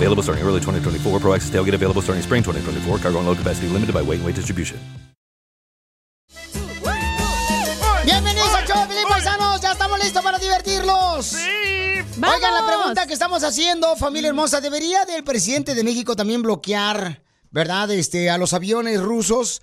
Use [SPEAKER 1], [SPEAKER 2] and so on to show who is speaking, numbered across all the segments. [SPEAKER 1] Available starting early 2024. Pro Access tailgate available starting spring 2024. Cargo and load capacity limited by weight and weight distribution.
[SPEAKER 2] Bienvenidos a show, de Piolín, Paisanos. Ya estamos listos para divertirlos. Oigan, la pregunta que estamos haciendo, familia hermosa, ¿debería del presidente de México también bloquear, verdad, este, a los aviones rusos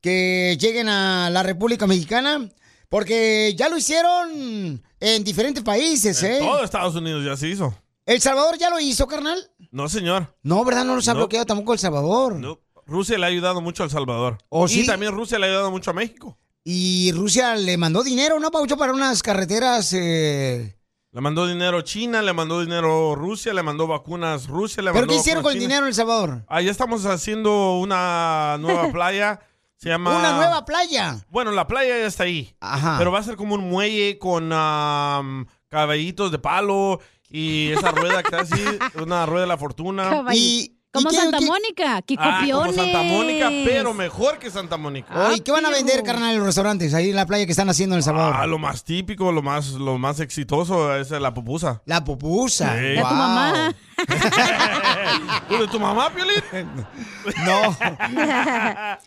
[SPEAKER 2] que lleguen a la República Mexicana? Porque ya lo hicieron en diferentes países, ¿eh?
[SPEAKER 3] Todo Estados Unidos ya se hizo.
[SPEAKER 2] ¿El Salvador ya lo hizo, carnal?
[SPEAKER 3] No, señor.
[SPEAKER 2] No, ¿verdad? No los ha
[SPEAKER 3] No.
[SPEAKER 2] bloqueado tampoco El Salvador.
[SPEAKER 3] Rusia le ha ayudado mucho a El Salvador.
[SPEAKER 2] ¿Oh, sí?
[SPEAKER 3] Y también Rusia le ha ayudado mucho a México.
[SPEAKER 2] Y Rusia le mandó dinero, ¿no, Paucho? Para unas carreteras. eh,
[SPEAKER 3] Le mandó dinero China, le mandó dinero Rusia, le mandó vacunas Rusia, le
[SPEAKER 2] ¿Pero
[SPEAKER 3] mandó
[SPEAKER 2] qué hicieron con
[SPEAKER 3] vacunas
[SPEAKER 2] el
[SPEAKER 3] China.
[SPEAKER 2] dinero en El Salvador?
[SPEAKER 3] Allá estamos haciendo una nueva playa. Se llama...
[SPEAKER 2] Una nueva playa.
[SPEAKER 3] Bueno, la playa ya está ahí.
[SPEAKER 2] Ajá.
[SPEAKER 3] Pero va a ser como un muelle con am, caballitos de palo y esa rueda casi, una rueda de la fortuna.
[SPEAKER 4] Caball- como
[SPEAKER 2] qué-
[SPEAKER 4] Santa
[SPEAKER 2] qué-
[SPEAKER 4] Mónica, Kiko
[SPEAKER 3] Ah, como
[SPEAKER 4] Piones.
[SPEAKER 3] Santa Mónica, pero mejor que Santa Mónica.
[SPEAKER 2] Oh, ¿Y qué
[SPEAKER 4] Ah,
[SPEAKER 2] van a vender, carnal, en los restaurantes ahí en la playa que están haciendo en El Salvador?
[SPEAKER 3] Ah, lo más típico, lo más, lo más exitoso es la pupusa.
[SPEAKER 2] La pupusa.
[SPEAKER 3] Sí.
[SPEAKER 4] Ya tu
[SPEAKER 2] Wow.
[SPEAKER 4] mamá.
[SPEAKER 3] ¿Lo de tu mamá, Piolín?
[SPEAKER 2] No.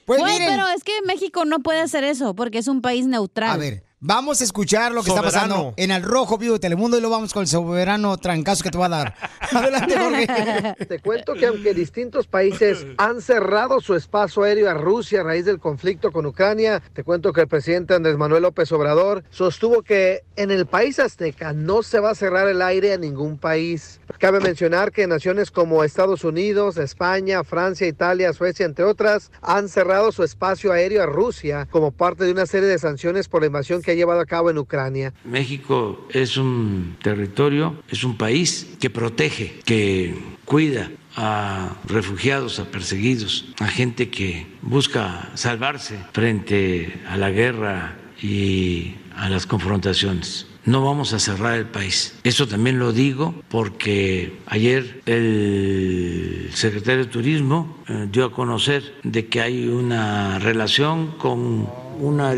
[SPEAKER 2] Pues
[SPEAKER 4] Güey,
[SPEAKER 2] miren.
[SPEAKER 4] pero es que México no puede hacer eso porque es un país neutral.
[SPEAKER 2] A ver, vamos a escuchar lo que está
[SPEAKER 3] Soberano.
[SPEAKER 2] pasando en Al Rojo Vivo de Telemundo y lo vamos con el soberano trancazo que te va a dar. Adelante, Jorge.
[SPEAKER 5] Te cuento que aunque distintos países han cerrado su espacio aéreo a Rusia a raíz del conflicto con Ucrania, te cuento que el presidente Andrés Manuel López Obrador sostuvo que en el país azteca no se va a cerrar el aire a ningún país. Cabe mencionar que naciones como Estados Unidos, España, Francia, Italia, Suecia, entre otras, han cerrado su espacio aéreo a Rusia como parte de una serie de sanciones por la invasión que ha llevado a cabo en Ucrania.
[SPEAKER 6] México es un territorio, es un país que protege, que cuida a refugiados, a perseguidos, a gente que busca salvarse frente a la guerra y a las confrontaciones. No vamos a cerrar el país. Eso también lo digo porque ayer el secretario de Turismo eh, dio a conocer de que hay una relación con una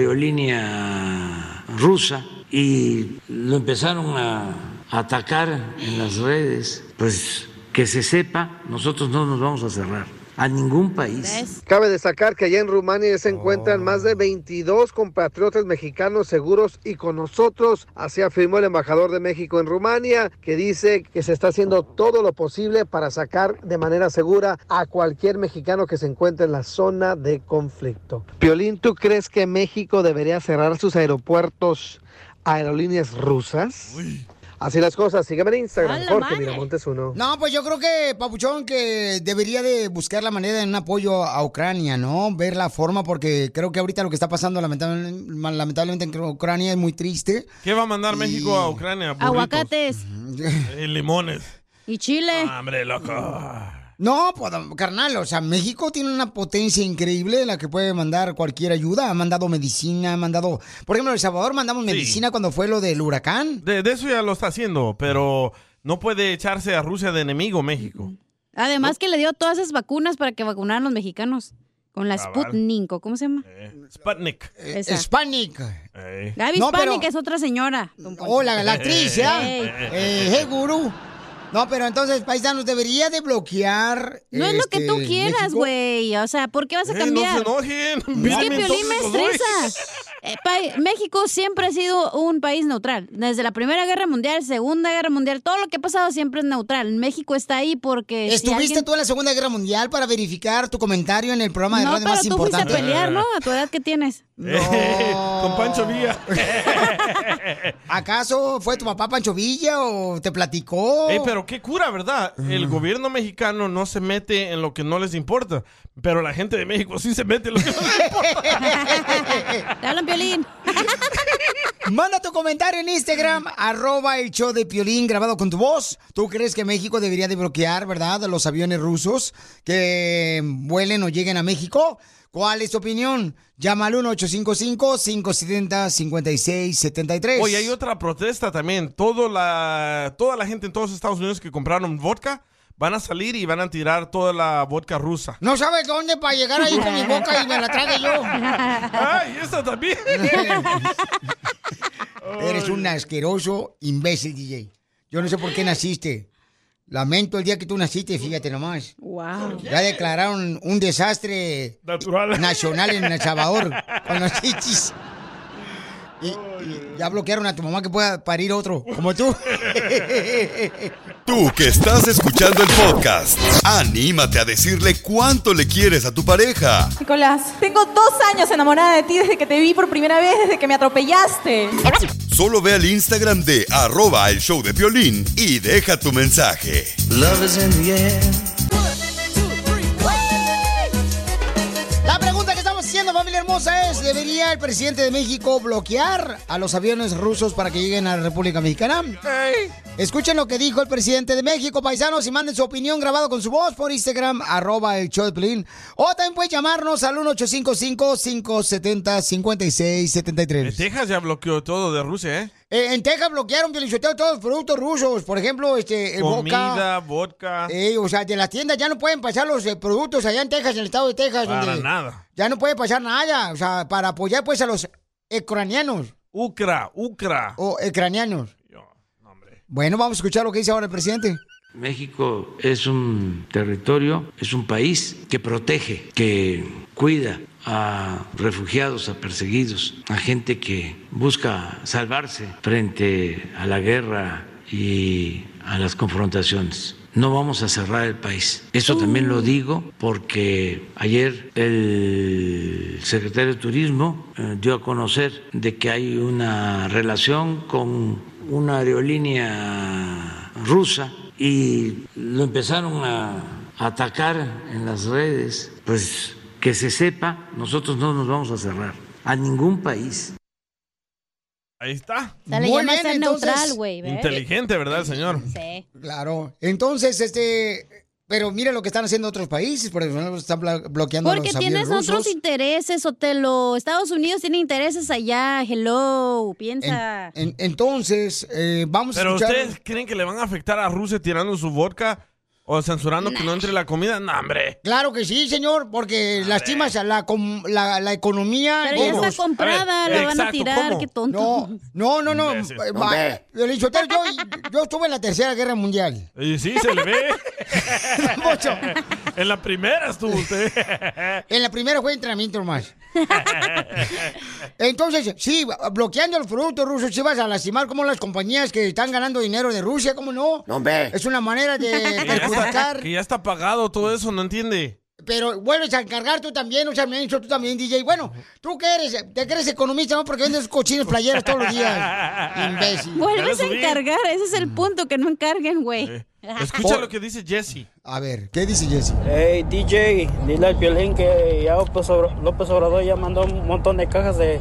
[SPEAKER 6] aerolínea rusa y lo empezaron a atacar en las redes, pues que se sepa, nosotros no nos vamos a cerrar a ningún país.
[SPEAKER 4] ¿Ves?
[SPEAKER 5] Cabe destacar que allá en Rumania ya se encuentran más de 22 compatriotas mexicanos seguros y con nosotros, así afirmó el embajador de México en Rumania, que dice que se está haciendo todo lo posible para sacar de manera segura a cualquier mexicano que se encuentre en la zona de conflicto. Piolín, ¿tú crees que México debería cerrar sus aeropuertos a aerolíneas rusas? Así las cosas, sígueme en
[SPEAKER 4] ¡A
[SPEAKER 5] Instagram,
[SPEAKER 4] la
[SPEAKER 5] Jorge
[SPEAKER 4] madre!
[SPEAKER 5] Miramontes uno.
[SPEAKER 2] No, pues yo creo que, Papuchón, que debería de buscar la manera en un apoyo a Ucrania, ¿no? Ver la forma, porque creo que ahorita lo que está pasando lamentable- lamentablemente en Ucrania es muy triste.
[SPEAKER 3] ¿Qué va a mandar México a Ucrania? Burritos.
[SPEAKER 4] Aguacates
[SPEAKER 3] Y limones.
[SPEAKER 4] y chile.
[SPEAKER 3] Hombre, loco.
[SPEAKER 2] No, pues, carnal, o sea, México tiene una potencia increíble en la que puede mandar cualquier ayuda. Ha mandado medicina, ha mandado... Por ejemplo, en El Salvador mandamos medicina cuando fue lo del huracán.
[SPEAKER 3] De, de eso ya lo está haciendo, pero no puede echarse a Rusia de enemigo México.
[SPEAKER 4] Mm. Además que le dio todas esas vacunas para que vacunaran a los mexicanos. Con la
[SPEAKER 3] Cabal.
[SPEAKER 4] Sputnik, ¿o ¿cómo se llama?
[SPEAKER 3] Eh, Sputnik.
[SPEAKER 2] Eh,
[SPEAKER 4] Esa.
[SPEAKER 2] Hispanic.
[SPEAKER 3] Eh.
[SPEAKER 4] Gaby
[SPEAKER 2] No,
[SPEAKER 4] Sputnik
[SPEAKER 2] pero-
[SPEAKER 4] es otra señora. don Poncho.
[SPEAKER 2] Hola, la actriz, ¿ya?
[SPEAKER 4] Ey.
[SPEAKER 2] Eh, hey, gurú. No, pero entonces, paisanos, debería de bloquear...
[SPEAKER 4] No es lo que
[SPEAKER 2] este,
[SPEAKER 4] tú quieras,
[SPEAKER 2] México.
[SPEAKER 4] güey. O sea, ¿por qué vas a
[SPEAKER 3] Eh, no
[SPEAKER 4] cambiar?
[SPEAKER 3] se enojen.
[SPEAKER 4] es que
[SPEAKER 3] Bien
[SPEAKER 4] Piolín me
[SPEAKER 3] tóxicos hoy.
[SPEAKER 4] estresa. eh, pa- México siempre ha sido un país neutral. Desde la Primera Guerra Mundial, Segunda Guerra Mundial, todo lo que ha pasado siempre es neutral. México está ahí porque... si
[SPEAKER 2] ¿Estuviste
[SPEAKER 4] alguien-
[SPEAKER 2] tú en la Segunda Guerra Mundial para verificar tu comentario en el programa de
[SPEAKER 4] No,
[SPEAKER 2] radio
[SPEAKER 4] pero
[SPEAKER 2] más
[SPEAKER 4] tú fuiste a
[SPEAKER 2] importante?
[SPEAKER 4] pelear, ¿no? A tu edad que tienes.
[SPEAKER 2] Eh,
[SPEAKER 3] Con Pancho Villa.
[SPEAKER 2] ¿Acaso fue tu papá Pancho Villa o te platicó?
[SPEAKER 3] Ey, Eh, pero qué cura, ¿verdad? El gobierno mexicano no se mete en lo que no les importa, pero la gente de México sí se mete en lo que no les
[SPEAKER 4] Te hablan violín.
[SPEAKER 2] Manda tu comentario en Instagram, arroba el show de Piolín grabado con tu voz. ¿Tú crees que México debería de bloquear, verdad, a los aviones rusos que vuelen o lleguen a México? ¿Cuál es tu opinión? Llama al 1-855-570-5673.
[SPEAKER 3] Oye, hay otra protesta también. Todo la, toda la gente en todos Estados Unidos que compraron vodka van a salir y van a tirar toda la vodka rusa.
[SPEAKER 2] No sabes dónde para llegar ahí con mi boca y me la trague yo.
[SPEAKER 3] ¡Ay, esta también!
[SPEAKER 2] Eres un asqueroso imbécil, DJ. Yo no sé por qué naciste. Lamento el día que tú naciste, fíjate nomás.
[SPEAKER 4] Wow.
[SPEAKER 2] Ya declararon un desastre
[SPEAKER 3] Natural.
[SPEAKER 2] nacional en El Salvador con los chichis. Y, y ya bloquearon a tu mamá que pueda parir otro, como tú.
[SPEAKER 7] Tú que estás escuchando el podcast, anímate a decirle cuánto le quieres a tu pareja.
[SPEAKER 8] Nicolás, tengo dos años enamorada de ti desde que te vi por primera vez, desde que me atropellaste.
[SPEAKER 7] Solo ve al Instagram de arroba el show de violín y deja tu mensaje.
[SPEAKER 2] La pregunta que estamos haciendo, familia hermosa, es: ¿debería el presidente de México bloquear a los aviones rusos para que lleguen a la República Mexicana? Escuchen lo que dijo el presidente de México, paisanos, y manden su opinión grabado con su voz por Instagram, arroba el show de Piolín. O también pueden llamarnos al 1855-570-5673.
[SPEAKER 3] Texas ya bloqueó todo de Rusia, ¿eh?
[SPEAKER 2] Eh, en Texas bloquearon, Piolín Sotelo, todos los productos rusos. Por ejemplo, este, el Boca.
[SPEAKER 3] Comida, vodka.
[SPEAKER 2] Eh, o sea, de las tiendas ya no pueden pasar los eh, productos allá en Texas, en el estado de Texas.
[SPEAKER 3] Para
[SPEAKER 2] donde
[SPEAKER 3] nada.
[SPEAKER 2] Ya no puede pasar nada. O sea, para apoyar pues a los ucranianos.
[SPEAKER 3] Ucra, ucra.
[SPEAKER 2] O ucranianos. Bueno, vamos a escuchar lo que dice ahora el presidente.
[SPEAKER 6] México es un territorio, es un país que protege, que cuida a refugiados, a perseguidos, a gente que busca salvarse frente a la guerra y a las confrontaciones. No vamos a cerrar el país. Eso también lo digo porque ayer el secretario de Turismo eh, dio a conocer de que hay una relación con una aerolínea rusa y lo empezaron a atacar en las redes, pues que se sepa, nosotros no nos vamos a cerrar a ningún país.
[SPEAKER 3] Ahí está.
[SPEAKER 4] O sea, le
[SPEAKER 2] Muy
[SPEAKER 4] llama a
[SPEAKER 2] bien,
[SPEAKER 4] ser
[SPEAKER 2] entonces,
[SPEAKER 4] neutral, güey. ¿ves?
[SPEAKER 3] Inteligente, ¿verdad, el señor?
[SPEAKER 4] Sí.
[SPEAKER 2] Claro. Entonces, este... Pero mira lo que están haciendo otros países. Por ejemplo, están bla- bloqueando a
[SPEAKER 4] Porque
[SPEAKER 2] los aviones
[SPEAKER 4] tienes otros
[SPEAKER 2] rusos.
[SPEAKER 4] intereses, Otelo. Estados Unidos tiene intereses allá. Hello, piensa.
[SPEAKER 2] En- entonces, eh, vamos
[SPEAKER 3] Pero
[SPEAKER 2] a escuchar...
[SPEAKER 3] ustedes creen que le van a afectar a Rusia tirando su vodka o censurando que no entre la comida? No, hombre.
[SPEAKER 2] Claro que sí, señor, porque lastimas a la, com- la, la economía.
[SPEAKER 4] Pero ya
[SPEAKER 2] todos.
[SPEAKER 4] está comprada,
[SPEAKER 3] A ver,
[SPEAKER 4] la van a
[SPEAKER 3] exacto,
[SPEAKER 4] tirar,
[SPEAKER 3] ¿cómo?
[SPEAKER 4] qué tonto.
[SPEAKER 2] No, no, no, no.
[SPEAKER 3] Imbécil.
[SPEAKER 2] eh, va- Piolín Sotelo, yo, yo estuve en la Tercera Guerra Mundial.
[SPEAKER 3] Y sí, se le ve.
[SPEAKER 2] Mucho.
[SPEAKER 3] en la primera estuvo usted.
[SPEAKER 2] En la primera fue entrenamiento más. Entonces, sí, bloqueando el producto ruso, sí vas a lastimar como las compañías que están ganando dinero de Rusia, ¿cómo no?
[SPEAKER 9] No, hombre.
[SPEAKER 2] Es una manera de
[SPEAKER 3] que, ya está,
[SPEAKER 2] perjudicar.
[SPEAKER 3] que ya está pagado todo eso, ¿no entiende?
[SPEAKER 2] Pero vuelves a encargar tú también, o sea, me han dicho tú también, DJ. Bueno, ¿tú qué eres? ¿Te crees economista, no? Porque vendes cochinos playeras todos los días. Imbécil.
[SPEAKER 4] Vuelves
[SPEAKER 3] Ya
[SPEAKER 4] a
[SPEAKER 3] lo subí.
[SPEAKER 4] encargar, ese es el punto, que no encarguen, güey.
[SPEAKER 3] Eh, Escucha lo que dice Jesse.
[SPEAKER 2] A ver, ¿qué dice Jesse?
[SPEAKER 10] Hey DJ, dile al violín que ya López, Obra- López Obrador ya mandó un montón de cajas de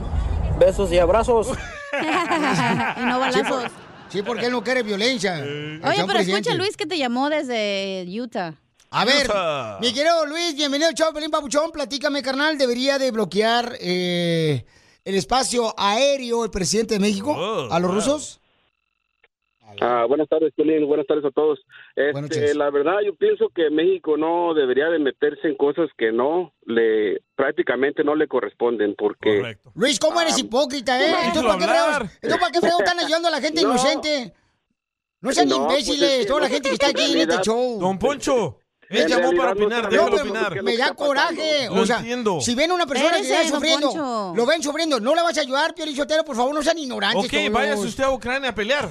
[SPEAKER 10] besos y abrazos.
[SPEAKER 4] y no balazos.
[SPEAKER 2] Sí, porque él no quiere violencia. Está
[SPEAKER 4] Oye,
[SPEAKER 2] un
[SPEAKER 4] pero escucha
[SPEAKER 2] presidente.
[SPEAKER 4] Luis que te llamó desde Utah.
[SPEAKER 2] A ver,
[SPEAKER 3] Usa.
[SPEAKER 2] mi querido Luis, bienvenido al show, Pelín Papuchón. Platícame, carnal, ¿debería de bloquear eh, el espacio aéreo el presidente de México
[SPEAKER 3] Oh,
[SPEAKER 2] a los
[SPEAKER 3] wow.
[SPEAKER 2] rusos?
[SPEAKER 11] Ah, buenas tardes, Piolín. Buenas tardes a todos.
[SPEAKER 2] Buenas
[SPEAKER 11] Este,
[SPEAKER 2] noches.
[SPEAKER 11] la verdad, yo pienso que México no debería de meterse en cosas que no le prácticamente no le corresponden, porque
[SPEAKER 3] Correcto.
[SPEAKER 2] Luis, ¿cómo eres hipócrita, eh?
[SPEAKER 3] Ah, no me
[SPEAKER 2] ¿Entonces
[SPEAKER 3] dejes
[SPEAKER 2] para qué
[SPEAKER 3] hablar.
[SPEAKER 2] fregados- entonces, ¿para qué fregados están ayudando a la gente
[SPEAKER 11] No.
[SPEAKER 2] inocente? No sean
[SPEAKER 11] No, pues,
[SPEAKER 2] imbéciles,
[SPEAKER 11] es que
[SPEAKER 2] toda la
[SPEAKER 11] no.
[SPEAKER 2] gente que está aquí en este
[SPEAKER 11] Realidad.
[SPEAKER 2] show.
[SPEAKER 3] Don Poncho, Él
[SPEAKER 12] En
[SPEAKER 3] llamó
[SPEAKER 12] realidad
[SPEAKER 3] para
[SPEAKER 12] no
[SPEAKER 3] opinar,
[SPEAKER 12] sabemos
[SPEAKER 3] déjalo
[SPEAKER 12] lo que
[SPEAKER 3] opinar.
[SPEAKER 2] Me da coraje.
[SPEAKER 3] Lo
[SPEAKER 2] o sea,
[SPEAKER 3] entiendo.
[SPEAKER 2] si ven una persona que
[SPEAKER 4] Espérese,
[SPEAKER 2] está
[SPEAKER 4] don
[SPEAKER 2] sufriendo,
[SPEAKER 4] Poncho.
[SPEAKER 2] lo ven sufriendo, no la vas a ayudar, Pio Lichotero, por favor, no sean ignorantes.
[SPEAKER 3] Ok,
[SPEAKER 2] todos.
[SPEAKER 3] váyase usted a Ucrania a pelear.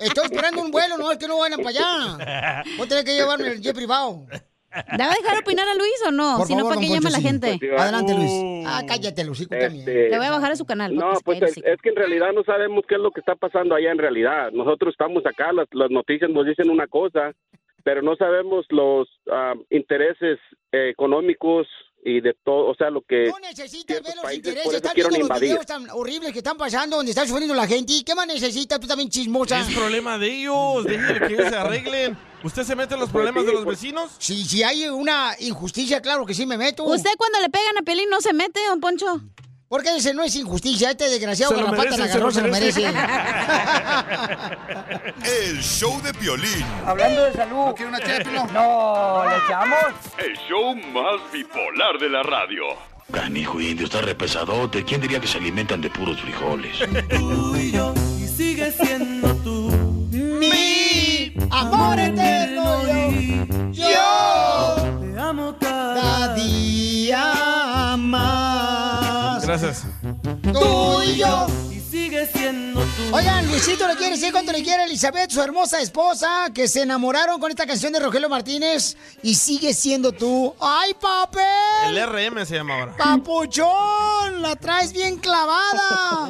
[SPEAKER 2] Estoy esperando un vuelo, no, es que no vayan para allá. Voy a tener que llevarme el jet privado.
[SPEAKER 4] ¿Le va a dejar opinar a Luis o no?
[SPEAKER 2] Por
[SPEAKER 4] Si no,
[SPEAKER 2] favor,
[SPEAKER 4] ¿para qué
[SPEAKER 2] don
[SPEAKER 4] llama
[SPEAKER 2] Poncho,
[SPEAKER 4] la
[SPEAKER 2] sí.
[SPEAKER 4] gente?
[SPEAKER 2] Adelante,
[SPEAKER 4] uh.
[SPEAKER 2] Luis. Ah, cállate, Lucico, también.
[SPEAKER 12] Este,
[SPEAKER 4] Le voy a bajar a su canal.
[SPEAKER 12] No,
[SPEAKER 4] porque se
[SPEAKER 12] pues
[SPEAKER 4] cae Eh, el
[SPEAKER 12] es, es que en realidad no sabemos qué es lo que está pasando allá en realidad. Nosotros estamos acá, las, las noticias nos dicen una cosa, pero no sabemos los ah, intereses eh, económicos y de todo, o sea, lo que...
[SPEAKER 2] necesitas ver los
[SPEAKER 12] por
[SPEAKER 2] intereses.
[SPEAKER 12] eso
[SPEAKER 2] Estás
[SPEAKER 12] quieren
[SPEAKER 2] viendo los
[SPEAKER 12] invadir.
[SPEAKER 2] videos tan horribles que están pasando, donde está sufriendo la gente. ¿Y qué más necesitas tú también, chismosa?
[SPEAKER 3] Es problema de ellos, déjenle que ellos se arreglen. ¿Usted se mete en los problemas de los vecinos?
[SPEAKER 2] Pues Si, si hay una injusticia, claro que sí me meto.
[SPEAKER 4] ¿Usted cuando le pegan a Pelín no se mete, don Poncho?
[SPEAKER 2] Porque ese no es injusticia, este desgraciado
[SPEAKER 4] Se lo
[SPEAKER 2] garrapata
[SPEAKER 4] merece,
[SPEAKER 2] la
[SPEAKER 4] se
[SPEAKER 2] agarró,
[SPEAKER 4] lo
[SPEAKER 2] se lo merece.
[SPEAKER 4] merece.
[SPEAKER 7] El show de Piolín.
[SPEAKER 13] Hablando de salud. ¿No una No, ¿le echamos?
[SPEAKER 14] El show más bipolar de la radio.
[SPEAKER 1] Canijo indio, está repesadote. ¿Quién diría que se alimentan de puros frijoles?
[SPEAKER 15] Y sigue siendo tú.
[SPEAKER 2] Mi amor eterno. Yo.
[SPEAKER 15] Te amo
[SPEAKER 2] cada día más.
[SPEAKER 3] Gracias.
[SPEAKER 2] Tú y yo.
[SPEAKER 15] Y sigue siendo tú.
[SPEAKER 2] Oigan, Luisito le quiere decir cuánto le quiere a Elizabeth, su hermosa esposa, que se enamoraron con esta canción de Rogelio Martínez y sigue siendo tú. ¡Ay, papel!
[SPEAKER 3] El RM se llama ahora.
[SPEAKER 2] ¡Papuchón! ¡La traes bien clavada!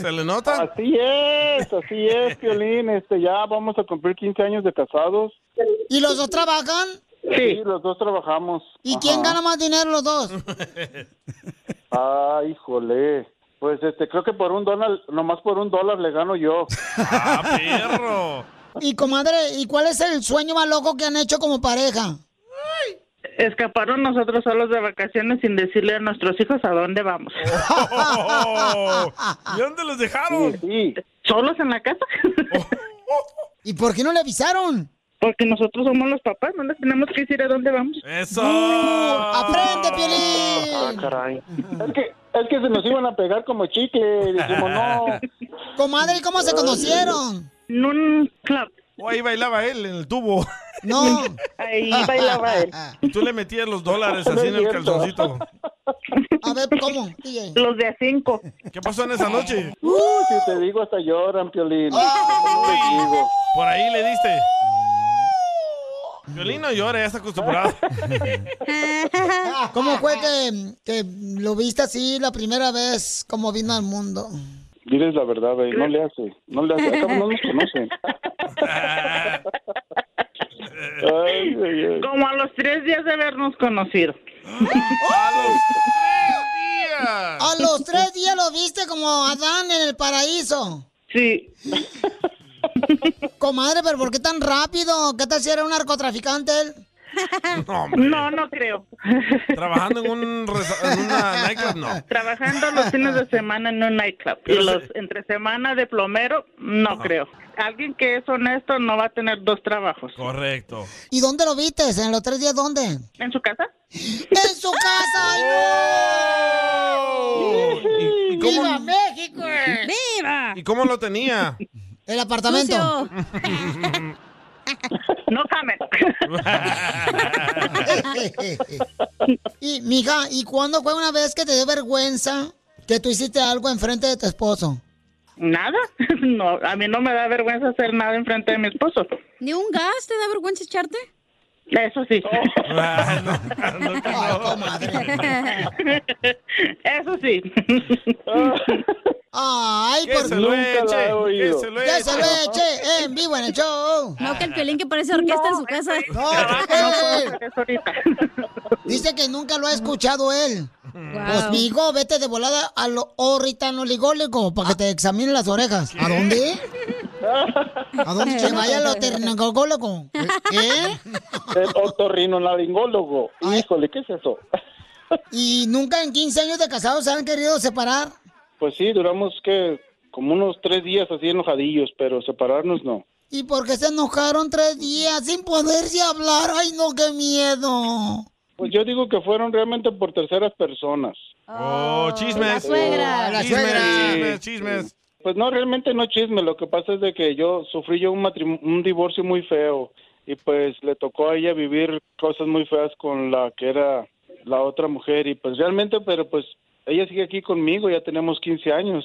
[SPEAKER 3] ¿Se le nota?
[SPEAKER 16] Así es, así es, Piolín. Este, ya vamos a cumplir 15 años de casados.
[SPEAKER 2] ¿Y los dos trabajan?
[SPEAKER 16] Sí, los dos trabajamos.
[SPEAKER 2] ¿Y
[SPEAKER 16] Ajá.
[SPEAKER 2] quién gana más dinero los dos?
[SPEAKER 16] Ah, híjole. Pues este, creo que por un dólar, nomás por un dólar le gano yo. ¡Ah,
[SPEAKER 3] perro!
[SPEAKER 2] Y comadre, ¿y cuál es el sueño más loco que han hecho como pareja?
[SPEAKER 17] Escaparon nosotros solos de vacaciones sin decirle a nuestros hijos a dónde vamos.
[SPEAKER 3] ¿Y dónde los dejaron?
[SPEAKER 17] ¿Solos en la casa?
[SPEAKER 2] ¿Y por qué no le avisaron?
[SPEAKER 17] Porque nosotros somos los papás, no les tenemos que decir a dónde vamos.
[SPEAKER 3] ¡Eso!
[SPEAKER 2] ¡Aprende,
[SPEAKER 16] Ah,
[SPEAKER 2] Piolín!
[SPEAKER 16] caray. Es que, es que se nos iban a pegar como chicle. Y dijimos, no.
[SPEAKER 2] Comadre, ¿y cómo se conocieron?
[SPEAKER 17] En un club.
[SPEAKER 3] O Oh, ahí bailaba él en el tubo.
[SPEAKER 2] No.
[SPEAKER 17] Ahí
[SPEAKER 2] bailaba él.
[SPEAKER 3] Y tú le metías los dólares así en el calzoncito.
[SPEAKER 2] A ver, ¿cómo? eh.
[SPEAKER 17] Los de a cinco.
[SPEAKER 3] ¿Qué pasó en esa noche?
[SPEAKER 16] Uh, si te digo, hasta lloran, Piolín. No te digo.
[SPEAKER 3] Por ahí le diste. Violín no llora, ya está acostumbrado.
[SPEAKER 2] ¿Cómo fue que, que lo viste así la primera vez como vino al mundo?
[SPEAKER 16] Diles la verdad, güey, no le hace, no le hace, al cabo no nos conocen. Ay, ay, ay.
[SPEAKER 17] Como a los tres días de habernos conocido. Ah.
[SPEAKER 2] A los tres días lo viste como Adán en el paraíso.
[SPEAKER 17] Sí.
[SPEAKER 2] Comadre, pero ¿por qué tan rápido? ¿Qué tal si era un narcotraficante él?
[SPEAKER 3] No,
[SPEAKER 17] No, no creo.
[SPEAKER 3] Trabajando en un resa- en una nightclub, no.
[SPEAKER 17] Trabajando los fines de semana en un nightclub y
[SPEAKER 3] Pero
[SPEAKER 17] los entre semana de plomero, no creo. Alguien que es honesto no va a tener dos trabajos.
[SPEAKER 3] Correcto.
[SPEAKER 2] ¿Y dónde lo viste? ¿En los tres días dónde?
[SPEAKER 17] ¿En su casa?
[SPEAKER 2] ¡En su casa!
[SPEAKER 3] ¿Y cómo,
[SPEAKER 2] ¡Viva México! ¡Viva!
[SPEAKER 3] ¿Y cómo lo tenía?
[SPEAKER 2] El apartamento.
[SPEAKER 17] No camen.
[SPEAKER 2] y, mija, ¿y cuándo fue una vez que te dio vergüenza que tú hiciste algo enfrente de tu esposo?
[SPEAKER 17] Nada. No, a mí no me da vergüenza hacer nada enfrente de mi esposo.
[SPEAKER 4] ¿Ni un gas te da vergüenza echarte?
[SPEAKER 17] Eso sí. Eso sí.
[SPEAKER 2] Ay,
[SPEAKER 17] Que
[SPEAKER 2] por
[SPEAKER 17] se lo Nunca eche, la he oído.
[SPEAKER 2] Que se
[SPEAKER 17] que
[SPEAKER 2] lo
[SPEAKER 17] se
[SPEAKER 2] eche.
[SPEAKER 17] lo eche.
[SPEAKER 2] en vivo en el show.
[SPEAKER 4] No, que el Pelín que parece orquesta en su casa.
[SPEAKER 2] No, Dice que nunca lo ha escuchado él. Pues, mijo, vete de volada al orritanuligólico para que te examinen las orejas. ¿A dónde? ¿A dónde? Que vaya al otorrinolaringólogo. ¿Eh?
[SPEAKER 16] El otorrinolaringólogo. Híjole, ¿qué es eso?
[SPEAKER 2] ¿Y nunca en 15 años de casados se han querido separar?
[SPEAKER 16] Pues sí, duramos que como unos tres días así enojadillos, pero separarnos no.
[SPEAKER 2] ¿Y por qué se enojaron tres días sin poderse hablar? ¡Ay, no, qué miedo!
[SPEAKER 16] Pues yo digo que fueron realmente por terceras personas.
[SPEAKER 3] Oh, chismes.
[SPEAKER 16] La
[SPEAKER 3] suegra. La Chismes, suegra. chismes,
[SPEAKER 16] Sí.
[SPEAKER 3] chismes.
[SPEAKER 16] Pues no, realmente no chismes. Lo que pasa es de que yo sufrí yo un, matrim- un divorcio muy feo. y pues le tocó a ella vivir cosas muy feas con la que era la otra mujer y pues realmente, pero pues ella sigue aquí conmigo, ya tenemos 15 años.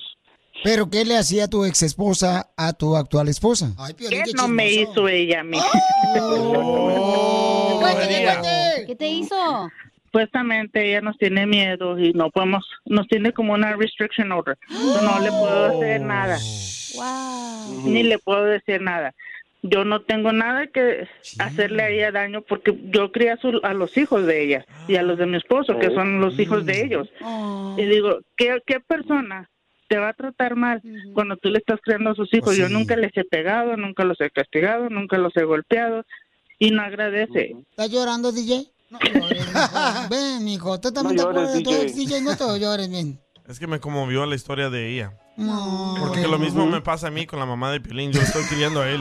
[SPEAKER 2] ¿Pero qué le hacía tu ex esposa a tu actual esposa?
[SPEAKER 17] ¿Qué no me hizo ella a mí?
[SPEAKER 4] ¿Qué te hizo?
[SPEAKER 17] Supuestamente ella nos tiene miedo y no podemos, nos tiene como una restriction order. Yo no le puedo hacer nada, ni le puedo decir nada. Yo no tengo nada que hacerle a ella daño porque yo crié a, su- a los hijos de ella y a los de mi esposo, que son los hijos de ellos. Y digo, ¿qué, qué persona te va a tratar mal cuando tú le estás criando a sus hijos? Yo nunca les he pegado, nunca los he castigado, nunca los he golpeado y no agradece.
[SPEAKER 2] ¿Estás llorando, DJ? No llores, mijo. Ven, mijo, tú también
[SPEAKER 3] No
[SPEAKER 2] te
[SPEAKER 3] llores,
[SPEAKER 2] acuerdas de tu
[SPEAKER 3] DJ.
[SPEAKER 2] ex, DJ, no te llores, ven.
[SPEAKER 3] Es que me conmovió la historia de ella.
[SPEAKER 2] No.
[SPEAKER 3] Porque lo mismo me pasa a mí con la mamá de Pilín. Yo estoy criando a él.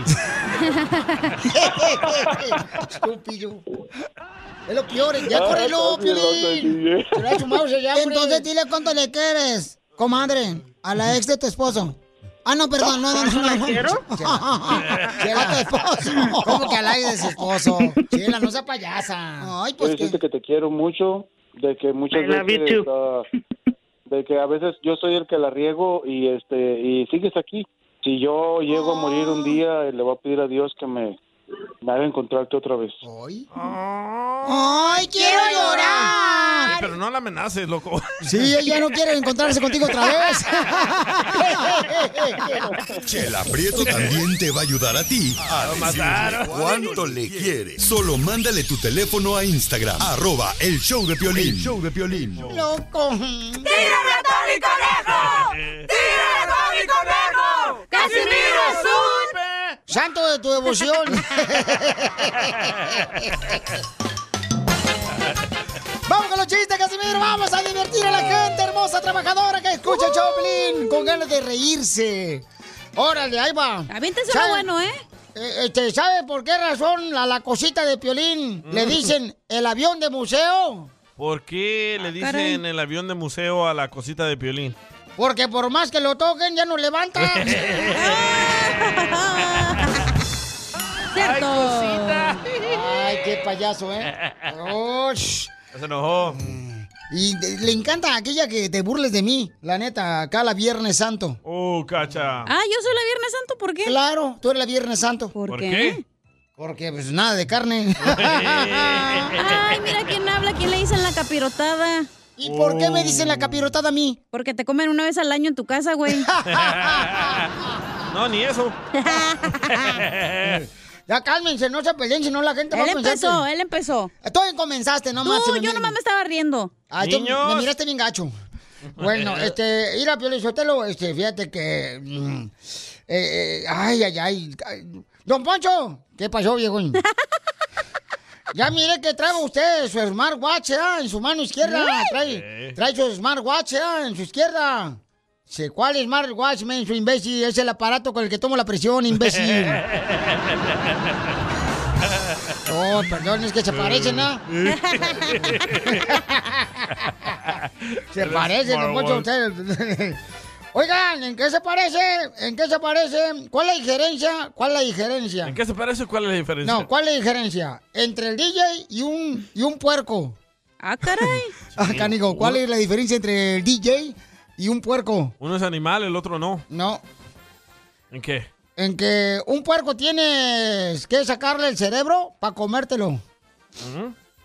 [SPEAKER 2] Estúpido. Es lo peor, ya córrelo, Piolín. Será su mouse ya, hombre. Entonces dile cuánto le quieres, comadre, a la ex de tu esposo. Ah, no, perdón, no, no, no. no, no.
[SPEAKER 17] quiero?
[SPEAKER 2] Chela, a tu esposo. ¿Cómo que a la ex de su esposo? Chela, no sea payasa. Ay,
[SPEAKER 16] Yo
[SPEAKER 2] pues que...
[SPEAKER 16] decirte que te quiero mucho, de que muchas
[SPEAKER 2] I love you too.
[SPEAKER 16] veces, ah, de que a veces yo soy el que la riego y este y sigues aquí. Si yo llego a morir un día, eh, le voy a pedir a Dios que me, me haga encontrarte otra vez.
[SPEAKER 2] ¡Ay, quiero llorar!
[SPEAKER 3] Eh, pero no la amenaces, loco.
[SPEAKER 2] Sí, ella no quiere encontrarse contigo otra vez.
[SPEAKER 7] Chela Prieto también te va a ayudar a ti a decirle cuánto le quieres. Solo mándale tu teléfono a Instagram, arroba el show de Piolín.
[SPEAKER 2] El
[SPEAKER 7] show de Piolín.
[SPEAKER 2] ¡Loco!
[SPEAKER 15] ¡Tírame a Tony Conejo! ¡Tírame a Tony Conejo! ¡Casimiro es un...
[SPEAKER 2] Santo de tu devoción. Vamos con los chistes, Casimiro. Vamos a divertir a la gente hermosa trabajadora que escucha Choplin con ganas de reírse. Órale, ahí va.
[SPEAKER 4] Aviéntese uno
[SPEAKER 2] ¿Sabe-
[SPEAKER 4] bueno, ¿eh?
[SPEAKER 2] Este, ¿sabe por qué razón a la cosita de Piolín le
[SPEAKER 3] Mm.
[SPEAKER 2] dicen el avión de museo?
[SPEAKER 3] ¿Por qué le dicen
[SPEAKER 2] Ah, caray.
[SPEAKER 3] el avión de museo a la cosita de Piolín?
[SPEAKER 2] Porque por más que lo toquen, ya no levanta.
[SPEAKER 15] Cierto.
[SPEAKER 2] cosita. Ay, qué payaso, ¿eh? Oh, sh-
[SPEAKER 3] Se enojó.
[SPEAKER 2] y de- le encanta aquella que te burles de mí, la neta, acá la Viernes Santo.
[SPEAKER 3] Oh, cacha.
[SPEAKER 4] Ah, yo soy la Viernes Santo, ¿por qué?
[SPEAKER 2] Claro, tú eres la Viernes Santo.
[SPEAKER 4] ¿Por,
[SPEAKER 3] qué? qué?
[SPEAKER 2] Porque pues nada de carne.
[SPEAKER 4] Ay, mira quién habla, quién le dicen la capirotada.
[SPEAKER 2] ¿Y por
[SPEAKER 17] Oh.
[SPEAKER 2] qué me dicen la capirotada a mí?
[SPEAKER 4] Porque te comen una vez al año en tu casa, güey.
[SPEAKER 3] No, ni eso.
[SPEAKER 2] Ya cálmense, no se peleen, si no la gente va
[SPEAKER 4] Él
[SPEAKER 2] a pensar
[SPEAKER 4] empezó,
[SPEAKER 2] que-
[SPEAKER 4] él empezó.
[SPEAKER 2] Tú comenzaste, no
[SPEAKER 4] Tú,
[SPEAKER 2] manches,
[SPEAKER 4] yo nomás me estaba riendo.
[SPEAKER 2] Ay, tú me miraste bien gacho. Bueno, este, ir a Piolín Sotelo, este, fíjate que. mm, eh, eh, ay, ay, ay, ay. Don Poncho, ¿qué pasó, viejo? Ya miré que trae usted su smartwatch ¿ah? en su mano izquierda.
[SPEAKER 15] ¿Eh?
[SPEAKER 2] Trae, trae su smartwatch ¿ah? en su izquierda. Sé, ¿Cuál smartwatch, men, su imbécil? Es el aparato con el que tomo la presión, imbécil. Oh, perdón, es que se parecen, ¿eh? ¿no? se parecen, don Poncho, ustedes. Oigan, ¿en qué se parece? ¿En qué se parece? ¿Cuál es la diferencia? ¿Cuál es la diferencia?
[SPEAKER 3] ¿En qué se parece? ¿Cuál es la diferencia?
[SPEAKER 2] No, ¿cuál es la diferencia? Entre el DJ y un, y un puerco.
[SPEAKER 4] Ah, caray.
[SPEAKER 2] ah, canigo, ¿cuál es la diferencia entre el DJ y un puerco?
[SPEAKER 3] Uno es animal, el otro no.
[SPEAKER 2] No.
[SPEAKER 3] ¿En qué?
[SPEAKER 2] En que un puerco tienes que sacarle el cerebro para comértelo.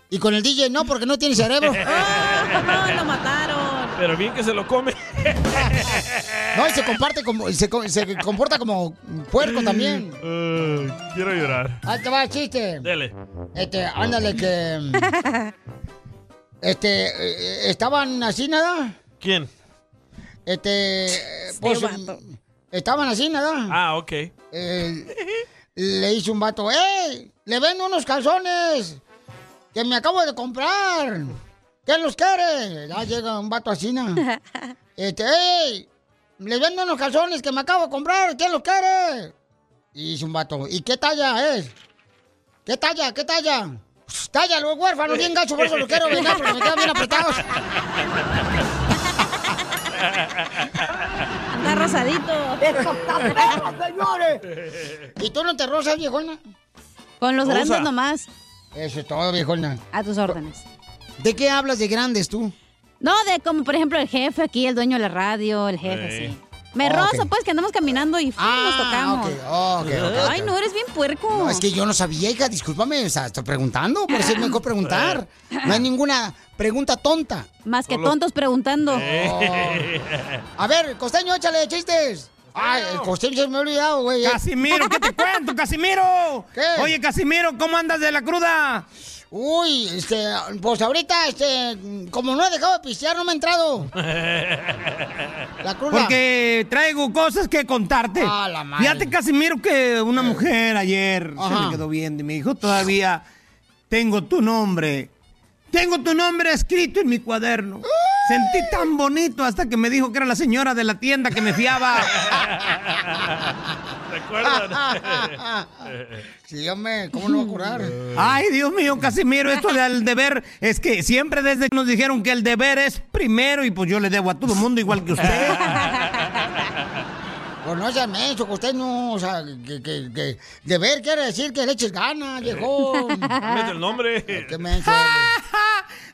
[SPEAKER 2] Y con el DJ no, porque no tiene cerebro.
[SPEAKER 4] lo mataron.
[SPEAKER 3] Pero bien que se lo come.
[SPEAKER 2] No, y se comparte como, y se, co- se comporta como puerco también.
[SPEAKER 3] Eh, quiero llorar.
[SPEAKER 2] Ahí te va el chiste.
[SPEAKER 3] Dele.
[SPEAKER 2] Este, ándale que. Este, eh, estaban así nada.
[SPEAKER 3] ¿Quién?
[SPEAKER 2] Este, eh, pues, estaban así nada.
[SPEAKER 3] Ah, ok.
[SPEAKER 2] Eh, le dice un vato, ¡Ey! Le vendo unos calzones que me acabo de comprar. ¿Qué los quiere? Ya llega un vato así, ¿no? Este, ¡Ey! Le vendo unos calzones que me acabo de comprar. ¿Qué los quiere? Y dice un vato, ¿y qué talla es? ¿Qué talla? ¿Qué talla? Pues, talla, los huérfanos, bien gacho, por eso los quiero vender porque me quedan bien apretados.
[SPEAKER 4] Está rosadito.
[SPEAKER 2] señores! ¿Y tú no te rozas, viejona?
[SPEAKER 4] Con los
[SPEAKER 2] Rosa.
[SPEAKER 4] grandes nomás.
[SPEAKER 2] Eso es todo, viejona.
[SPEAKER 4] A tus órdenes.
[SPEAKER 2] ¿De qué hablas de grandes tú?
[SPEAKER 4] No, de como por ejemplo el jefe aquí, el dueño de la radio, el jefe, sí. Me
[SPEAKER 2] Ah,
[SPEAKER 4] rozo,
[SPEAKER 2] ok.
[SPEAKER 4] pues, que andamos caminando y ¡fum! nos tocamos.
[SPEAKER 2] ok, ok, ok.
[SPEAKER 4] Ay, no, eres bien puerco.
[SPEAKER 2] No, es que yo no sabía, hija, discúlpame, o sea, estoy preguntando, por eso es mejor preguntar. No hay ninguna pregunta tonta.
[SPEAKER 4] Más que tontos preguntando.
[SPEAKER 15] Eh.
[SPEAKER 2] A ver, costeño, échale chistes. Ay, el costeño se me ha olvidado, güey.
[SPEAKER 18] Casimiro, ¿qué te cuento, Casimiro?
[SPEAKER 2] ¿Qué?
[SPEAKER 18] Oye, Casimiro, ¿cómo andas de la cruda?
[SPEAKER 2] Uy, este, pues ahorita, este, como no he dejado de pistear, no me he entrado. La cruda.
[SPEAKER 18] Porque traigo cosas que contarte.
[SPEAKER 2] Ah, la madre. Eh.
[SPEAKER 18] Fíjate, Casimiro, que una mujer ayer se
[SPEAKER 2] Ajá.
[SPEAKER 18] me quedó viendo y me dijo, todavía tengo tu nombre. Tengo tu nombre escrito en mi cuaderno. Sentí tan bonito hasta que me dijo que era la señora de la tienda que me fiaba.
[SPEAKER 15] ¿Recuerdan?
[SPEAKER 2] Sí, hombre, ¿cómo no va a curar?
[SPEAKER 18] Ay, Dios mío, Casimiro, esto del deber es que siempre desde que nos dijeron que el deber es primero y pues yo le debo a todo el mundo igual que usted.
[SPEAKER 2] Pues no seas menso, costeño, o sea, que, que, que deber quiere decir que le eches ganas, viejo. Ah.
[SPEAKER 3] Mete el nombre.
[SPEAKER 2] Qué menso.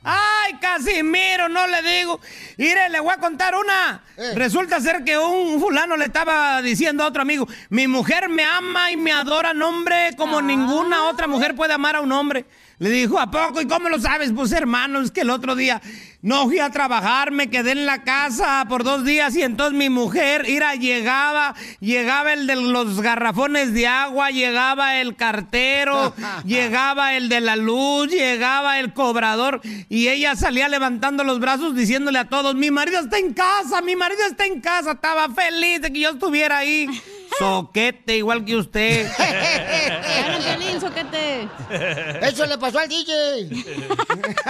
[SPEAKER 18] ¡Ay, Casimiro! No le digo. Mire, le voy a contar una. Resulta ser que un fulano le estaba diciendo a otro amigo, mi mujer me ama y me adora, no, hombre, como ninguna otra mujer puede amar a un hombre. Le dijo, ¿a poco? ¿Y cómo lo sabes? Pues, hermano, es que el otro día no fui a trabajar, me quedé en la casa por dos días y entonces mi mujer, ira, llegaba, llegaba el de los garrafones de agua, llegaba el cartero, llegaba el de la luz, llegaba el cobrador y ella salía levantando los brazos diciéndole a todos, mi marido está en casa, mi marido está en casa, estaba feliz de que yo estuviera ahí. Soquete, igual que usted.
[SPEAKER 4] Gana, Piolín, soquete.
[SPEAKER 2] Eso le pasó al DJ.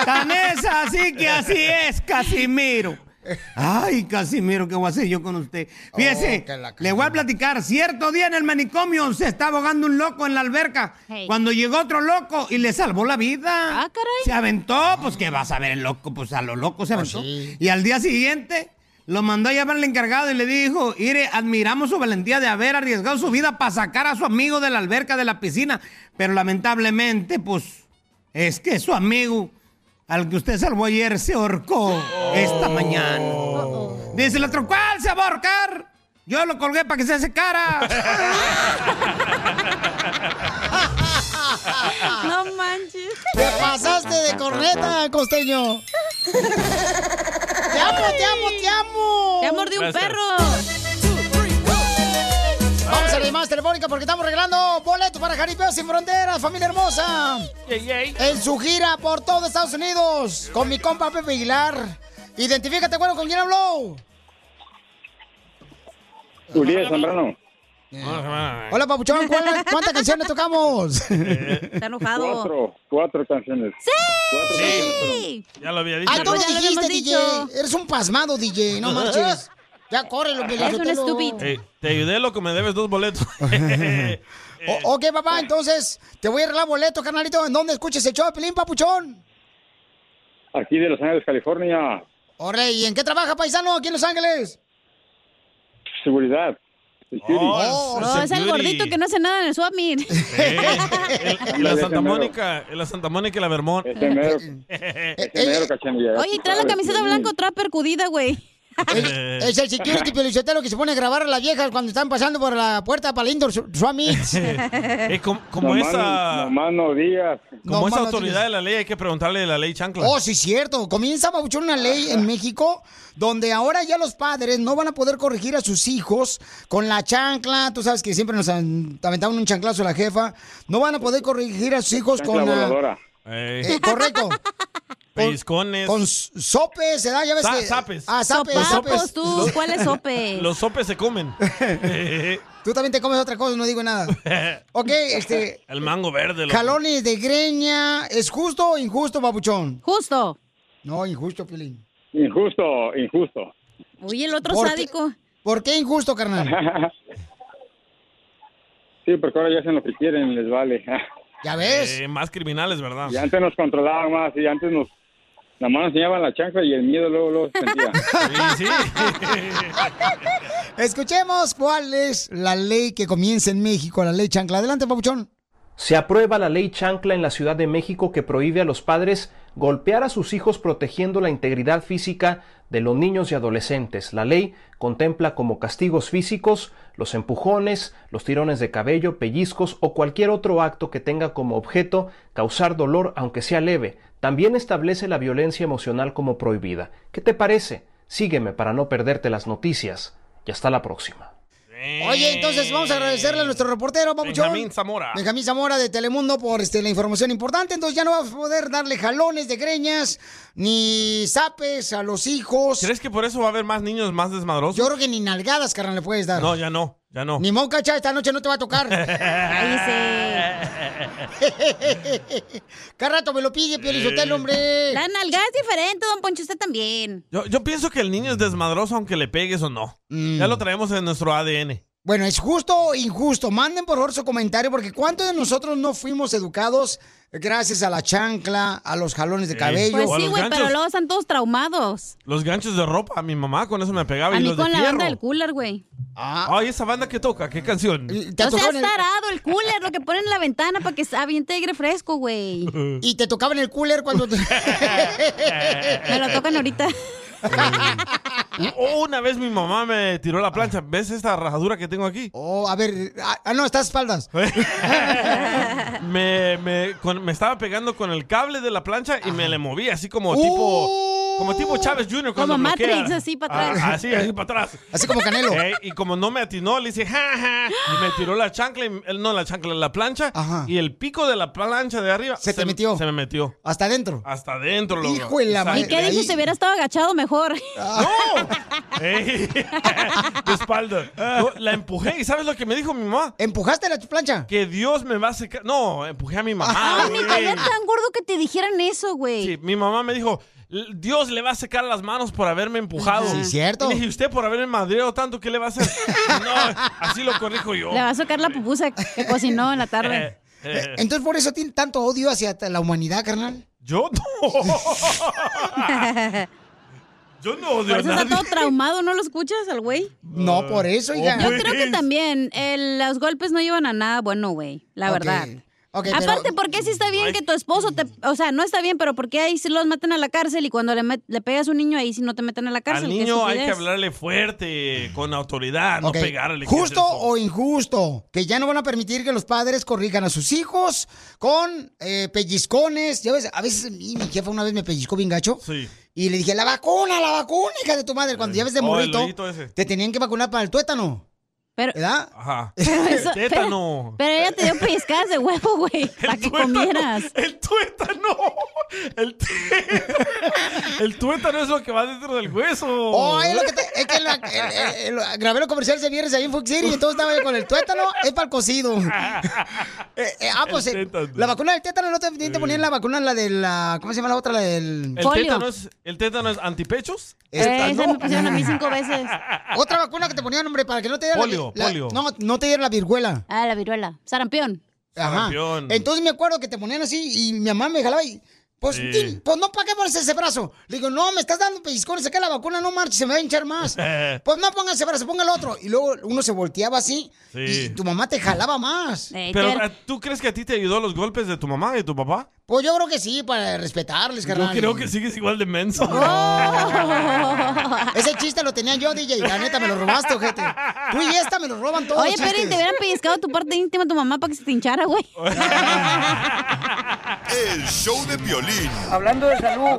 [SPEAKER 18] Tan es así que así es, Casimiro. Ay, Casimiro, ¿qué voy a hacer yo con usted? Fíjese,
[SPEAKER 2] Oh, que la-
[SPEAKER 18] le voy a platicar. Cierto día en el manicomio se estaba ahogando un loco en la alberca.
[SPEAKER 4] Hey.
[SPEAKER 18] Cuando llegó otro loco y le salvó la vida.
[SPEAKER 4] Ah, caray.
[SPEAKER 18] Se aventó, pues qué vas a ver el loco, pues a lo loco se aventó.
[SPEAKER 2] Ah, sí.
[SPEAKER 18] Y al día siguiente lo mandó a llamar al encargado y le dijo, Ire, admiramos su valentía de haber arriesgado su vida para sacar a su amigo de la alberca de la piscina. Pero lamentablemente, pues, es que su amigo al que usted salvó ayer se ahorcó esta mañana. Dice el otro, ¿cuál se va a ahorcar? Yo lo colgué para que se secara.
[SPEAKER 4] No manches.
[SPEAKER 2] Te pasaste de corneta, costeño. Te amo, te amo, te amo.
[SPEAKER 4] Te mordió un
[SPEAKER 2] Gracias.
[SPEAKER 4] perro.
[SPEAKER 2] Vamos a la más telefónica porque estamos regalando boletos para Jaripeo Sin Fronteras, familia hermosa. En su gira por todo Estados Unidos con mi compa Pepe Aguilar. Identifícate, bueno, ¿con quién habló?
[SPEAKER 16] Uriel Zambrano. Ah.
[SPEAKER 2] Hola, papuchón, ¿cuál- ¿cuántas canciones tocamos?
[SPEAKER 4] Está
[SPEAKER 3] Eh,
[SPEAKER 4] enojado.
[SPEAKER 16] Cuatro, cuatro canciones. Cuatro
[SPEAKER 4] Sí.
[SPEAKER 3] Ya lo había dicho.
[SPEAKER 2] Ah, tú lo
[SPEAKER 4] Ya lo habíamos
[SPEAKER 2] dijiste, DJ.
[SPEAKER 4] dicho.
[SPEAKER 2] Eres un pasmado, DJ, no marches. Ya córrelo, Eh, Pelizotelo.
[SPEAKER 3] Ey, Eh, te ayudé, loco, me debes dos boletos.
[SPEAKER 2] eh. O- ok, papá, entonces te voy a arreglar boleto, carnalito. ¿En dónde escuches el show de Pelín, papuchón?
[SPEAKER 16] Aquí de Los Ángeles, California.
[SPEAKER 2] Orre, ¿y en qué trabaja, paisano, aquí en Los Ángeles?
[SPEAKER 16] Seguridad.
[SPEAKER 4] Oh, es el gordito que no hace nada en el swap meet.
[SPEAKER 3] Y la Santa Mónica, y la Santa Mónica y la Vermont.
[SPEAKER 16] Ese mero, ese mero cachanilla.
[SPEAKER 4] Oye, y trae la camiseta blanco, trae percudida, güey.
[SPEAKER 3] Eh.
[SPEAKER 2] Es el security Pelizotelo que se pone a grabar a las viejas cuando están pasando por la puerta para el Indoor Su- Summit.
[SPEAKER 3] Eh, como como
[SPEAKER 16] Nomás-
[SPEAKER 3] esa.
[SPEAKER 16] nomás no digas.
[SPEAKER 3] Como
[SPEAKER 2] Nomás
[SPEAKER 3] esa
[SPEAKER 2] no
[SPEAKER 3] autoridad
[SPEAKER 2] digas.
[SPEAKER 3] de la ley, hay que preguntarle de la ley chancla.
[SPEAKER 2] Oh, sí, cierto. Comienza a una ley en México donde ahora ya los padres no van a poder corregir a sus hijos con la chancla. Tú sabes que siempre nos han- aventaban un chanclazo a la jefa. No van a poder corregir a sus hijos
[SPEAKER 3] Chancla
[SPEAKER 2] con. ah,
[SPEAKER 3] voladora. Ey.
[SPEAKER 2] eh, correcto.
[SPEAKER 3] Pellizcones.
[SPEAKER 2] Con s- sopes, ¿verdad? Ya ves
[SPEAKER 3] Pues, Sa-
[SPEAKER 2] que-
[SPEAKER 3] sapes.
[SPEAKER 2] Ah, sapes, sapes.
[SPEAKER 3] Los- Los sopes se comen.
[SPEAKER 2] Tú también te comes otra cosa, no digo nada. Ok, este.
[SPEAKER 3] El mango verde. loco.
[SPEAKER 2] Jalones de greña. ¿Es justo o injusto, babuchón?
[SPEAKER 4] Justo.
[SPEAKER 2] No, injusto, Pilín.
[SPEAKER 16] Injusto, injusto.
[SPEAKER 4] Uy, el otro
[SPEAKER 2] ¿Por qué?
[SPEAKER 4] sádico.
[SPEAKER 2] ¿Por qué injusto, carnal?
[SPEAKER 16] Sí, porque ahora ya hacen lo que quieren, les vale.
[SPEAKER 2] Ya ves.
[SPEAKER 3] Eh, más criminales, ¿verdad?
[SPEAKER 16] Y antes nos controlaban más y antes nos... Nada más nos enseñaban la chancla y el miedo luego, luego se sentía.
[SPEAKER 2] Escuchemos cuál es la ley que comienza en México, la ley chancla. Adelante, papuchón.
[SPEAKER 19] Se aprueba la ley chancla en la Ciudad de México que prohíbe a los padres golpear a sus hijos protegiendo la integridad física de los niños y adolescentes. La ley contempla como castigos físicos los empujones, los tirones de cabello, pellizcos o cualquier otro acto que tenga como objeto causar dolor aunque sea leve. También establece la violencia emocional como prohibida. ¿Qué te parece? Sígueme para no perderte las noticias. Y hasta la próxima.
[SPEAKER 2] Oye, entonces vamos a agradecerle a nuestro reportero, Papuchón.
[SPEAKER 3] Benjamín Zamora.
[SPEAKER 2] Benjamín Zamora de Telemundo por este, la información importante. Entonces ya no vas a poder darle jalones de greñas ni zapes a los hijos.
[SPEAKER 3] ¿Crees que por eso va a haber más niños más desmadrosos?
[SPEAKER 2] Yo creo que ni nalgadas, carnal, le puedes dar.
[SPEAKER 3] No, ya no, ya no.
[SPEAKER 2] Ni moca, cha, esta noche no te va a tocar. Cada rato me lo pide, Pio Lizotelo, hombre.
[SPEAKER 4] La nalga es diferente, don Poncho, usted también.
[SPEAKER 3] Yo, yo pienso que el niño es desmadroso aunque le pegues o no. Ya lo traemos en nuestro ADN.
[SPEAKER 2] Bueno, ¿es justo o injusto? Manden por favor su comentario, porque ¿cuántos de nosotros no fuimos educados gracias a la chancla, a los jalones de cabello?
[SPEAKER 4] Pues
[SPEAKER 3] O a
[SPEAKER 4] sí,
[SPEAKER 3] los
[SPEAKER 4] güey, pero
[SPEAKER 3] ganchos.
[SPEAKER 4] luego están todos traumados.
[SPEAKER 3] Los ganchos de ropa, a mi mamá con eso me pegaba
[SPEAKER 4] A
[SPEAKER 3] Ah, y
[SPEAKER 4] mí
[SPEAKER 3] los de
[SPEAKER 4] con la banda
[SPEAKER 3] fierro.
[SPEAKER 4] del cooler, güey.
[SPEAKER 3] Ay, esa banda que toca, ¿qué canción?
[SPEAKER 4] No seas tarado, el cooler, lo que ponen en la ventana para que se aviente aire fresco, güey.
[SPEAKER 2] Y te tocaban el cooler cuando...
[SPEAKER 4] Me lo tocan ahorita.
[SPEAKER 3] Oh, una vez mi mamá me tiró la plancha. ¿Ves esta rajadura que tengo aquí?
[SPEAKER 2] Oh, a ver. Ah, no, estás espaldas.
[SPEAKER 3] me, me- con- me estaba pegando con el cable de la plancha y me le moví así como tipo.
[SPEAKER 2] Uh.
[SPEAKER 3] Como tipo Chávez Jr. cuando
[SPEAKER 4] Como
[SPEAKER 3] bloquea.
[SPEAKER 4] Matrix, así para atrás.
[SPEAKER 3] Ah, así, así para atrás. Eh,
[SPEAKER 2] Así como Canelo.
[SPEAKER 3] y como no me atinó, le hice ja, ja. Y me tiró la chancla, y- el- no la chancla, la plancha. Y el pico de la plancha de arriba
[SPEAKER 2] Se te metió.
[SPEAKER 3] Se me metió.
[SPEAKER 2] Hasta adentro.
[SPEAKER 3] Hasta adentro, loco.
[SPEAKER 2] Hijo de la
[SPEAKER 3] Exacto.
[SPEAKER 4] ¿Y qué dices si hubiera estado agachado mejor?
[SPEAKER 3] Ey, de espalda. No, la empujé y ¿sabes lo que me dijo mi mamá?
[SPEAKER 2] ¿Empujaste la plancha? Ah,
[SPEAKER 3] Que Dios me va a secar. No, empujé a mi mamá.
[SPEAKER 4] Ay,
[SPEAKER 3] Ah, güey.
[SPEAKER 4] ni caía tan gordo que te dijeran eso, güey.
[SPEAKER 3] Sí, mi mamá me dijo, "L- Dios le va a secar las manos por haberme empujado.
[SPEAKER 2] Sí, cierto.
[SPEAKER 3] Y le dije, usted por haberme madreado tanto, ¿qué le va a hacer? no, así lo corrijo yo.
[SPEAKER 4] Le va a sacar la pupusa que cocinó en la tarde.
[SPEAKER 3] Eh,
[SPEAKER 2] Entonces por eso tiene tanto odio hacia la humanidad, carnal.
[SPEAKER 3] Yo Yo no odio
[SPEAKER 4] Por
[SPEAKER 3] a
[SPEAKER 4] eso está
[SPEAKER 3] nadie.
[SPEAKER 4] todo traumado, ¿no lo escuchas al güey?
[SPEAKER 2] No, por eso, hija.
[SPEAKER 4] Oh, Yo
[SPEAKER 3] pues.
[SPEAKER 4] creo que también el- los golpes no llevan a nada bueno, güey, la
[SPEAKER 2] Ok.
[SPEAKER 4] verdad.
[SPEAKER 2] Ok, pero-
[SPEAKER 4] Aparte, ¿por qué sí está bien que tu esposo te... O sea, no está bien, pero ¿por qué ahí sí los meten a la cárcel y cuando le, met- le pegas a un niño ahí sí no te meten a la cárcel?
[SPEAKER 3] Al
[SPEAKER 4] Qué
[SPEAKER 3] niño hay que
[SPEAKER 4] estupidez.
[SPEAKER 3] hablarle fuerte, con
[SPEAKER 2] Ok.
[SPEAKER 3] autoridad, no pegarle. ¿qué
[SPEAKER 2] ¿Justo o injusto? Que ya no van a permitir que los padres corrijan a sus hijos con eh, pellizcones. Ya ves, a veces mi, mi jefa una vez me pellizcó bien gacho.
[SPEAKER 3] Sí.
[SPEAKER 2] Y le dije, la vacuna, la vacuna, hija de tu madre. Cuando ya ves de
[SPEAKER 3] Oh, el
[SPEAKER 2] morrito,
[SPEAKER 3] hoyito ese.
[SPEAKER 2] te tenían que vacunar para el tuétano.
[SPEAKER 4] Pero,
[SPEAKER 2] ¿Verdad?
[SPEAKER 3] Ajá.
[SPEAKER 4] Pero eso-
[SPEAKER 3] Tétano.
[SPEAKER 4] Pero ella te dio pellizcadas de huevo, güey, para que comieras.
[SPEAKER 3] El tuétano. El, tuétano. el tuétano es lo que va dentro del hueso.
[SPEAKER 2] Oh, es, lo que te- es que la- el- el- el- grabé los comerciales de viernes ahí en Fox City y todo estaba con el tuétano, es para el cocido. Eh, eh, ah, pues,
[SPEAKER 3] El
[SPEAKER 2] eh,
[SPEAKER 3] tétano.
[SPEAKER 2] la vacuna del tétano no te, ni te ponían la vacuna, la de la. ¿Cómo se llama la otra? La del.
[SPEAKER 3] El tétano es, el tétano es antipechos.
[SPEAKER 2] Esta
[SPEAKER 4] Eh, esa me pusieron a mí cinco veces.
[SPEAKER 2] Otra vacuna que te ponían, hombre, para que no te diera
[SPEAKER 3] Polio,
[SPEAKER 2] la, la-
[SPEAKER 3] polio.
[SPEAKER 2] No, no te diera la viruela.
[SPEAKER 4] Ah, la viruela. Sarampión.
[SPEAKER 2] Ajá.
[SPEAKER 3] Sarampión.
[SPEAKER 2] Entonces me acuerdo que te ponían así y mi mamá me jalaba y. Pues,
[SPEAKER 3] Sí.
[SPEAKER 2] tin, pues no, ¿para qué pones ese brazo? Le digo, no, me estás dando pellizcones, saca la vacuna, no marches, se me va a hinchar más.
[SPEAKER 3] Eh.
[SPEAKER 2] pues no ponga ese brazo, ponga el otro. Y luego uno se volteaba así
[SPEAKER 3] Sí.
[SPEAKER 2] y tu mamá te jalaba más.
[SPEAKER 4] Eh,
[SPEAKER 3] Pero ¿a- ¿tú crees que a ti te ayudó los golpes de tu mamá y tu papá?
[SPEAKER 2] Pues yo creo que sí, para respetarles,
[SPEAKER 3] Yo
[SPEAKER 2] carnal.
[SPEAKER 3] creo que sigues igual de menso.
[SPEAKER 4] Oh.
[SPEAKER 2] Ese chiste lo tenía yo, DJ. La neta, me lo robaste, ojete. Tú y esta me lo roban todos.
[SPEAKER 4] Oye,
[SPEAKER 2] los
[SPEAKER 4] pero y
[SPEAKER 2] chistes.
[SPEAKER 4] te hubieran pellizcado tu parte íntima a tu mamá para que se te hinchara, güey.
[SPEAKER 7] El show de violín.
[SPEAKER 13] Hablando de salud.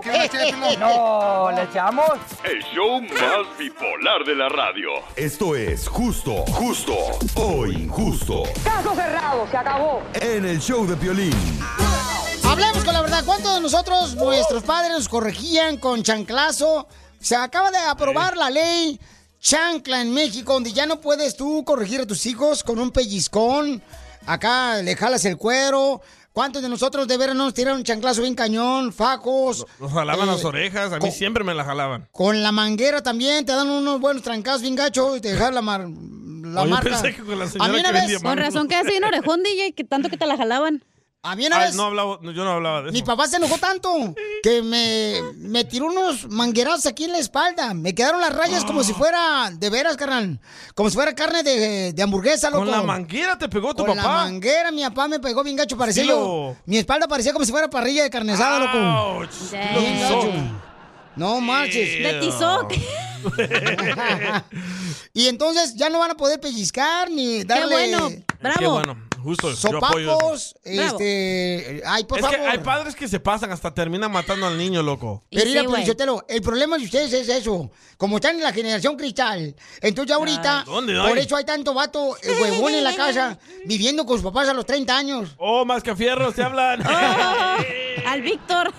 [SPEAKER 13] No, ¿le echamos?
[SPEAKER 14] El show más bipolar de la radio.
[SPEAKER 7] Esto es justo, justo o injusto.
[SPEAKER 13] Caso cerrado, se acabó.
[SPEAKER 7] En el show de violín.
[SPEAKER 2] Hablemos con la verdad. ¿Cuántos de nosotros,
[SPEAKER 13] Oh.
[SPEAKER 2] nuestros padres, nos corregían con chanclazo? Se acaba de aprobar la ley chancla en México, donde ya no puedes tú corregir a tus hijos con un pellizcón. Acá le jalas el cuero. ¿Cuántos de nosotros de veras no nos tiraron chanclazo bien cañón, fajos?
[SPEAKER 3] Nos jalaban
[SPEAKER 2] Eh,
[SPEAKER 3] las orejas, a mí siempre me las jalaban.
[SPEAKER 2] Con la manguera también te dan unos buenos trancados bien gachos y te dejan la, mar- la
[SPEAKER 3] Oye,
[SPEAKER 2] marca.
[SPEAKER 3] pensé que con la
[SPEAKER 2] a mí
[SPEAKER 3] señora
[SPEAKER 2] una
[SPEAKER 3] que
[SPEAKER 2] vez,
[SPEAKER 3] vendía
[SPEAKER 4] Con razón que así en orejón, DJ, que tanto que te la jalaban.
[SPEAKER 2] A mí una
[SPEAKER 3] Ah,
[SPEAKER 2] vez-
[SPEAKER 3] no hablaba, no, yo no hablaba de eso.
[SPEAKER 2] Mi papá se enojó tanto que me, me tiró unos manguerazos aquí en la espalda. Me quedaron las rayas como
[SPEAKER 3] Ah.
[SPEAKER 2] si fuera, de veras, carnal, como si fuera carne de, de hamburguesa, loco.
[SPEAKER 3] Con la manguera te pegó tu
[SPEAKER 2] Con la
[SPEAKER 3] papá.
[SPEAKER 2] manguera, mi papá me pegó bien gacho, parecía
[SPEAKER 3] Estilo-
[SPEAKER 2] yo- Mi espalda parecía como si fuera parrilla de carne asada, loco.
[SPEAKER 3] Ouch,
[SPEAKER 15] estilo
[SPEAKER 2] Bien
[SPEAKER 15] tizón.
[SPEAKER 2] gacho. No marches.
[SPEAKER 15] De tizón.
[SPEAKER 2] y entonces ya no van a poder pellizcar ni darle...
[SPEAKER 3] bueno, Qué bueno, justo. yo apoyo
[SPEAKER 2] Sopapos,
[SPEAKER 3] eso.
[SPEAKER 2] este... Ay, por
[SPEAKER 3] es que
[SPEAKER 2] favor.
[SPEAKER 3] hay padres que se pasan hasta terminan matando al niño, loco.
[SPEAKER 2] Pero mira, pues, Piolichotelo, el problema de ustedes es eso. Como están en la generación cristal, entonces ahorita,
[SPEAKER 3] ¿Dónde
[SPEAKER 2] por
[SPEAKER 3] hay?
[SPEAKER 2] eso hay tanto vato eh, huevón en la casa, viviendo con sus papás a los 30 años.
[SPEAKER 3] Oh, más que fierros te hablan.
[SPEAKER 2] al Víctor.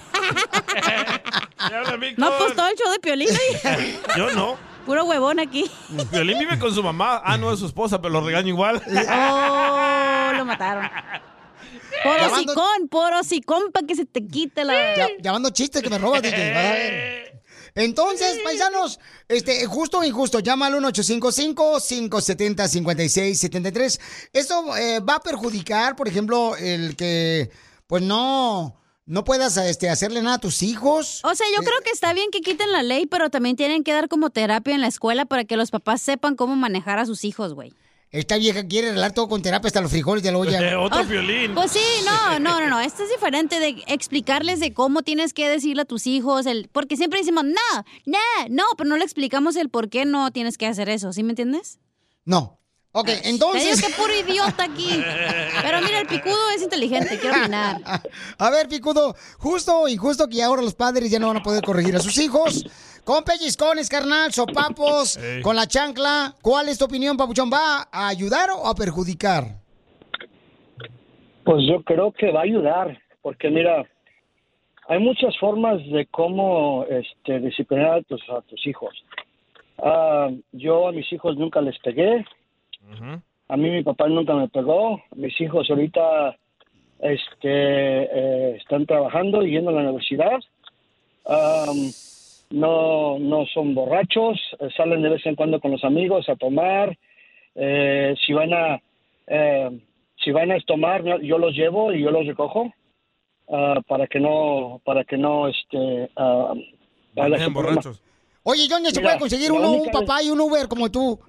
[SPEAKER 4] No, pues todo el show de Piolín.
[SPEAKER 3] Yo no.
[SPEAKER 4] Puro huevón aquí.
[SPEAKER 3] Violín vive con su mamá. Ah, no es su esposa, pero lo regaño igual.
[SPEAKER 4] Oh, lo mataron. Por
[SPEAKER 3] Llamando-
[SPEAKER 4] hocicón, por hocicón, pa' que se te quite la...
[SPEAKER 2] Llamando chistes que me robas, DJ, vas a ver. Entonces, paisanos, este, justo o injusto, llama al 1-855-570-5673. Esto eh, va a perjudicar, por ejemplo, el que, pues no, no puedas este, hacerle nada a tus hijos.
[SPEAKER 4] O sea, yo creo que está bien que quiten la ley, pero también tienen que dar como terapia en la escuela para que los papás sepan cómo manejar a sus hijos, güey.
[SPEAKER 2] Esta vieja quiere arreglar todo con terapia hasta los frijoles de la olla.
[SPEAKER 4] Oh, Pues sí, no, no, no, no. Esto es diferente de explicarles de cómo tienes que decirle a tus hijos, el, porque siempre decimos, no, no, no, pero no le explicamos el por qué no tienes que hacer eso, ¿sí me entiendes?
[SPEAKER 2] No. Ok,
[SPEAKER 4] Te
[SPEAKER 2] entonces.
[SPEAKER 4] digo que puro idiota aquí. Pero mira, el picudo es inteligente, quiero opinar.
[SPEAKER 2] A ver, Picudo, justo o injusto que ahora los padres ya no van a poder corregir a sus hijos. Con pellizcones, carnal, sopapos,
[SPEAKER 15] Ey.
[SPEAKER 2] con la chancla. ¿Cuál es tu opinión, Papuchón? ¿Va a ayudar o a perjudicar?
[SPEAKER 20] Pues yo creo que va a ayudar, porque mira, hay muchas formas de cómo este, disciplinar a tus, a tus hijos. Ah, yo a mis hijos nunca les pegué, a mí mi papá nunca me pegó, mis hijos ahorita este, eh, están trabajando y yendo a la universidad, Ah, no, no son borrachos, eh, salen de vez en cuando con los amigos a tomar, eh, si van a... eh, si van a tomar yo- yo los llevo y yo los recojo ah, para que no para que no este ah, haya ese problema.
[SPEAKER 2] Oye, ¿y ¿dónde se
[SPEAKER 20] Mira,
[SPEAKER 2] puede conseguir
[SPEAKER 20] la
[SPEAKER 2] uno, un
[SPEAKER 20] única vez-
[SPEAKER 2] papá y un Uber como tú?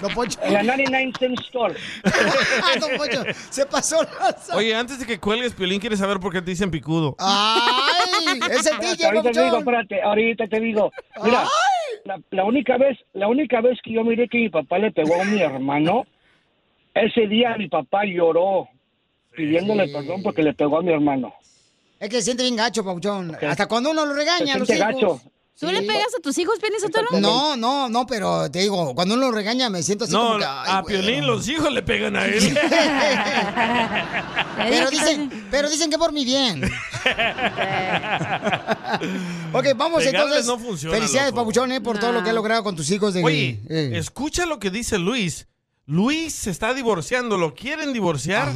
[SPEAKER 2] Don Poncho.
[SPEAKER 20] En la 99 cent store.
[SPEAKER 2] Don Poncho, se pasó. la-
[SPEAKER 3] Oye, antes de que cuelgues, Piolín quiere saber por qué te dicen picudo.
[SPEAKER 2] Ah, ¡Ay! Es el
[SPEAKER 20] Espérate,
[SPEAKER 2] DJ,
[SPEAKER 20] ahorita te digo,
[SPEAKER 2] Papuchón.
[SPEAKER 20] espérate, ahorita te digo. Mira, la, la única vez, la única vez que yo miré que mi papá le pegó a mi hermano, ese día mi papá lloró pidiéndole perdón porque le pegó a mi hermano.
[SPEAKER 2] Es que se siente bien gacho, Papuchón. Hasta cuando uno lo regaña,
[SPEAKER 20] Se
[SPEAKER 2] a los
[SPEAKER 20] siente
[SPEAKER 2] hijos.
[SPEAKER 20] gacho.
[SPEAKER 4] ¿Tú le pegas a tus hijos, Pienes Sotelo?
[SPEAKER 2] No, no, no, pero te digo, cuando uno lo regaña me siento así
[SPEAKER 3] No, ah,
[SPEAKER 2] como que... ay,
[SPEAKER 3] a Piolín los hijos le pegan a él.
[SPEAKER 2] pero, dicen, pero dicen que por mi bien. Ok, vamos
[SPEAKER 3] Pegarles
[SPEAKER 2] entonces.
[SPEAKER 3] no funciona,
[SPEAKER 2] Felicidades,
[SPEAKER 3] loco.
[SPEAKER 2] Papuchón, eh, por todo lo que has logrado con tus hijos. De...
[SPEAKER 3] Oye, escucha lo que dice Luis. Luis se está divorciando, lo quieren divorciar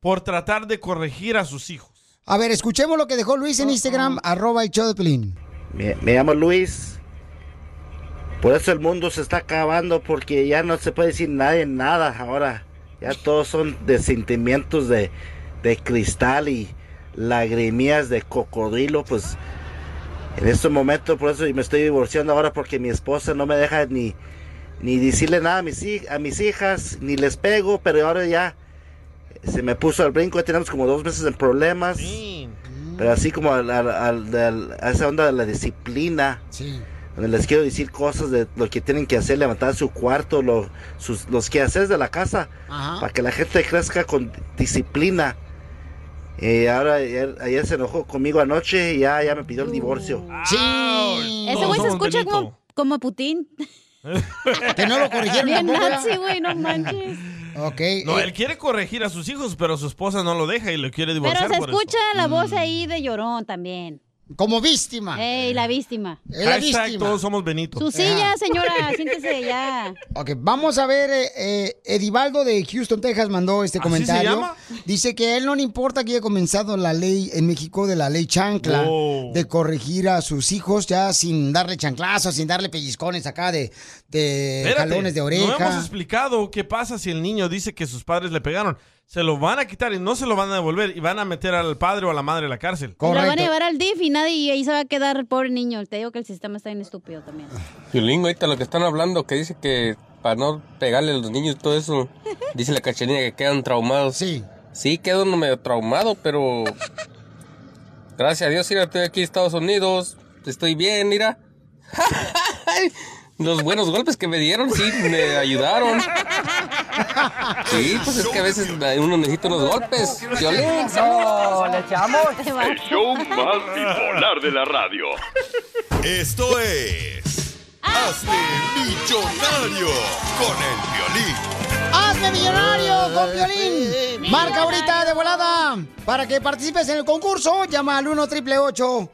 [SPEAKER 3] por tratar de corregir a sus hijos.
[SPEAKER 2] A ver, escuchemos lo que dejó Luis
[SPEAKER 3] Oh,
[SPEAKER 2] en Instagram, arroba el show de Pelín.
[SPEAKER 21] Me, me llamo Luis. Por eso el mundo se está acabando porque ya no se puede decir nadie nada ahora. Ya todos son de sentimientos de, de cristal y lagrimías de cocodrilo. Pues en este momento por eso me estoy divorciando ahora porque mi esposa no me deja ni, ni decirle nada a mis, hij- a mis hijas, ni les pego, pero ahora ya se me puso al brinco. Ya tenemos como dos meses en problemas. Pero así como al- al- al- del- a esa onda de la disciplina, donde les quiero decir cosas de lo que tienen que hacer, levantar su cuarto, lo- sus, los quehaceres de la casa,
[SPEAKER 15] Ajá.
[SPEAKER 21] para que la gente crezca con disciplina. Eh, ahora ayer, ayer se enojó conmigo anoche y ya, ya me pidió el divorcio.
[SPEAKER 4] Ah, Ese güey se escucha como, como Putin.
[SPEAKER 2] Que no lo corrigieron
[SPEAKER 4] Bien
[SPEAKER 2] tampoco, ¿verdad? Eh,
[SPEAKER 4] Nazi, güey, no manches.
[SPEAKER 2] Ok.
[SPEAKER 3] No, él quiere corregir a sus hijos, pero su esposa no lo deja y lo quiere divorciar.
[SPEAKER 4] Pero se
[SPEAKER 3] por
[SPEAKER 4] escucha
[SPEAKER 3] eso. Mm.
[SPEAKER 4] la voz ahí de llorón también.
[SPEAKER 2] Como víctima.
[SPEAKER 4] Ey, la víctima.
[SPEAKER 3] Hashtag todos somos Benito.
[SPEAKER 4] Su silla, señora, siéntese ya.
[SPEAKER 2] Ah. Ok, vamos a ver, eh, eh, Edivaldo de Houston, Texas, mandó este
[SPEAKER 3] ¿Así
[SPEAKER 2] comentario.
[SPEAKER 3] se llama?
[SPEAKER 2] Dice que a él no le importa que haya comenzado la ley en México de la ley chancla,
[SPEAKER 3] Wow.
[SPEAKER 2] de corregir a sus hijos ya sin darle chanclazos, sin darle pellizcones acá de, de
[SPEAKER 3] Espérate,
[SPEAKER 2] Eh, jalones de
[SPEAKER 3] No hemos
[SPEAKER 2] oreja.
[SPEAKER 3] explicado qué pasa si el niño dice que sus padres le pegaron. se lo van a quitar y no se lo van a devolver y van a meter al padre o a la madre a la cárcel.
[SPEAKER 4] La van a llevar al DIF y nadie y ahí se va a quedar el pobre niño. Te digo que el sistema está bien estúpido también.
[SPEAKER 22] Piolín, ahorita lo que están hablando, que dice que para no pegarle a los niños y todo eso, dice la cachanilla que quedan traumados.
[SPEAKER 2] Sí.
[SPEAKER 22] Sí, quedo medio traumado, pero gracias a Dios, mira, estoy aquí en Estados Unidos, estoy bien, mira. Los buenos golpes que me dieron, sí, me ayudaron. Sí, pues es que a veces uno necesita unos golpes. Piolín,
[SPEAKER 13] No, le echamos.
[SPEAKER 14] El show más bipolar de la radio.
[SPEAKER 7] Esto es. Hazte millonario con el violín.
[SPEAKER 2] ¡Hazme millonario con violín! Marca ahorita de volada para que participes en el concurso. Llama al 1 triple 8.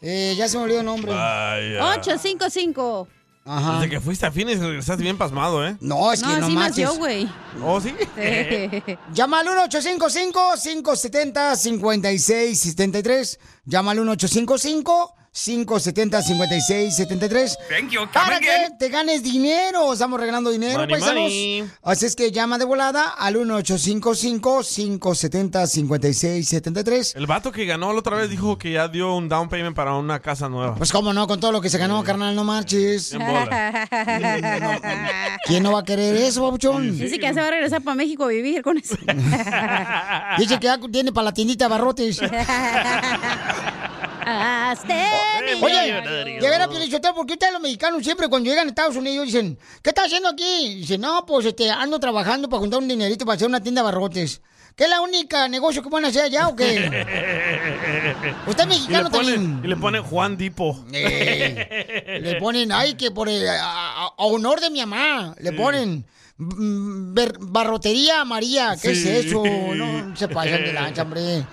[SPEAKER 2] ya se me olvidó el nombre.
[SPEAKER 3] Vaya.
[SPEAKER 4] 855.
[SPEAKER 3] Desde que fuiste a fines regresaste bien pasmado, ¿eh?
[SPEAKER 2] No, Oh, es que No, no así nació, manches.
[SPEAKER 4] güey.
[SPEAKER 3] ¿Oh, sí?
[SPEAKER 2] Llama al 1-855-570-5673. Llama al 1-855-570-5673.
[SPEAKER 15] Thank you,
[SPEAKER 2] Para
[SPEAKER 15] coming
[SPEAKER 2] que
[SPEAKER 15] in.
[SPEAKER 2] te ganes dinero. Estamos regalando dinero,
[SPEAKER 15] Money,
[SPEAKER 2] paisanos.
[SPEAKER 15] money.
[SPEAKER 2] Así es que llama de volada al 1-855-570-5673.
[SPEAKER 3] El vato que ganó la otra vez dijo que ya dio un down payment para una casa nueva.
[SPEAKER 2] Pues cómo no, con todo lo que se ganó, carnal, no marches.
[SPEAKER 3] En bola.
[SPEAKER 2] ¿Quién no va a querer eso, babuchón?
[SPEAKER 4] Dice que ya se va a regresar para México a vivir con eso.
[SPEAKER 2] Dice que ya tiene para la tiendita de barrotes.
[SPEAKER 4] Hazte
[SPEAKER 2] Oye,
[SPEAKER 4] millonario.
[SPEAKER 2] de veras, Pio Lizotero, ¿por qué ustedes los mexicanos siempre cuando llegan a Estados Unidos dicen, ¿qué está haciendo aquí? Dicen, no, pues este, ando trabajando para juntar un dinerito para hacer una tienda de barrotes. ¿Qué es la única negocio que pueden hacer allá o qué? Usted es mexicano
[SPEAKER 3] y le pone,
[SPEAKER 2] también.
[SPEAKER 3] Y le pone Juan Dipo.
[SPEAKER 2] Le ponen, ay, que por eh, a, a honor de mi mamá, le
[SPEAKER 3] Sí.
[SPEAKER 2] ponen mm, ber- barrotería María, ¿qué
[SPEAKER 15] Sí.
[SPEAKER 2] es eso? No, se pasan de lancha, hombre.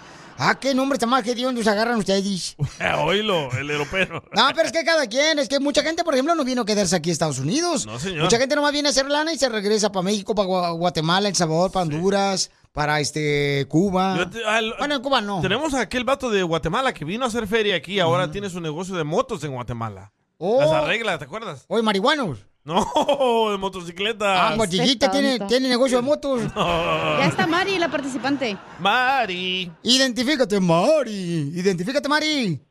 [SPEAKER 2] Ah, qué nombre tan más que Dios nos agarran ustedes.
[SPEAKER 3] Eh, Oílo, el europeo.
[SPEAKER 2] No, pero es que cada quien, es que mucha gente, por ejemplo, no vino a quedarse aquí a Estados Unidos.
[SPEAKER 3] No, señor.
[SPEAKER 2] Mucha gente nomás viene a hacer lana y se regresa para México, para Guatemala, El Salvador, para Honduras, para este Cuba.
[SPEAKER 3] Yo te- al-
[SPEAKER 2] Bueno, en Cuba no.
[SPEAKER 3] Tenemos a aquel vato de Guatemala que vino a hacer feria aquí y ahora tiene su negocio de motos en Guatemala.
[SPEAKER 2] Oh.
[SPEAKER 3] Las arregla, ¿te acuerdas?
[SPEAKER 2] Oye, marihuanos.
[SPEAKER 3] No, de motocicletas.
[SPEAKER 2] Ah, pues Yeyita tiene, tiene negocio de motos.
[SPEAKER 3] No.
[SPEAKER 4] Ya está Mari, la participante.
[SPEAKER 3] Mari.
[SPEAKER 2] Identifícate, Mari. Identifícate, Mari.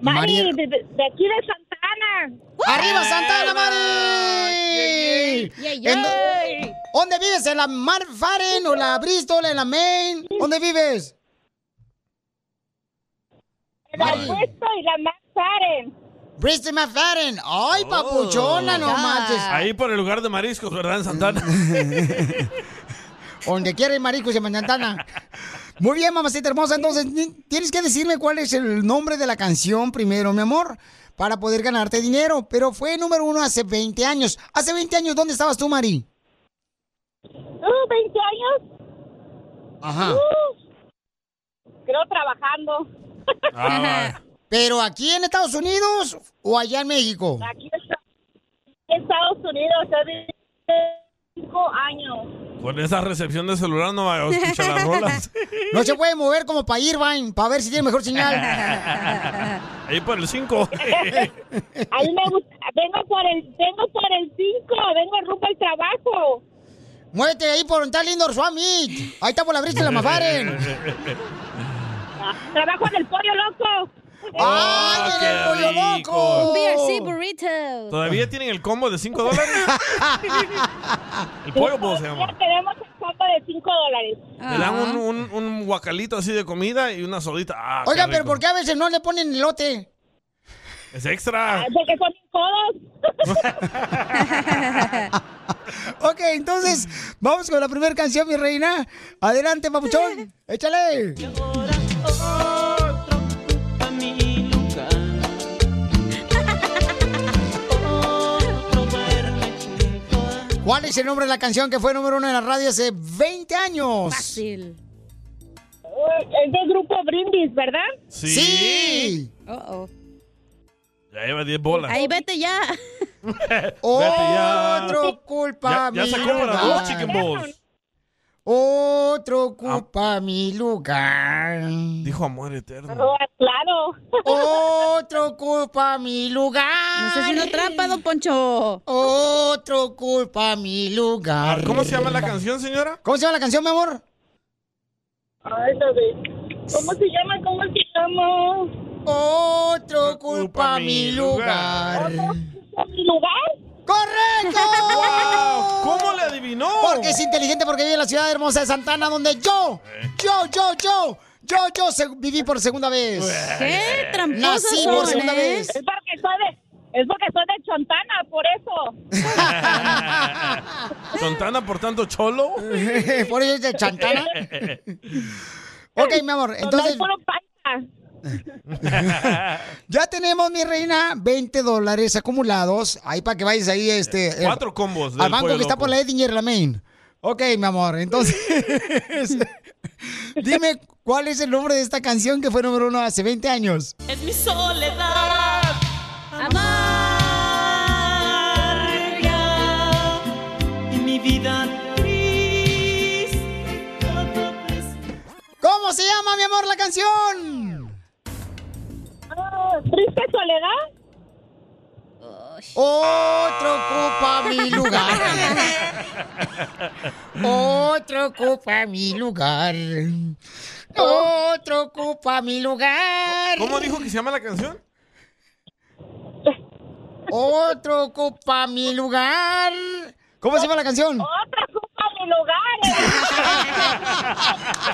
[SPEAKER 23] Mari, de,
[SPEAKER 2] Mari-
[SPEAKER 23] de- de aquí de Santana.
[SPEAKER 2] ¡Arriba Santana, Mari!
[SPEAKER 23] Yay,
[SPEAKER 2] ¿En do-
[SPEAKER 23] yay.
[SPEAKER 2] ¿Dónde vives? ¿En la Marfaren o la Bristol, en la Main? ¿Dónde vives?
[SPEAKER 23] La Bristol y la McFadden.
[SPEAKER 2] Bristol y McFadden. ¡Ay,
[SPEAKER 23] Oh.
[SPEAKER 2] papuchona, no manches!
[SPEAKER 23] Ah.
[SPEAKER 3] Ahí por el lugar de mariscos, ¿verdad? En Santana.
[SPEAKER 2] Donde quiera hay mariscos en Santana. Muy bien, mamacita hermosa. Entonces, ni- tienes que decirme cuál es el nombre de la canción primero, mi amor, para poder ganarte dinero. Pero fue número uno hace 20 años. Hace 20 años, ¿dónde estabas tú, Mari?
[SPEAKER 23] Uh, 20 años.
[SPEAKER 2] Ajá.
[SPEAKER 23] Uh, creo trabajando.
[SPEAKER 2] Ah, ¿Pero aquí en Estados Unidos o allá en México?
[SPEAKER 23] Aquí está- en Estados Unidos hace 5 años.
[SPEAKER 3] Con esa recepción de celular no va a escuchar las rolas.
[SPEAKER 2] No se puede mover como para Irvine, para ver si tiene mejor señal.
[SPEAKER 3] Ahí por el 5.
[SPEAKER 23] Ahí me gusta. Vengo por el, vengo por el 5, vengo rumbo al trabajo.
[SPEAKER 2] Muévete ahí por un tal Lindor Swamit. Ahí está por la brisa de la Mafaren.
[SPEAKER 23] Trabajo en el pollo loco.
[SPEAKER 2] ¡Ay,
[SPEAKER 3] en el Pollo Loco!
[SPEAKER 4] BRC Burrito.
[SPEAKER 3] ¿Todavía tienen el combo de 5 dólares? El pollo bowl se llama.
[SPEAKER 23] Ya tenemos el combo de 5 dólares.
[SPEAKER 3] Le dan
[SPEAKER 2] Ah.
[SPEAKER 3] un, un, un guacalito así de comida y una sodita. Ah, qué
[SPEAKER 2] Oigan, pero
[SPEAKER 3] rico.
[SPEAKER 2] ¿por qué a veces no le ponen elote?
[SPEAKER 3] Es extra.
[SPEAKER 2] Ah,
[SPEAKER 23] Porque son codos.
[SPEAKER 2] Ok, entonces, vamos con la primera canción, mi reina. Adelante, papuchón. Échale. ¿Cuál es el nombre de la canción que fue número uno en la radio hace 20 años?
[SPEAKER 4] Fácil.
[SPEAKER 23] Es del grupo Brindis, ¿verdad?
[SPEAKER 3] Sí.
[SPEAKER 4] Oh, oh.
[SPEAKER 3] Ya lleva 10 bolas.
[SPEAKER 4] Ahí vete ya.
[SPEAKER 3] Vete ya.
[SPEAKER 2] Otro culpa
[SPEAKER 3] Ya, ya
[SPEAKER 2] mía.
[SPEAKER 3] sacó para dos chicken balls.
[SPEAKER 2] Otro
[SPEAKER 3] Ah.
[SPEAKER 2] ocupa mi lugar.
[SPEAKER 3] Dijo amor eterno.
[SPEAKER 2] claro. Otro ocupa mi lugar. No
[SPEAKER 4] está haciendo trampa, don Poncho.
[SPEAKER 2] Otro ocupa mi lugar.
[SPEAKER 3] Ah, ¿Cómo se llama la canción, señora?
[SPEAKER 2] ¿Cómo se llama la canción, mi amor?
[SPEAKER 23] Ay, David. ¿Cómo se llama? ¿Cómo se llama?
[SPEAKER 2] Otro ocupa mi lugar. mi lugar? ¡Correcto!
[SPEAKER 3] ¿Cómo le adivinó?
[SPEAKER 2] Porque es inteligente, porque vive en la ciudad hermosa de Santana, donde yo, yo, yo, yo, yo, yo se- viví por segunda vez.
[SPEAKER 4] ¡Qué tramposos
[SPEAKER 2] Nací por
[SPEAKER 4] son,
[SPEAKER 2] segunda
[SPEAKER 4] eh!
[SPEAKER 2] vez.
[SPEAKER 23] Es porque soy de, es porque soy de Chontana, por eso.
[SPEAKER 3] ¿Sontana por tanto cholo?
[SPEAKER 2] Por eso es de Chantana. Ok, mi amor, entonces... Ya tenemos, mi reina, 20 dólares acumulados. Ahí para que vayas ahí, este... eh,
[SPEAKER 3] Cuatro combos del
[SPEAKER 2] Al banco
[SPEAKER 3] pollo
[SPEAKER 2] que está
[SPEAKER 3] loco.
[SPEAKER 2] por la Edinger, la main. Ok, mi amor, entonces... dime, ¿cuál es el nombre de esta canción que fue número uno hace 20 años?
[SPEAKER 15] Es mi soledad. Amarga. Y mi vida triste. cada vez
[SPEAKER 2] ¿Cómo se llama, mi amor, la canción?
[SPEAKER 23] Ah, ¿Triste soledad?
[SPEAKER 2] Otro ocupa mi lugar. Otro ocupa mi lugar. Otro ocupa mi lugar.
[SPEAKER 3] ¿Cómo dijo que se llama la canción?
[SPEAKER 2] Otro ocupa mi lugar. ¿Cómo se llama la canción?
[SPEAKER 23] Otro ocupa mi lugar.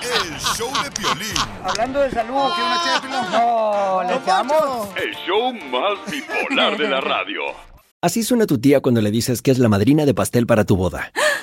[SPEAKER 7] El show de Piolín.
[SPEAKER 13] Hablando de salud, ¿quiere una chela, Pilón? No, ¿le echamos?
[SPEAKER 14] El show más bipolar de la radio.
[SPEAKER 24] Así suena tu tía cuando le dices que es la madrina de pastel para tu boda.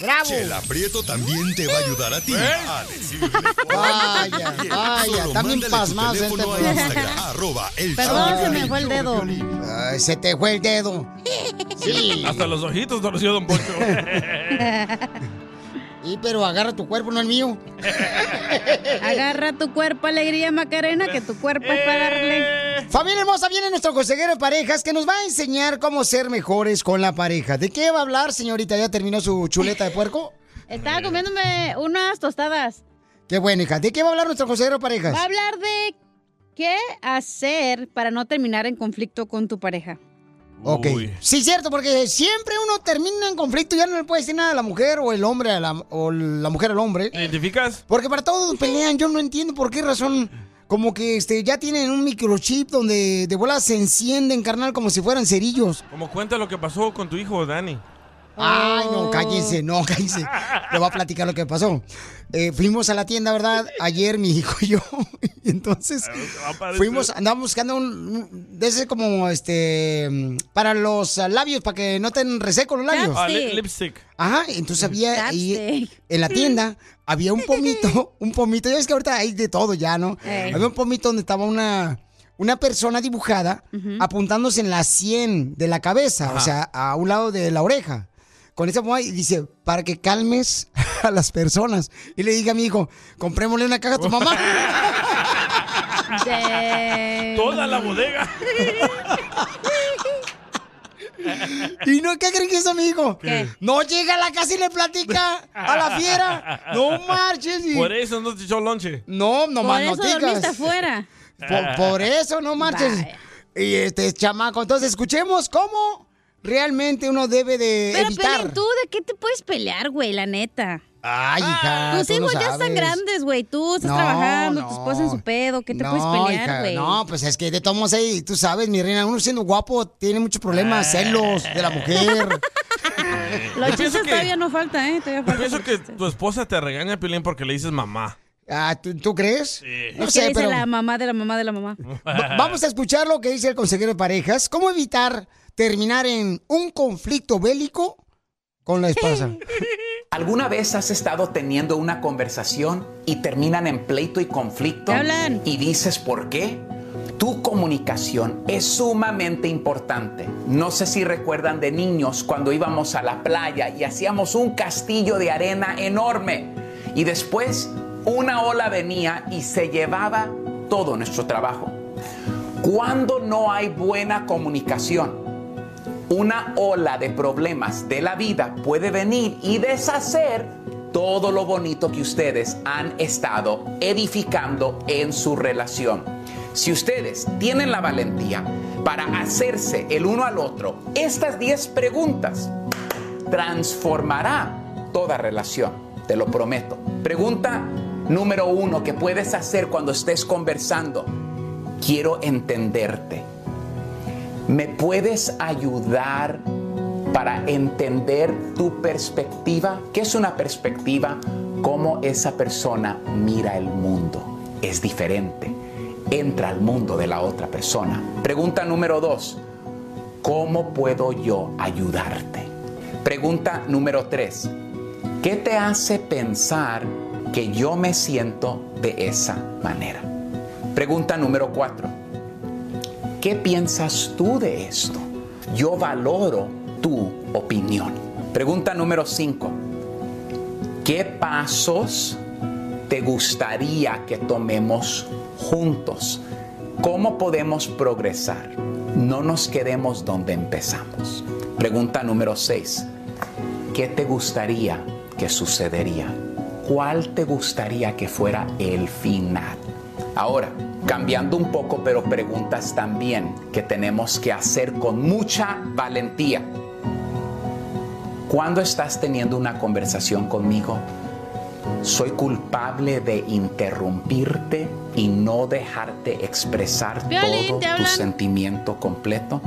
[SPEAKER 2] ¡Bravo!
[SPEAKER 7] Chela Prieto también te va a ayudar a ti.
[SPEAKER 2] ¿Eh?
[SPEAKER 7] a decirle cuánto
[SPEAKER 2] Vaya,
[SPEAKER 7] le quieres.
[SPEAKER 2] vaya,
[SPEAKER 7] Solo
[SPEAKER 2] están bien
[SPEAKER 7] mándale tu
[SPEAKER 2] pasmados,
[SPEAKER 7] teléfono
[SPEAKER 2] gente,
[SPEAKER 7] a
[SPEAKER 2] pues.
[SPEAKER 7] Instagram, arroba el show de
[SPEAKER 2] Perdón, se me
[SPEAKER 7] Piolín.
[SPEAKER 2] fue el dedo. Ay, se te fue el dedo. Sí.
[SPEAKER 3] Hasta los ojitos torció Don Poncho.
[SPEAKER 2] Y pero agarra tu cuerpo, no el mío.
[SPEAKER 4] Agarra tu cuerpo, alegría, Macarena, que tu cuerpo es para
[SPEAKER 3] Eh.
[SPEAKER 4] darle.
[SPEAKER 2] Eh. Familia hermosa, viene nuestro consejero de parejas que nos va a enseñar cómo ser mejores con la pareja. ¿De qué va a hablar, señorita? ¿Ya terminó su chuleta de puerco?
[SPEAKER 4] Estaba comiéndome unas tostadas.
[SPEAKER 2] Qué bueno, hija. ¿De qué va a hablar nuestro consejero de parejas?
[SPEAKER 4] Va a hablar de qué hacer para no terminar en conflicto con tu pareja.
[SPEAKER 2] Ok. Sí, cierto, porque siempre uno termina en conflicto y ya no le puede decir nada a la mujer o el hombre a la, o la mujer al hombre.
[SPEAKER 3] ¿Te identificas?
[SPEAKER 2] Porque para todos pelean, yo no entiendo por qué razón. Como que este, ya tienen un microchip donde de bola se encienden, carnal, como si fueran cerillos.
[SPEAKER 3] Como cuenta lo que pasó con tu hijo, Dani.
[SPEAKER 2] Ay,
[SPEAKER 3] Oh.
[SPEAKER 2] no, cállense, no, cállense. Le voy a platicar lo que pasó. Eh, fuimos a la tienda, ¿verdad? Ayer mi hijo y yo. Y entonces
[SPEAKER 3] Ah,
[SPEAKER 2] fuimos, andamos buscando un, un- de ese como, este, mm, para los ah, labios, para que no estén resecos los labios.
[SPEAKER 3] Ah, li- lipstick.
[SPEAKER 2] Ajá, entonces había ahí en la tienda, había un pomito, un pomito, ya ves que ahorita hay de todo ya, ¿no?
[SPEAKER 15] Ey.
[SPEAKER 2] Había un pomito donde estaba una, una persona dibujada apuntándose en la sien de la cabeza, o sea, a un lado de la oreja. Con esa pomada y dice, para que calmes a las personas. Y le dije a mi hijo, comprémosle una caja a tu mamá.
[SPEAKER 3] Toda la bodega.
[SPEAKER 2] ¿Y no qué creen que hizo mi hijo?
[SPEAKER 3] ¿Qué?
[SPEAKER 2] No llega a la casa y le platica a la fiera. No marches. y-
[SPEAKER 3] Por e-, eso no te echó lonche.
[SPEAKER 2] No, no
[SPEAKER 4] Por
[SPEAKER 2] más
[SPEAKER 4] eso dormiste afuera.
[SPEAKER 2] Por, por eso, no marches. Y este chamaco. Entonces, escuchemos cómo realmente uno debe de
[SPEAKER 4] Pero
[SPEAKER 2] evitar.
[SPEAKER 4] Pelín, ¿tú de qué te puedes pelear, güey? La neta.
[SPEAKER 2] Ay, hija.
[SPEAKER 4] Tus
[SPEAKER 2] tú no
[SPEAKER 4] hijos ya están
[SPEAKER 2] sabes.
[SPEAKER 4] grandes, güey. Tú estás
[SPEAKER 2] No,
[SPEAKER 4] trabajando,
[SPEAKER 2] no.
[SPEAKER 4] tu esposa en su pedo. ¿Qué te
[SPEAKER 2] No,
[SPEAKER 4] puedes
[SPEAKER 2] hija,
[SPEAKER 4] pelear, güey?
[SPEAKER 2] No, pues es que de todos modos, ahí, tú sabes, mi reina, uno siendo guapo tiene muchos problemas, celos de la mujer.
[SPEAKER 4] Los
[SPEAKER 3] Yo pienso
[SPEAKER 4] chistes
[SPEAKER 3] que-
[SPEAKER 4] todavía no falta, ¿eh? Todavía
[SPEAKER 3] Yo
[SPEAKER 4] falta.
[SPEAKER 3] pienso que tu esposa te regaña, Pilín, porque le dices mamá.
[SPEAKER 2] Ah, ¿tú, tú crees?
[SPEAKER 4] Es
[SPEAKER 2] No
[SPEAKER 4] que
[SPEAKER 2] sé,
[SPEAKER 4] dice
[SPEAKER 2] pero-
[SPEAKER 4] la mamá de la mamá de la mamá.
[SPEAKER 2] Va- Vamos a escuchar lo que dice el consejero de parejas. ¿Cómo evitar terminar en un conflicto bélico con la esposa?
[SPEAKER 25] ¿Alguna vez has estado teniendo una conversación y terminan en pleito y conflicto? ¿Y dices por qué? Tu comunicación es sumamente importante. No sé si recuerdan de niños cuando íbamos a la playa y hacíamos un castillo de arena enorme y después una ola venía y se llevaba todo nuestro trabajo. Cuando no hay buena comunicación, una ola de problemas de la vida puede venir y deshacer todo lo bonito que ustedes han estado edificando en su relación. Si ustedes tienen la valentía para hacerse el uno al otro, estas 10 preguntas transformará toda relación, te lo prometo. Pregunta número uno que puedes hacer cuando estés conversando. Quiero entenderte. ¿Me puedes ayudar para entender tu perspectiva? ¿Qué es una perspectiva? Cómo esa persona mira el mundo. Es diferente. Entra al mundo de la otra persona. Pregunta número dos. ¿Cómo puedo yo ayudarte? Pregunta número tres. ¿Qué te hace pensar que yo me siento de esa manera? Pregunta número cuatro. ¿Qué piensas tú de esto? Yo valoro tu opinión. Pregunta número 5. ¿Qué pasos te gustaría que tomemos juntos? ¿Cómo podemos progresar? No nos quedemos donde empezamos. Pregunta número 6. ¿Qué te gustaría que sucedería? ¿Cuál te gustaría que fuera el final? Ahora, cambiando un poco, pero preguntas también que tenemos que hacer con mucha valentía. Cuando estás teniendo una conversación conmigo, soy culpable de interrumpirte y no dejarte expresar
[SPEAKER 4] Piolín,
[SPEAKER 25] todo
[SPEAKER 4] te
[SPEAKER 25] tu
[SPEAKER 4] hablan.
[SPEAKER 25] sentimiento completo.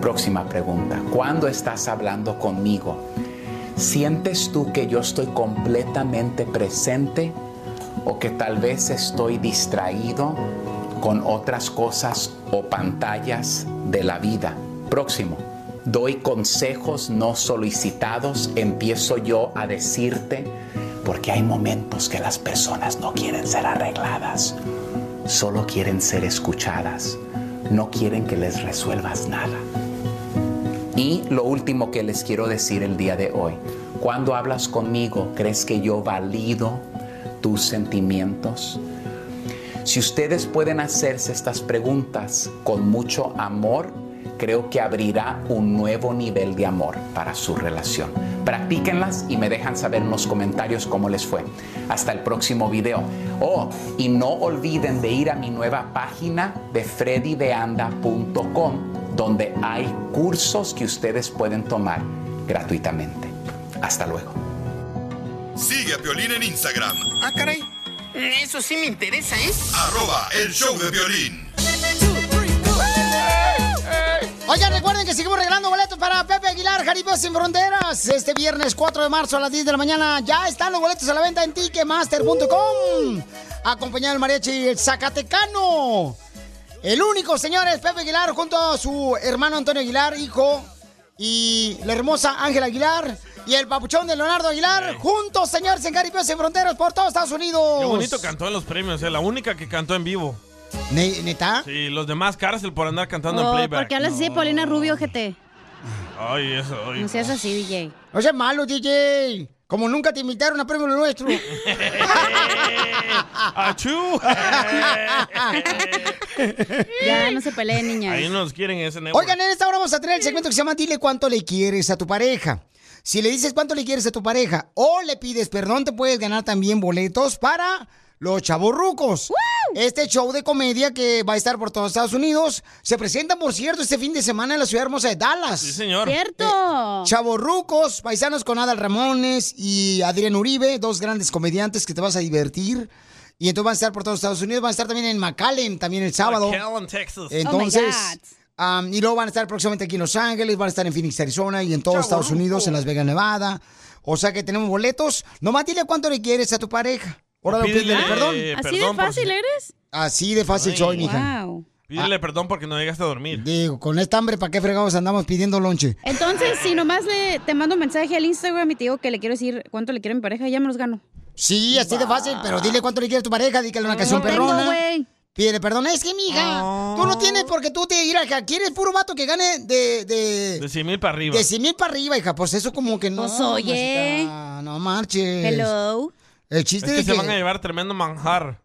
[SPEAKER 25] Próxima pregunta. Cuando estás hablando conmigo, ¿sientes tú que yo estoy completamente presente o que tal vez estoy distraído con otras cosas o pantallas de la vida. Próximo. Doy consejos no solicitados, empiezo yo a decirte, porque hay momentos que las personas no quieren ser arregladas, solo quieren ser escuchadas, no quieren que les resuelvas nada. Y lo último que les quiero decir el día de hoy, cuando hablas conmigo, ¿crees que yo valido tus sentimientos? Si ustedes pueden hacerse estas preguntas con mucho amor, creo que abrirá un nuevo nivel de amor para su relación. Practíquenlas y me dejan saber en los comentarios cómo les fue. Hasta el próximo video. Oh, y no olviden de ir a mi nueva página de freddydeanda.com, donde hay cursos que ustedes pueden tomar gratuitamente. Hasta luego.
[SPEAKER 7] Sigue a Piolín en Instagram,
[SPEAKER 6] Ah, caray. Eso sí me interesa, ¿eh?
[SPEAKER 7] arroba el show de violín.
[SPEAKER 2] Oigan, recuerden que seguimos regalando boletos para Pepe Aguilar, Jaripeo Sin Fronteras. Este viernes 4 de marzo a las 10 de la mañana ya están los boletos a la venta en Ticketmaster.com. Acompañado del mariachi el Zacatecano. El único, señores, Pepe Aguilar junto a su hermano Antonio Aguilar, hijo, y la hermosa Ángela Aguilar. Y el papuchón de Leonardo Aguilar, juntos, señores, en Jaripeo Sin Fronteras por todo Estados Unidos.
[SPEAKER 3] Qué bonito cantó en los premios, eh, la única que cantó en vivo.
[SPEAKER 2] ¿Neta?
[SPEAKER 3] Sí, los demás cárcel por andar cantando
[SPEAKER 4] Oh,
[SPEAKER 3] en playback.
[SPEAKER 4] porque hablas así de Paulina Rubio, GT.
[SPEAKER 3] Ay, eso, ay.
[SPEAKER 4] No seas así, DJ.
[SPEAKER 2] No seas malo, DJ. Como nunca te invitaron a premio Lo nuestro.
[SPEAKER 3] ¡Achú!
[SPEAKER 4] Ya, no se peleen, niñas.
[SPEAKER 3] Ahí nos quieren ese negocio.
[SPEAKER 2] Oigan, en esta hora vamos a tener el segmento que se llama Dile cuánto le quieres a tu pareja. Si le dices cuánto le quieres a tu pareja o le pides perdón, te puedes ganar también boletos para los chavorrucos. Este show de comedia que va a estar por todos Estados Unidos se presenta, por cierto, este fin de semana en la ciudad hermosa de Dallas. Sí,
[SPEAKER 3] señor. Eh,
[SPEAKER 4] Cierto.
[SPEAKER 2] chavorrucos, paisanos con Adal Ramones y Adrián Uribe, dos grandes comediantes que te vas a divertir. Y entonces van a estar por todos Estados Unidos, van a estar también en McAllen, también el sábado.
[SPEAKER 3] McAllen, Texas.
[SPEAKER 4] Oh
[SPEAKER 2] Entonces, am, y luego van a estar próximamente aquí en Los Ángeles, van a estar en Phoenix, Arizona y en todos Estados Unidos, en Las Vegas, Nevada. O sea que tenemos boletos. Nomás dile cuánto le quieres a tu pareja. Ahora
[SPEAKER 3] Pídele,
[SPEAKER 2] pídele perdón.
[SPEAKER 3] eh,
[SPEAKER 4] ¿Así de
[SPEAKER 3] perdón por
[SPEAKER 4] fácil eres?
[SPEAKER 2] Así de fácil soy, mija.
[SPEAKER 4] Wow.
[SPEAKER 3] Pídele perdón porque no llegaste a dormir.
[SPEAKER 2] Digo, con esta hambre, ¿para qué fregados andamos pidiendo lonche?
[SPEAKER 4] Entonces, si nomás le, te mando un mensaje al Instagram y te digo que le quiero decir cuánto le quiero a mi pareja, ya me los gano.
[SPEAKER 2] Sí, así de fácil, pero dile cuánto le quieres a tu pareja, dígale una canción
[SPEAKER 4] tengo,
[SPEAKER 2] perrona.
[SPEAKER 4] güey.
[SPEAKER 2] Pídele perdón, es que, mija,
[SPEAKER 4] Ah.
[SPEAKER 2] tú no tienes porque tú te ir acá. Quieres puro vato que gane de, de,
[SPEAKER 3] De 100 mil para arriba.
[SPEAKER 2] de 100 mil para arriba, hija. Pues eso como que no.
[SPEAKER 4] Pues, oye.
[SPEAKER 2] mamacita, No marches.
[SPEAKER 4] Hello.
[SPEAKER 2] El
[SPEAKER 3] Es
[SPEAKER 2] chiste
[SPEAKER 3] que
[SPEAKER 2] es
[SPEAKER 3] se
[SPEAKER 2] que.
[SPEAKER 3] van a llevar tremendo manjar.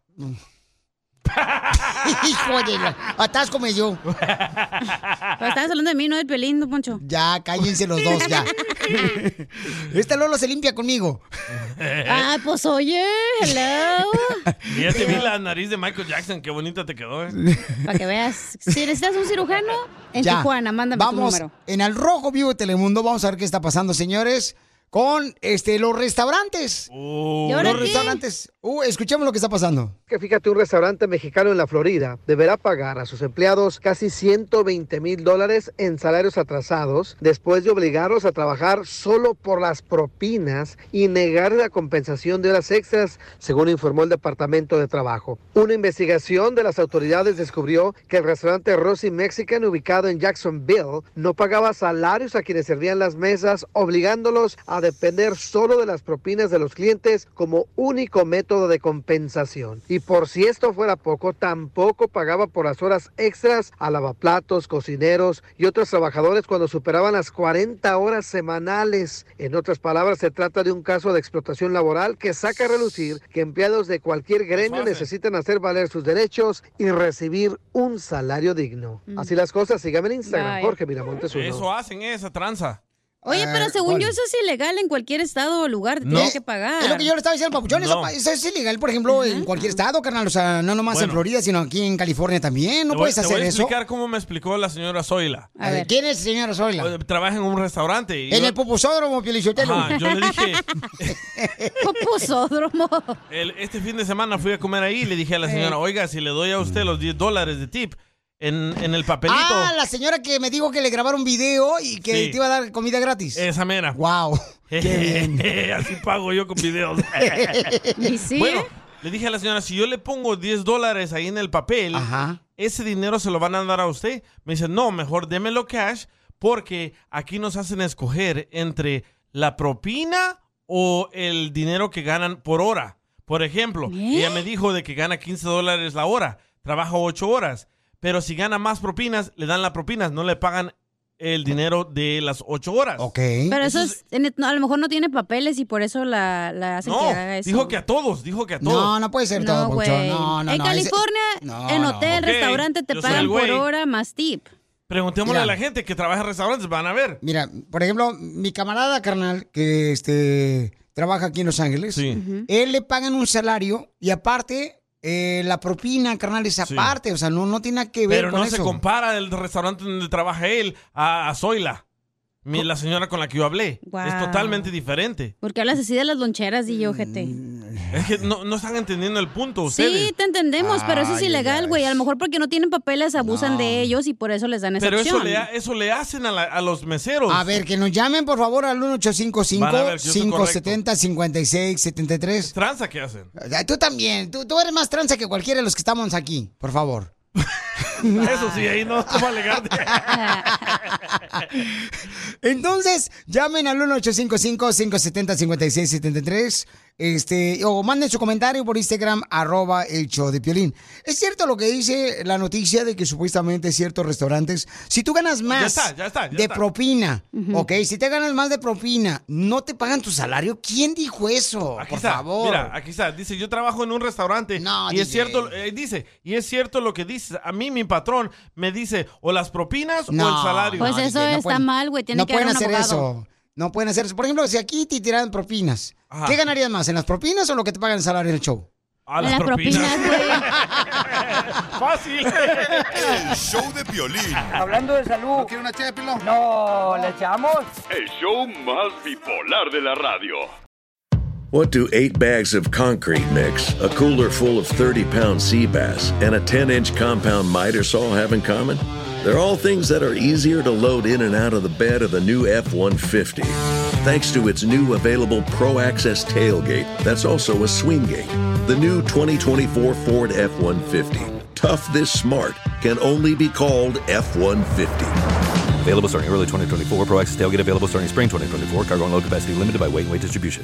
[SPEAKER 2] Hijo de la. Atasco me yo.
[SPEAKER 4] Pero estabas hablando de mí, no del pelín, don Poncho.
[SPEAKER 2] Ya, cállense los dos, ya. Esta Lolo se limpia conmigo.
[SPEAKER 4] Ah, pues oye, hello.
[SPEAKER 3] Y ya te vi la nariz de Michael Jackson, qué bonita te quedó, ¿eh?
[SPEAKER 4] Para que veas. Si necesitas un cirujano, en
[SPEAKER 2] Ya.
[SPEAKER 4] Tijuana, mándame
[SPEAKER 2] vamos,
[SPEAKER 4] tu número.
[SPEAKER 2] En el Rojo Vivo de Telemundo, vamos a ver qué está pasando, señores, con este los restaurantes.
[SPEAKER 3] ¿Y
[SPEAKER 5] ahora
[SPEAKER 2] los
[SPEAKER 5] qué?
[SPEAKER 2] restaurantes. Uh, escuchemos lo que está pasando.
[SPEAKER 5] Que fíjate, un restaurante mexicano en la Florida deberá pagar a sus empleados casi 120 mil dólares en salarios atrasados después de obligarlos a trabajar solo por las propinas y negar la compensación de horas extras, según informó el Departamento de Trabajo. Una investigación de las autoridades descubrió que el restaurante Rosy Mexican, ubicado en Jacksonville, no pagaba salarios a quienes servían las mesas, obligándolos a depender solo de las propinas de los clientes como único método de compensación. Y por si esto fuera poco, tampoco pagaba por las horas extras a lavaplatos, cocineros y otros trabajadores cuando superaban las 40 horas semanales. En otras palabras, se trata de un caso de explotación laboral que saca a relucir que empleados de cualquier gremio necesitan hacer valer sus derechos y recibir un salario digno. Así las cosas, síganme en Instagram,
[SPEAKER 4] Ay.
[SPEAKER 5] Jorge Miramontes uno.
[SPEAKER 3] Eso hacen, ¿eh? esa tranza.
[SPEAKER 4] Oye, pero según yo eso es ilegal en cualquier estado o lugar, te
[SPEAKER 3] No.
[SPEAKER 4] tienes que pagar.
[SPEAKER 2] Eh, Es lo que yo le estaba diciendo al papuchón. Eso, pa- eso es ilegal, por ejemplo, en cualquier estado, carnal. O sea, no nomás en
[SPEAKER 3] Bueno.
[SPEAKER 2] Florida, sino aquí en California también. No
[SPEAKER 3] Te voy-
[SPEAKER 2] puedes
[SPEAKER 3] te
[SPEAKER 2] hacer
[SPEAKER 3] voy a
[SPEAKER 2] eso.
[SPEAKER 3] explicar cómo me explicó la señora Zoila.
[SPEAKER 2] A ver, ¿quién es señora Zoila?
[SPEAKER 3] Eh, Trabaja en un restaurante. y
[SPEAKER 2] En
[SPEAKER 3] yo-
[SPEAKER 2] el popusódromo, Pielichotelo.
[SPEAKER 3] Ajá, yo le dije,
[SPEAKER 4] Popusódromo.
[SPEAKER 3] el- este fin de semana fui a comer ahí y le dije a la señora, oiga, si le doy a usted los 10 dólares de tip en, en el papelito.
[SPEAKER 2] Ah, la señora que me dijo que le grabaron video y que
[SPEAKER 3] Sí.
[SPEAKER 2] te iba a dar comida gratis.
[SPEAKER 3] Esa mera.
[SPEAKER 2] Wow.
[SPEAKER 3] Así pago yo con videos.
[SPEAKER 2] ¿Y sí,
[SPEAKER 3] Bueno,
[SPEAKER 2] eh?
[SPEAKER 3] le dije a la señora, si yo le pongo 10 dólares ahí en el papel, ese dinero se lo van a dar a usted. Me dice, no, mejor démelo cash porque aquí nos hacen escoger entre la propina o el dinero que ganan por hora. Por ejemplo, ella me dijo de que gana 15 dólares la hora, trabaja 8 horas, pero si gana más propinas, le dan las propinas, no le pagan el dinero de las 8 horas.
[SPEAKER 2] Ok.
[SPEAKER 4] Pero eso es, en- no, a lo mejor no tiene papeles y por eso la, la hacen que
[SPEAKER 3] No,
[SPEAKER 4] haga eso.
[SPEAKER 3] dijo que a todos, dijo que a todos.
[SPEAKER 2] No, no puede ser todo,
[SPEAKER 4] güey.
[SPEAKER 2] Papuchón. No, no,
[SPEAKER 4] en
[SPEAKER 2] no. ese-
[SPEAKER 4] California,
[SPEAKER 2] No,
[SPEAKER 4] en
[SPEAKER 2] no.
[SPEAKER 4] hotel,
[SPEAKER 3] Ok,
[SPEAKER 4] restaurante, te
[SPEAKER 3] yo soy
[SPEAKER 4] pagan
[SPEAKER 3] el güey.
[SPEAKER 4] por hora más tip.
[SPEAKER 3] Preguntémosle
[SPEAKER 2] Mira.
[SPEAKER 3] a la gente que trabaja en restaurantes, van a ver.
[SPEAKER 2] Mira, por ejemplo, mi camarada carnal que este trabaja aquí en Los Ángeles, él le pagan un salario y aparte eh, la propina carnal es aparte, o sea, no, no tiene nada que ver
[SPEAKER 3] Pero
[SPEAKER 2] con
[SPEAKER 3] no
[SPEAKER 2] eso.
[SPEAKER 3] se compara el restaurante donde trabaja él a, a Zoila, mi- la señora con la que yo hablé.
[SPEAKER 4] Guau.
[SPEAKER 3] Es totalmente diferente.
[SPEAKER 4] Porque hablas así de las loncheras y yo,
[SPEAKER 2] Mm,
[SPEAKER 4] gente.
[SPEAKER 3] Es que no, no están entendiendo el punto ustedes.
[SPEAKER 4] Sí, te entendemos, pero eso es
[SPEAKER 3] Ay,
[SPEAKER 4] ilegal, güey. A lo mejor porque no tienen papeles abusan de ellos y por eso les dan esa
[SPEAKER 3] Pero eso
[SPEAKER 4] opción.
[SPEAKER 3] le, ha- eso le hacen a, la- a los meseros.
[SPEAKER 2] A ver, que nos llamen por favor al
[SPEAKER 3] Van a ver si yo estoy correcto.
[SPEAKER 2] 1-855-570-5673.
[SPEAKER 3] Tranza que hacen.
[SPEAKER 2] Ay, Ah, Tú también, tú, tú eres más tranza que cualquiera de los que estamos aquí, por favor.
[SPEAKER 3] Eso sí, ahí no toma legal.
[SPEAKER 2] Entonces, llamen al 1-855-570-5673 este, o manden su comentario por Instagram, arroba el show de Piolín. Es cierto lo que dice la noticia de que supuestamente ciertos restaurantes, si tú ganas más
[SPEAKER 3] está, ya está, ya
[SPEAKER 2] de
[SPEAKER 3] está.
[SPEAKER 2] propina, ok, si te ganas más de propina, no te pagan tu salario, ¿quién dijo eso? por
[SPEAKER 3] Aquí está,
[SPEAKER 2] favor.
[SPEAKER 3] Mira, aquí está. Dice, yo trabajo en un restaurante. y es
[SPEAKER 2] DJ.
[SPEAKER 3] cierto, eh, dice, y es cierto lo que dices. A mí mi patrón me dice o las propinas o el salario.
[SPEAKER 4] Pues eso
[SPEAKER 2] DJ, no
[SPEAKER 4] está
[SPEAKER 2] pueden-
[SPEAKER 4] mal, güey. Tiene
[SPEAKER 2] no
[SPEAKER 4] que
[SPEAKER 2] pueden
[SPEAKER 4] haber un
[SPEAKER 2] hacer
[SPEAKER 4] abogado.
[SPEAKER 2] eso. No pueden hacer eso. Por ejemplo, si aquí te tiran propinas, ¿qué ganarías más? ¿En las propinas o lo que te pagan el salario del show?
[SPEAKER 3] A las,
[SPEAKER 26] Las
[SPEAKER 3] propinas.
[SPEAKER 26] propinas,
[SPEAKER 3] Fácil.
[SPEAKER 27] El show de violín.
[SPEAKER 15] Hablando de salud. ¿No quiere una ché de pilón? No, ¿le echamos?
[SPEAKER 14] El show más bipolar de la radio.
[SPEAKER 12] What do eight bags of concrete mix, a cooler full of 30 pound sea bass, and a 10 inch compound miter saw have in common? They're all things that are easier to load in and out of the bed of the new F 150, thanks to its new available Pro Access tailgate that's also a swing gate. The new 2024 Ford F 150, tough this smart, can only be called F 150.
[SPEAKER 1] Available starting early 2024. Pro Access tailgate available starting spring 2024. Cargo and load capacity limited by weight and weight distribution.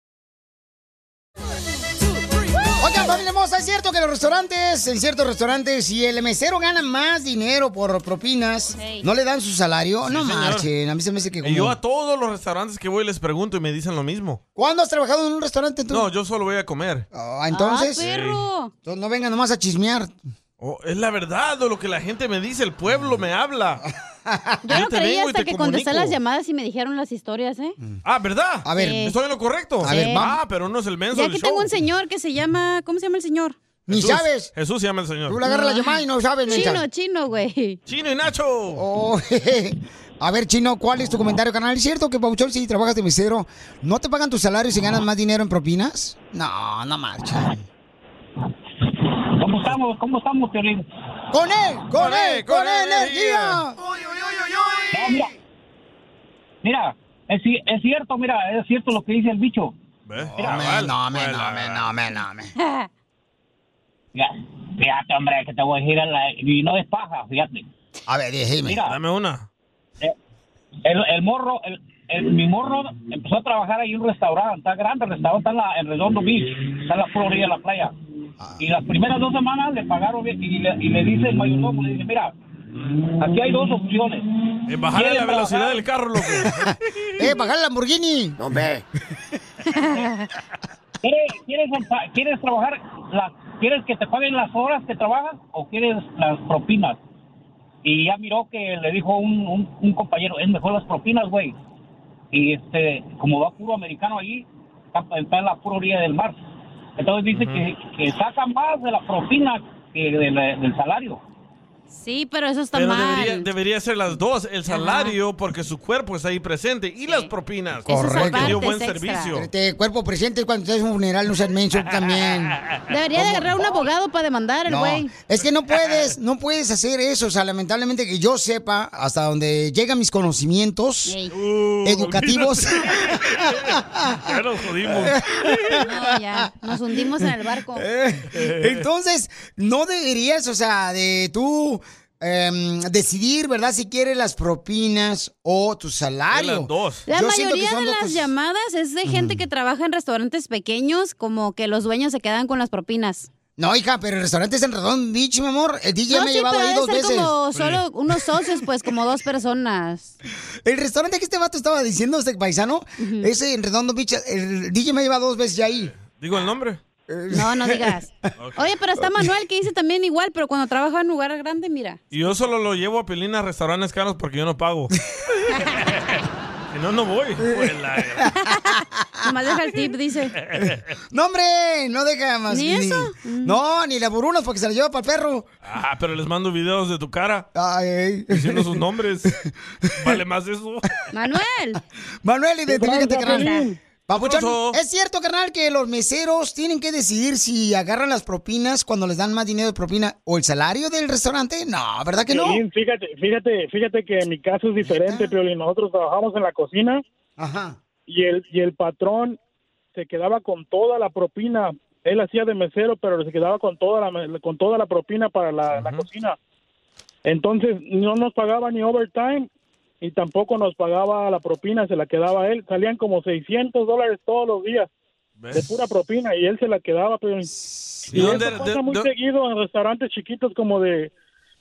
[SPEAKER 2] Oigan, familia hermosa, es cierto que los restaurantes, en ciertos restaurantes, si el mesero gana más dinero por propinas, no le dan su salario. no
[SPEAKER 3] señor.
[SPEAKER 2] marchen, a mí se me hace que
[SPEAKER 3] Y yo
[SPEAKER 2] como...
[SPEAKER 3] a todos los restaurantes que voy les pregunto y me dicen lo mismo.
[SPEAKER 2] ¿Cuándo has trabajado en un restaurante tú?
[SPEAKER 3] No, yo solo voy a comer.
[SPEAKER 2] Ah, entonces...
[SPEAKER 3] Sí.
[SPEAKER 2] Entonces no vengan nomás a chismear.
[SPEAKER 3] Oh, es la verdad de lo que la gente me dice, el pueblo me habla.
[SPEAKER 4] Yo no
[SPEAKER 3] te
[SPEAKER 4] creía
[SPEAKER 3] vengo y
[SPEAKER 4] hasta
[SPEAKER 3] te
[SPEAKER 4] que contesté
[SPEAKER 3] comunico.
[SPEAKER 4] las llamadas y me dijeron las historias, ¿eh?
[SPEAKER 3] Ah, ¿verdad?
[SPEAKER 4] A ver. Sí.
[SPEAKER 3] ¿Estoy en lo correcto?
[SPEAKER 4] A ver, Sí. vamos.
[SPEAKER 3] Ah, pero no es el menso
[SPEAKER 4] Ya
[SPEAKER 3] del
[SPEAKER 4] que
[SPEAKER 3] show.
[SPEAKER 4] tengo un señor que se llama. ¿Cómo se llama el señor?
[SPEAKER 3] Jesús. Jesús se llama el señor.
[SPEAKER 2] Tú le agarras la llamada y no sabes, mensa.
[SPEAKER 4] Chino, chino, güey.
[SPEAKER 3] Chino y Nacho.
[SPEAKER 2] Oh, a ver, Chino, ¿cuál es tu comentario, canal? ¿Es cierto que, Pauchón, si trabajas de mesero, no te pagan tu salario si ganas más dinero en propinas? No, no marcha.
[SPEAKER 28] ¿Cómo estamos? ¿Cómo estamos, Piolín?
[SPEAKER 2] ¡Con él! ¡Con él! ¡Con él, energía!
[SPEAKER 28] No, mira, mira es, ci- es cierto, mira, es cierto lo que dice el bicho.
[SPEAKER 2] No, me, no, me, no, me, no, me, no, me.
[SPEAKER 28] Mira, Fíjate, hombre, que te voy a decir a la- y no es paja, fíjate. Eh,
[SPEAKER 2] A ver, dime.
[SPEAKER 3] Dame una.
[SPEAKER 28] El, el morro, el, el- mi morro empezó a trabajar ahí en un restaurante, está grande el restaurante, está en, la, en Redondo Beach, está en la Florida, la playa. Y las primeras dos semanas le pagaron bien, y le, y le dice el mayordomo, le dice, mira, aquí hay dos opciones.
[SPEAKER 3] Bajarle la
[SPEAKER 28] ¿Quieres
[SPEAKER 3] velocidad del carro, loco.
[SPEAKER 2] ¡Eh, bajar el Lamborghini! No, ve.
[SPEAKER 28] ¿Quieres, quieres, quieres trabajar, las, quieres que te paguen las horas que trabajas o quieres las propinas? Y ya miró que le dijo un, un, un compañero, es mejor las propinas, güey. Y este, como va puro americano allí, está, está en la pura orilla del mar. Entonces dice que, que sacan más de la propina que de la- del salario.
[SPEAKER 4] Sí, pero eso está
[SPEAKER 3] Pero
[SPEAKER 4] mal.
[SPEAKER 3] debería, debería ser las dos, el salario porque su cuerpo está ahí presente y las propinas.
[SPEAKER 2] Eso es Correcto.
[SPEAKER 3] Porque dio
[SPEAKER 2] aparte, es
[SPEAKER 3] buen
[SPEAKER 2] extra.
[SPEAKER 3] servicio.
[SPEAKER 2] Este cuerpo presente cuando estés en un funeral, no seas menso tú también.
[SPEAKER 4] Debería de
[SPEAKER 2] ¿Cómo?
[SPEAKER 4] agarrar un abogado para demandar el
[SPEAKER 2] No,
[SPEAKER 4] güey.
[SPEAKER 2] es que no puedes, no puedes hacer eso. O sea, lamentablemente que yo sepa, hasta donde llegan mis conocimientos educativos.
[SPEAKER 26] Uh, Ya nos jodimos.
[SPEAKER 4] No, ya. Nos hundimos en el barco.
[SPEAKER 2] Eh, Entonces, no deberías, o sea, de tú em, decidir, ¿verdad? Si quieres las propinas o tu salario.
[SPEAKER 3] Las dos.
[SPEAKER 4] La
[SPEAKER 2] Yo siento que
[SPEAKER 4] mayoría
[SPEAKER 2] son
[SPEAKER 4] de
[SPEAKER 2] dos
[SPEAKER 4] las
[SPEAKER 2] cosas-
[SPEAKER 4] llamadas es de gente que trabaja en restaurantes pequeños, como que los dueños se quedan con las propinas.
[SPEAKER 2] No, hija, pero el restaurante es en Redón Beach, mi amor. El DJ
[SPEAKER 4] no,
[SPEAKER 2] me ha
[SPEAKER 4] sí,
[SPEAKER 2] llevado
[SPEAKER 4] pero
[SPEAKER 2] ahí
[SPEAKER 4] ha de
[SPEAKER 2] dos
[SPEAKER 4] ser
[SPEAKER 2] veces.
[SPEAKER 4] como solo unos socios, pues como dos personas.
[SPEAKER 2] El restaurante que este vato estaba diciendo, este paisano, ese en Redondo Beach, el DJ me lleva dos veces ya ahí.
[SPEAKER 3] ¿Digo el nombre?
[SPEAKER 2] Eh.
[SPEAKER 4] No, no digas. Oye, pero está Manuel que dice también igual, pero cuando trabaja en un lugar grande, mira.
[SPEAKER 3] Y yo solo lo llevo a Pelín a restaurantes caros porque yo no pago. si no, no voy. Pues la-
[SPEAKER 4] Nomás deja el tip, dice.
[SPEAKER 2] No, hombre, no deja más. Mm.
[SPEAKER 4] ¿Ni eso?
[SPEAKER 2] No, ni la burunas porque se la lleva para el perro.
[SPEAKER 3] Ah, pero les mando videos de tu cara.
[SPEAKER 2] Ay.
[SPEAKER 3] Diciendo sus nombres. Vale más eso.
[SPEAKER 4] Manuel.
[SPEAKER 2] Manuel, identifícate,
[SPEAKER 3] Hola,
[SPEAKER 2] carnal.
[SPEAKER 3] Piolín.
[SPEAKER 2] Papuchón,
[SPEAKER 3] ¿Qué pasó?
[SPEAKER 2] es cierto, carnal, que los meseros tienen que decidir si agarran las propinas cuando les dan más dinero de propina o el salario del restaurante. No, ¿verdad que no?
[SPEAKER 29] Piolín, fíjate, fíjate, fíjate que mi caso es diferente, Piolín. Nosotros trabajamos en la cocina y el y el patrón se quedaba con toda la propina. Él hacía de mesero, pero se quedaba con toda la me- con toda la propina para la, la cocina. Entonces no nos pagaba ni overtime y tampoco nos pagaba la propina, se la quedaba él. Salían como 600 dólares todos los días. de pura propina y él se la quedaba, Piolín. Y
[SPEAKER 3] dónde-
[SPEAKER 29] eso pasa
[SPEAKER 3] de-
[SPEAKER 29] muy
[SPEAKER 3] de-
[SPEAKER 29] seguido en restaurantes chiquitos como de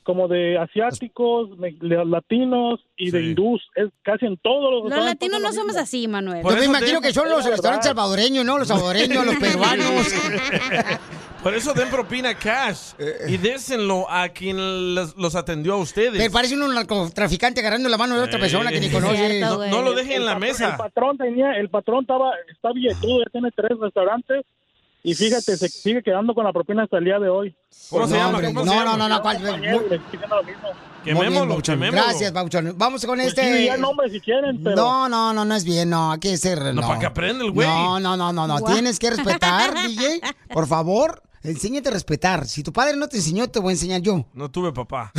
[SPEAKER 29] como de asiáticos, me- de latinos y de hindús, es casi en todos
[SPEAKER 4] Los
[SPEAKER 29] los restaurantes.
[SPEAKER 4] latinos no somos así, Manuel.
[SPEAKER 29] Por
[SPEAKER 2] Yo me imagino que son los restaurantes salvadoreños, eh, ¿no? Los salvadoreños, los peruanos.
[SPEAKER 3] Por eso den propina cash y désenlo a quien los, los atendió a ustedes.
[SPEAKER 2] Pero parece un narcotraficante agarrando la mano de otra persona que ni
[SPEAKER 3] Eh,
[SPEAKER 2] conoce.
[SPEAKER 3] no, no lo dejen en la
[SPEAKER 29] El patrón- El
[SPEAKER 3] mesa.
[SPEAKER 29] patrón tenía, el patrón estaba, está billetudo, ya tiene tres restaurantes y fíjate, se sigue quedando con la propina hasta el día de hoy.
[SPEAKER 2] ¿Cómo se No, llama? hombre, ¿Cómo se no, llama? no, no, no, cuál-
[SPEAKER 29] Compañero, le estoy diciendo lo mismo.
[SPEAKER 2] Muy bien, Pauchón. Gracias, Pauchón. Vamos con
[SPEAKER 29] Pues
[SPEAKER 2] este.
[SPEAKER 29] sí, ya nombres si quieren, pero-
[SPEAKER 2] No, no, no, no es bien, no. Hay que ser. No,
[SPEAKER 3] para que aprenda el güey.
[SPEAKER 2] No, no, no, no, no.
[SPEAKER 3] Guau.
[SPEAKER 2] Tienes que respetar, DJ. Por favor, enséñate a respetar. Si tu padre no te enseñó, te voy a enseñar yo.
[SPEAKER 3] No tuve papá.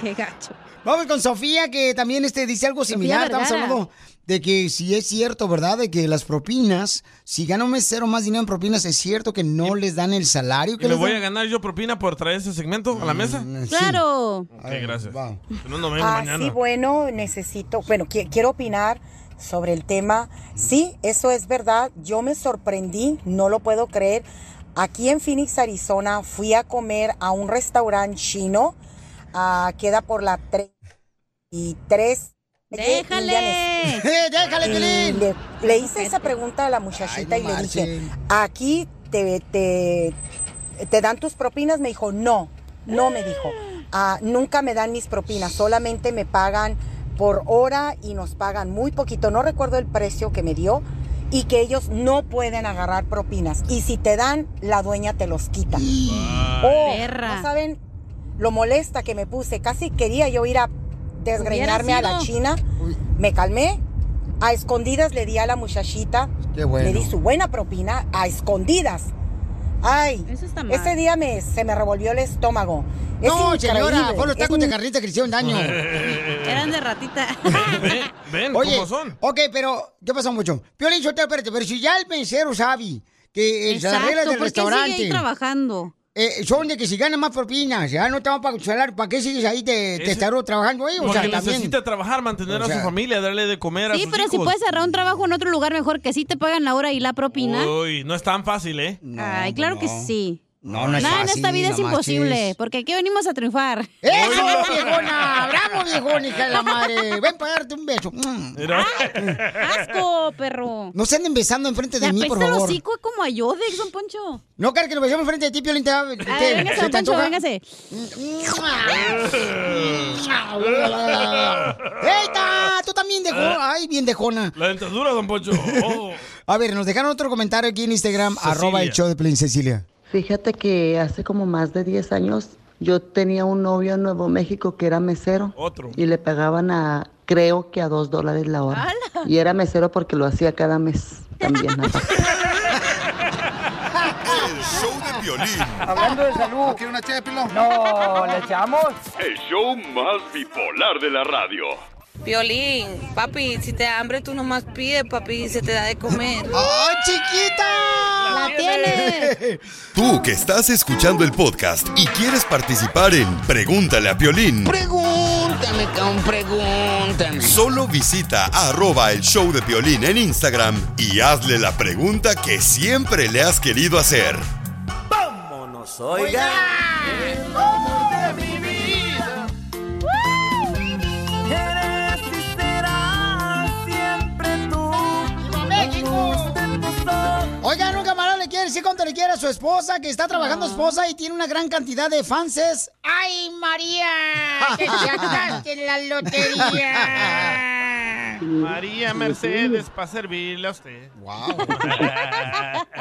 [SPEAKER 4] Qué gacho.
[SPEAKER 2] Vamos con Sofía, que también este, dice algo similar. Estamos
[SPEAKER 4] Vergara.
[SPEAKER 2] hablando de que si es cierto, ¿verdad? De que las propinas, si gana un mesero más dinero en propinas, es cierto que no les dan el salario
[SPEAKER 3] ¿Y
[SPEAKER 2] que
[SPEAKER 3] me
[SPEAKER 2] les
[SPEAKER 3] voy a
[SPEAKER 2] dan.
[SPEAKER 3] ganar yo propina por traer ese segmento
[SPEAKER 2] Mm,
[SPEAKER 3] a la mesa?
[SPEAKER 4] Claro.
[SPEAKER 3] Ok, gracias. Si No, no vengo
[SPEAKER 30] Ah,
[SPEAKER 3] mañana.
[SPEAKER 30] sí, bueno, necesito, bueno, qui- quiero opinar sobre el tema. Sí, eso es verdad, yo me sorprendí, no lo puedo creer. Aquí en Phoenix, Arizona, fui a comer a un restaurante chino, ah, queda por la 33...
[SPEAKER 4] Déjale.
[SPEAKER 2] ¡Eh, déjale, Piolín.
[SPEAKER 30] Le, le hice esa pregunta a la muchachita
[SPEAKER 2] Ay,
[SPEAKER 30] y
[SPEAKER 2] no
[SPEAKER 30] le dije,
[SPEAKER 2] marchen.
[SPEAKER 30] aquí te, te, te dan tus propinas, me dijo, no, no me dijo. Ah, nunca me dan mis propinas, solamente me pagan por hora y nos pagan muy poquito. No recuerdo el precio que me dio y que ellos no pueden agarrar propinas. Y si te dan, la dueña te los quita. Oh,
[SPEAKER 4] Perra.
[SPEAKER 30] no saben lo molesta que me puse. Casi quería yo ir a desgreñarme a
[SPEAKER 4] Hubiera
[SPEAKER 30] la
[SPEAKER 4] sido.
[SPEAKER 30] China. Me calmé. A escondidas le di a la muchachita.
[SPEAKER 2] Qué bueno.
[SPEAKER 30] Le di su buena propina a escondidas. Ay,
[SPEAKER 2] mal.
[SPEAKER 30] ese día me, se me revolvió el estómago. Es
[SPEAKER 2] No, señora,
[SPEAKER 30] increíble.
[SPEAKER 2] fue los
[SPEAKER 30] Es
[SPEAKER 2] tacos de carnita que le hicieron daño.
[SPEAKER 4] Eran de ratita.
[SPEAKER 3] Ven,
[SPEAKER 2] Oye,
[SPEAKER 3] ¿cómo son?
[SPEAKER 2] Ok, pero, ¿qué pasó, mucho? Piolín, yo te espérate, pero si ya el mesero sabe que eh, las
[SPEAKER 4] Exacto,
[SPEAKER 2] reglas del
[SPEAKER 4] ¿por qué sigue ahí
[SPEAKER 2] restaurante.
[SPEAKER 4] trabajando?
[SPEAKER 2] eh, son de que si ganas más propinas, ya no te van a pagar tu salario, ¿para qué sigues ahí te, te estaró trabajando ahí? O
[SPEAKER 3] Porque
[SPEAKER 2] sea, también.
[SPEAKER 3] necesita trabajar, mantener
[SPEAKER 2] O
[SPEAKER 3] a
[SPEAKER 2] sea-
[SPEAKER 3] su familia, darle de comer a
[SPEAKER 4] Sí,
[SPEAKER 3] sus
[SPEAKER 4] pero si
[SPEAKER 3] hijos.
[SPEAKER 4] puedes cerrar un trabajo en otro lugar mejor que sí te pagan la hora y la propina.
[SPEAKER 3] Uy, no es tan fácil, ¿eh?
[SPEAKER 4] Ay, claro que sí.
[SPEAKER 2] No,
[SPEAKER 4] Nada en esta vida es imposible, porque aquí venimos a triunfar.
[SPEAKER 2] ¡Eso, viejona! ¡Bravo, viejona, hija de la madre! Ven para darte un beso. Mm.
[SPEAKER 4] ¡Asco, perro!
[SPEAKER 2] No se anden besando enfrente de
[SPEAKER 4] Le
[SPEAKER 2] mí, por
[SPEAKER 4] apesta el
[SPEAKER 2] favor.
[SPEAKER 4] hocico como a Yodex, don Poncho.
[SPEAKER 2] No, cara, que nos besemos enfrente de ti, Piolín. Te, va- te,
[SPEAKER 4] A ver,
[SPEAKER 2] ¿se
[SPEAKER 4] véngase,
[SPEAKER 2] te
[SPEAKER 4] don Poncho,
[SPEAKER 2] antoja?
[SPEAKER 4] véngase.
[SPEAKER 2] ¡Eita! Tú también dejó. Ay, bien dejona.
[SPEAKER 3] Ah. La dentadura, don Poncho. Oh.
[SPEAKER 2] A ver, nos dejaron otro comentario aquí en Instagram,
[SPEAKER 3] Cecilia.
[SPEAKER 2] arroba el show de Piolín, Cecilia.
[SPEAKER 6] Fíjate que hace como más de 10 años yo tenía un novio en Nuevo México que era mesero.
[SPEAKER 3] Otro.
[SPEAKER 6] Y le pagaban a, creo que a 2 dólares la hora. ¡Hala! Y era mesero porque lo hacía cada mes también. aparte.
[SPEAKER 7] El show de violín.
[SPEAKER 31] Hablando de salud. ¿No quiere una ché de pilón? No, ¿le echamos?
[SPEAKER 14] El show más bipolar de la radio.
[SPEAKER 32] Violín, papi, si te da hambre tú nomás pides, papi, y se te da de comer.
[SPEAKER 2] ¡Oh, chiquita!
[SPEAKER 4] ¡La tiene!
[SPEAKER 7] Tú que estás escuchando el podcast y quieres participar en Pregúntale a Piolín,
[SPEAKER 15] Pregúntame, con pregúntame.
[SPEAKER 7] solo visita arroba el show de Piolín en Instagram y hazle la pregunta que siempre le has querido hacer.
[SPEAKER 6] ¡Vámonos,
[SPEAKER 15] oiga! ¡Oh! El amor de mi vida. Eres y serás siempre tú.
[SPEAKER 2] México! Oigan, un camarada le quiere decir cuánto le quiere a su esposa, que está trabajando esposa y tiene una gran cantidad de fanses.
[SPEAKER 15] ¡Ay, María! ¡Te sacaste en la lotería!
[SPEAKER 3] María Mercedes, para servirle a usted.
[SPEAKER 2] ¡Wow!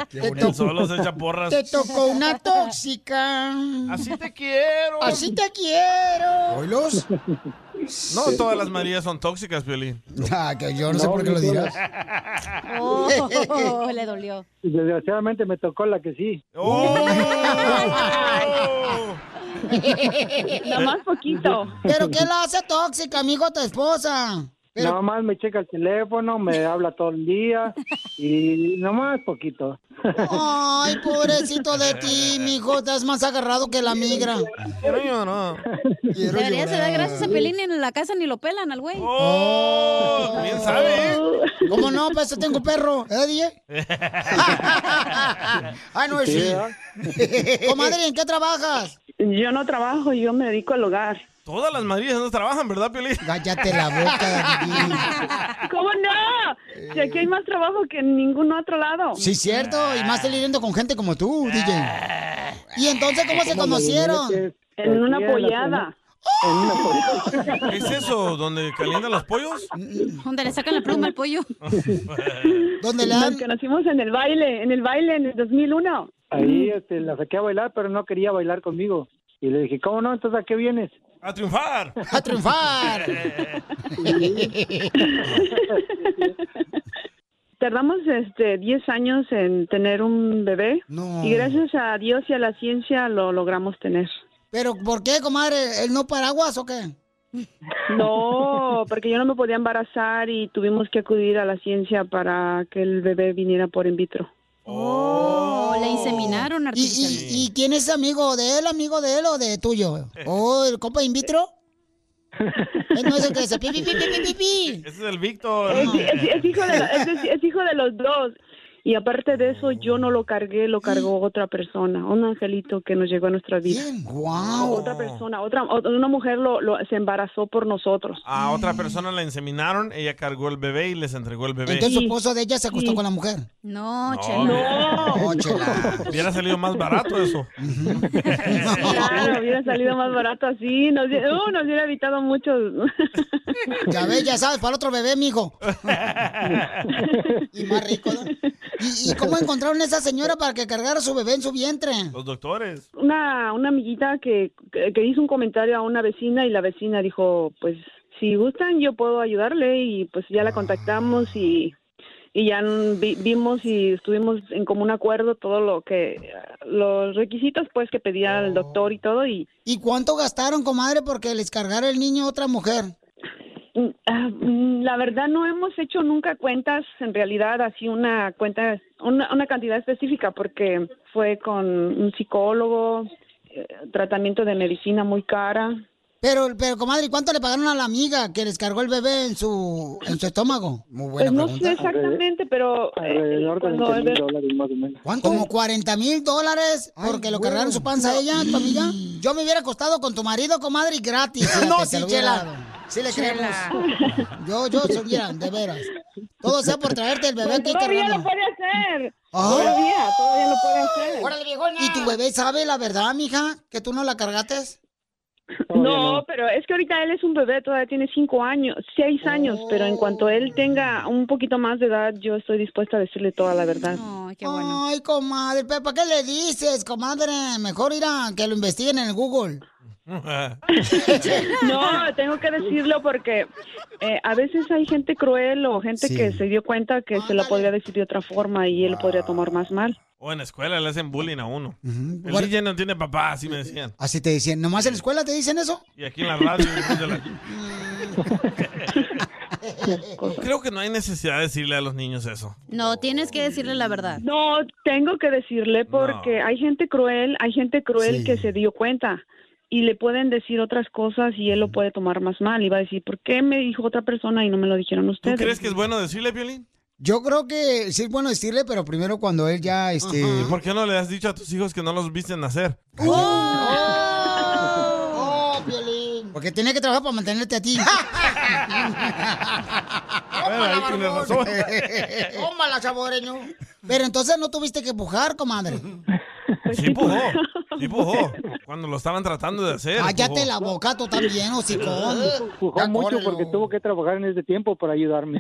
[SPEAKER 3] Qué bonito. Solo se echa porras.
[SPEAKER 2] Te tocó una tóxica. Así
[SPEAKER 3] te quiero.
[SPEAKER 2] Así te quiero.
[SPEAKER 3] ¿Oilos? No todas las Marías son tóxicas, Violín.
[SPEAKER 2] Ah, que yo no sé No, por qué lo ni dirás.
[SPEAKER 4] Oh, le dolió.
[SPEAKER 29] Y desgraciadamente me tocó la que sí.
[SPEAKER 4] Oh.
[SPEAKER 2] Nomás poquito. ¿Pero qué la hace tóxica, amigo, tu esposa? Pero-
[SPEAKER 22] Nada más me checa el teléfono, me habla todo el día y nada más poquito.
[SPEAKER 2] Ay, pobrecito de ti, mijo, estás más agarrado que la migra. Quiero llorar.
[SPEAKER 4] Debería se da gracias a Pelín y en la casa ni lo pelan al güey.
[SPEAKER 2] Oh,
[SPEAKER 3] bien sabe,
[SPEAKER 2] ¿Cómo no? Para eso tengo perro, ¿eh, DJ? Ay, no es
[SPEAKER 22] Sí,
[SPEAKER 2] sí. Comadre, ¿en qué trabajas?
[SPEAKER 23] Yo no trabajo, yo me dedico al hogar.
[SPEAKER 3] Todas las madrinas no trabajan, ¿verdad, Piolín?
[SPEAKER 2] Cállate la boca. Ah.
[SPEAKER 23] ¿Cómo no? Si aquí hay más trabajo que en ningún otro lado.
[SPEAKER 2] Eh. Sí, cierto, y más lidiando con gente como tú, DJ. ¿Y entonces cómo se conocieron?
[SPEAKER 23] En una pollada.
[SPEAKER 3] ¿Qué es eso? ¿Donde calientan los pollos?
[SPEAKER 23] Donde le sacan la pluma al pollo.
[SPEAKER 2] ¿Dónde
[SPEAKER 23] la Nos conocimos en el baile, en el baile en el 2001.
[SPEAKER 22] Ahí
[SPEAKER 23] Mm.
[SPEAKER 22] este, la saqué a bailar, pero no quería bailar conmigo. Y le dije, ¿cómo no? Entonces, ¿a qué vienes?
[SPEAKER 3] ¡A triunfar!
[SPEAKER 2] ¡A triunfar!
[SPEAKER 23] Tardamos este 10 años en tener un bebé y gracias a Dios y a la ciencia lo logramos tener.
[SPEAKER 2] ¿Pero por qué, comadre? ¿El no paraguas o qué?
[SPEAKER 23] No, porque yo no me podía embarazar y tuvimos que acudir a la ciencia para que el bebé viniera por in vitro.
[SPEAKER 4] O la inseminaron
[SPEAKER 2] Oh. ¿Y, y, y quién es amigo de él, amigo de él o de tuyo? ¿O el compa in vitro? Eh, No es el que se pi, pi, pi, pi, pi, pi.
[SPEAKER 3] Ese es el Víctor.
[SPEAKER 23] Es, es- es hijo de la- es- es- es hijo de los dos. Y aparte de eso, yo no lo cargué, lo cargó otra persona, un angelito que nos llegó a nuestra vida. Otra persona, otra, o- una mujer lo, lo- se embarazó por nosotros.
[SPEAKER 3] A
[SPEAKER 2] Mm.
[SPEAKER 3] otra persona la inseminaron, ella cargó el bebé y les entregó el bebé.
[SPEAKER 2] Entonces su esposo de ella se acostó
[SPEAKER 23] Sí.
[SPEAKER 2] con la mujer.
[SPEAKER 4] No,
[SPEAKER 3] Chela.
[SPEAKER 23] No.
[SPEAKER 2] No, Chela.
[SPEAKER 3] Hubiera salido más barato eso.
[SPEAKER 23] Claro, hubiera salido más barato así, nos, hubie- uh, nos hubiera evitado muchos.
[SPEAKER 2] Ya ves, ya sabes, para el otro bebé, mijo. Y más rico, ¿no? ¿Y, y cómo encontraron a esa señora para que cargara su bebé en su vientre?
[SPEAKER 3] Los doctores.
[SPEAKER 23] una, una amiguita que, que, que hizo un comentario a una vecina y la vecina dijo, pues si gustan yo puedo ayudarle y pues ya
[SPEAKER 2] Ah.
[SPEAKER 23] la contactamos y, y ya vi- vimos y estuvimos en común acuerdo todo lo que, los requisitos pues que pedía el doctor y todo y
[SPEAKER 2] Oh. ¿Y cuánto gastaron, comadre, porque les cargara el niño a otra mujer?
[SPEAKER 23] Ah, mm, La verdad no hemos hecho nunca cuentas, en realidad así una cuenta, una, una cantidad específica, porque fue con un psicólogo, eh, tratamiento de medicina muy cara.
[SPEAKER 2] Pero, pero, comadre, ¿y ¿cuánto le pagaron a la amiga que les cargó el bebé en su, en su estómago? Muy
[SPEAKER 23] Pues no sé exactamente, pero... eh, cuando el bebé-
[SPEAKER 2] ¿Cuánto? Como 40 mil dólares porque lo cargaron su panza a ella, tu amiga. Yo me hubiera acostado con tu marido, comadre, y gratis. fíjate,
[SPEAKER 15] No,
[SPEAKER 2] te
[SPEAKER 15] sí,
[SPEAKER 2] lo hubiera
[SPEAKER 15] Chela.
[SPEAKER 2] dado. Sí le
[SPEAKER 15] Chela.
[SPEAKER 2] creemos. Yo, yo, soy- mira, de veras. Todo sea por traerte el bebé
[SPEAKER 23] Pues
[SPEAKER 2] aquí
[SPEAKER 23] todavía
[SPEAKER 2] cargando.
[SPEAKER 23] lo puede hacer.
[SPEAKER 2] Ah.
[SPEAKER 23] Todavía, todavía lo puede hacer.
[SPEAKER 2] ¿Y tu bebé sabe la verdad, mija? ¿Que tú no la cargaste?
[SPEAKER 23] No, pero es que ahorita él es un bebé, todavía tiene cinco años, seis años, pero en cuanto él tenga un poquito más de edad, yo estoy dispuesta a decirle toda la verdad.
[SPEAKER 2] Ay, comadre, pero ¿para qué le dices, comadre? Mejor ir a que lo investiguen en el Google.
[SPEAKER 23] No, tengo que decirlo porque eh, a veces hay gente cruel o gente que se dio cuenta que se la podría decir de otra forma y él podría tomar más mal.
[SPEAKER 3] O en la escuela le hacen bullying a uno. El DJ no tiene papá, así me decían.
[SPEAKER 2] Así te decían, ¿nomás en la escuela te dicen eso?
[SPEAKER 3] Y aquí en la radio. hijos de la- Creo que no hay necesidad de decirle a los niños eso.
[SPEAKER 23] No, tienes que decirle la verdad. No, tengo que decirle porque hay gente cruel, hay gente cruel que se dio cuenta y le pueden decir otras cosas y él lo puede tomar más mal y va a decir, ¿por qué me dijo otra persona y no me lo dijeron
[SPEAKER 3] ¿Tú
[SPEAKER 23] ustedes?
[SPEAKER 3] crees que es bueno decirle, Violín?
[SPEAKER 2] Yo creo que sí es bueno decirle, pero primero cuando él ya, este...
[SPEAKER 3] ¿Y por qué no le has dicho a tus hijos que no los viste nacer?
[SPEAKER 2] ¡Oh! ¡Oh, Piolín! Porque tiene que trabajar para mantenerte a ti.
[SPEAKER 3] Bueno, ahí tienes razón.
[SPEAKER 2] ¡Tómala, Oh, saboreño! Pero entonces no tuviste que pujar, comadre.
[SPEAKER 3] Sí pujó, sí pujó. Cuando lo estaban tratando de hacer.
[SPEAKER 2] Cállate
[SPEAKER 3] pujó.
[SPEAKER 2] Ah, la boca, tú también, hocicón.
[SPEAKER 22] Pujó
[SPEAKER 2] Ya
[SPEAKER 22] mucho
[SPEAKER 2] córrelo.
[SPEAKER 22] porque tuvo que trabajar en ese tiempo para ayudarme.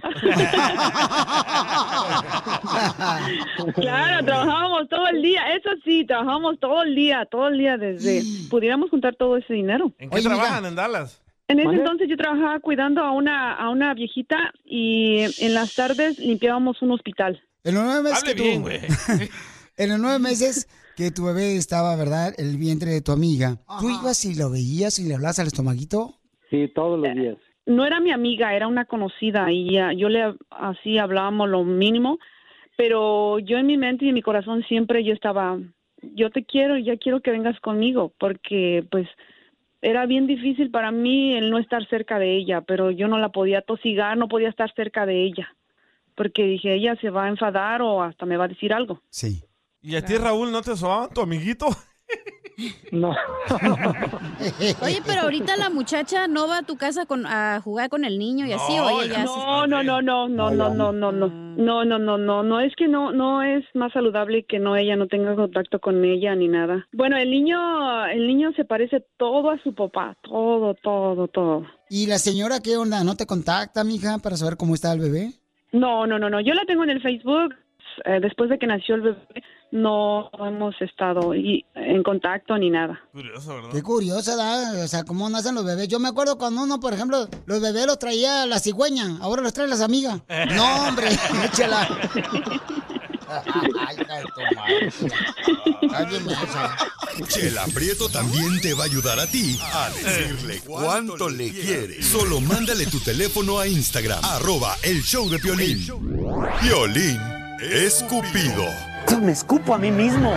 [SPEAKER 23] Claro, trabajábamos todo el día, eso sí, trabajábamos todo el día, todo el día desde... Pudiéramos juntar todo ese dinero.
[SPEAKER 3] ¿En qué trabajan en Dallas?
[SPEAKER 23] En ese
[SPEAKER 3] ¿Mande?
[SPEAKER 23] entonces yo trabajaba cuidando a una, a una viejita y en las tardes limpiábamos un hospital.
[SPEAKER 2] En los nueve meses
[SPEAKER 23] Hable
[SPEAKER 2] que
[SPEAKER 23] bien,
[SPEAKER 2] tú,
[SPEAKER 23] güey.
[SPEAKER 2] En los nueve meses que tu bebé estaba, ¿verdad? El vientre de tu amiga. ¿Tú ibas y lo veías y le hablabas al estomaguito? Eh,
[SPEAKER 22] Sí, todos los días.
[SPEAKER 23] no era mi amiga, era una conocida y ah, yo le así hablábamos lo mínimo, pero yo en mi mente y en mi corazón siempre yo estaba, yo te quiero y ya quiero que vengas conmigo, porque pues era bien difícil para mí el no estar cerca de ella, pero yo no la podía tosigar, no podía estar cerca de ella, porque dije, ella se va a enfadar o hasta me va a decir algo.
[SPEAKER 2] Sí.
[SPEAKER 3] ¿Y a ti, Raúl, no te sobaba tu amiguito?
[SPEAKER 22] No.
[SPEAKER 4] Oye, pero ahorita la muchacha no va a tu casa con, a jugar con el niño y así, o ella ya se-
[SPEAKER 23] No, no, no, no, no, no, no, no, no, no, no, no, no, no, es que no, no es más saludable que no ella no tenga contacto con ella ni nada. Bueno, el niño, el niño se parece todo a su papá, todo, todo, todo.
[SPEAKER 2] ¿Y la señora qué onda? ¿No te contacta, mija, para saber cómo está el bebé?
[SPEAKER 23] No, no, no, no, yo la tengo en el Facebook. eh, después de que nació el bebé, no hemos estado y- en contacto ni nada.
[SPEAKER 3] Curioso,
[SPEAKER 6] Ah.
[SPEAKER 3] ¿verdad?
[SPEAKER 2] Qué curiosa, ¿verdad? O sea, cómo nacen los bebés. Yo me acuerdo cuando uno, por ejemplo, los bebés los traía la cigüeña, ahora los trae las amigas. No, hombre, échala. Ay, hija de tu madre. Estás bien mensa.
[SPEAKER 7] Chela Prieto también te va a ayudar a ti a decirle Eh, cuánto le quieres. Solo mándale tu teléfono a Instagram, arroba el show de Piolín. Piolín Escupido.
[SPEAKER 2] me escupo a mí mismo.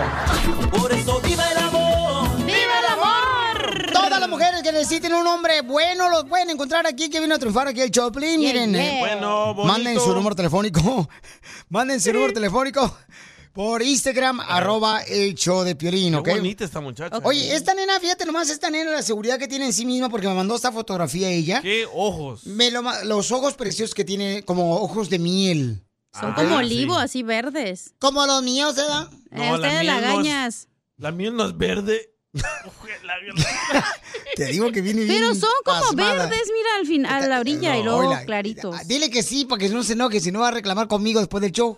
[SPEAKER 6] Por eso viva el amor.
[SPEAKER 2] ¡Viva el amor! Todas las mujeres que necesiten un hombre bueno los pueden encontrar aquí que vino a triunfar aquí el Choplin.
[SPEAKER 3] Yeah,
[SPEAKER 2] Miren,
[SPEAKER 3] yeah. Bueno, bonito.
[SPEAKER 2] manden su número telefónico. manden su número telefónico por Instagram, arroba el show de Piolín, ¿ok?
[SPEAKER 3] Qué bonita esta muchacha.
[SPEAKER 2] Oye, esta nena, fíjate nomás, esta nena, la seguridad que tiene en sí misma, porque me mandó esta fotografía ella.
[SPEAKER 3] Qué ojos.
[SPEAKER 2] Me lo ma- los ojos preciosos que tiene, como ojos de miel. Ah,
[SPEAKER 4] son como olivo, así verdes. Eh,
[SPEAKER 2] Como los míos, ¿eh, ¿verdad?
[SPEAKER 3] Ah, No, la
[SPEAKER 4] Ustedes
[SPEAKER 3] mía no es-
[SPEAKER 4] lagañas.
[SPEAKER 3] La miel no es verde.
[SPEAKER 2] Te digo que viene bien
[SPEAKER 4] Pero son como
[SPEAKER 2] pasmada.
[SPEAKER 4] verdes, mira, al fin, a la orilla y luego
[SPEAKER 2] Oila,
[SPEAKER 4] claritos.
[SPEAKER 2] ah, Dile que sí, para que no se enoje, si no va a reclamar conmigo después del show.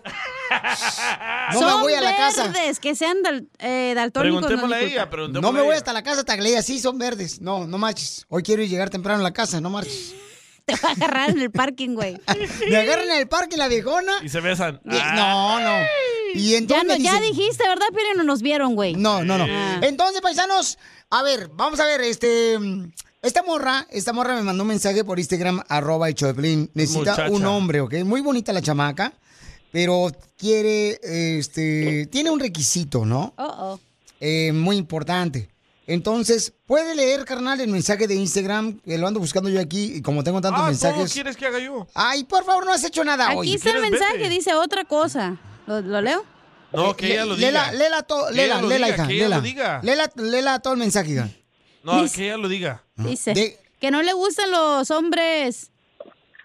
[SPEAKER 2] No
[SPEAKER 4] Son
[SPEAKER 2] me voy a la casa.
[SPEAKER 4] verdes, que sean dal- eh, daltónicos. no
[SPEAKER 3] Preguntémosle a
[SPEAKER 4] disculpa.
[SPEAKER 3] ella, preguntémosle
[SPEAKER 2] No me
[SPEAKER 3] a
[SPEAKER 2] voy
[SPEAKER 3] ella.
[SPEAKER 2] hasta la casa hasta que le diga, sí, son verdes. No, no marches. Hoy quiero llegar temprano a la casa, no marches.
[SPEAKER 4] Te va a agarrar en el parking, güey.
[SPEAKER 2] Me agarran en el parque la viejona.
[SPEAKER 3] Y se besan. Ah.
[SPEAKER 2] Y- No, no. Y
[SPEAKER 4] Ya,
[SPEAKER 2] entonces
[SPEAKER 4] no,
[SPEAKER 2] me
[SPEAKER 4] ya
[SPEAKER 2] dicen-
[SPEAKER 4] dijiste, ¿verdad? Pero no nos vieron, güey.
[SPEAKER 2] No, no, no. Entonces, paisanos, a ver, vamos a ver, este... mm, Esta morra, esta morra me mandó un mensaje por Instagram, arroba y Choplin. Necesita
[SPEAKER 3] Muchacha.
[SPEAKER 2] un hombre, ¿ok? Muy bonita la chamaca, pero quiere, este... Tiene un requisito, ¿no?
[SPEAKER 4] Oh, oh.
[SPEAKER 2] Eh, muy importante. Entonces, puede leer, carnal, el mensaje de Instagram, que lo ando buscando yo aquí, y como tengo tantos
[SPEAKER 3] Ah, ¿cómo
[SPEAKER 2] mensajes...
[SPEAKER 3] quieres que haga yo?
[SPEAKER 2] Ay, por favor, no has hecho nada hoy.
[SPEAKER 4] Aquí está el mensaje, dice otra cosa. ¿Lo, lo leo?
[SPEAKER 3] No, que ella lo diga.
[SPEAKER 2] Lela, lela, to-
[SPEAKER 3] Que
[SPEAKER 2] lela,
[SPEAKER 3] ella lo
[SPEAKER 2] lela,
[SPEAKER 3] diga,
[SPEAKER 2] hija,
[SPEAKER 3] que ella
[SPEAKER 2] lela.
[SPEAKER 3] lo diga.
[SPEAKER 2] Lela, lela todo el mensaje, hija.
[SPEAKER 3] No, que ella lo diga.
[SPEAKER 4] Dice
[SPEAKER 2] De-
[SPEAKER 4] que no le gustan los hombres.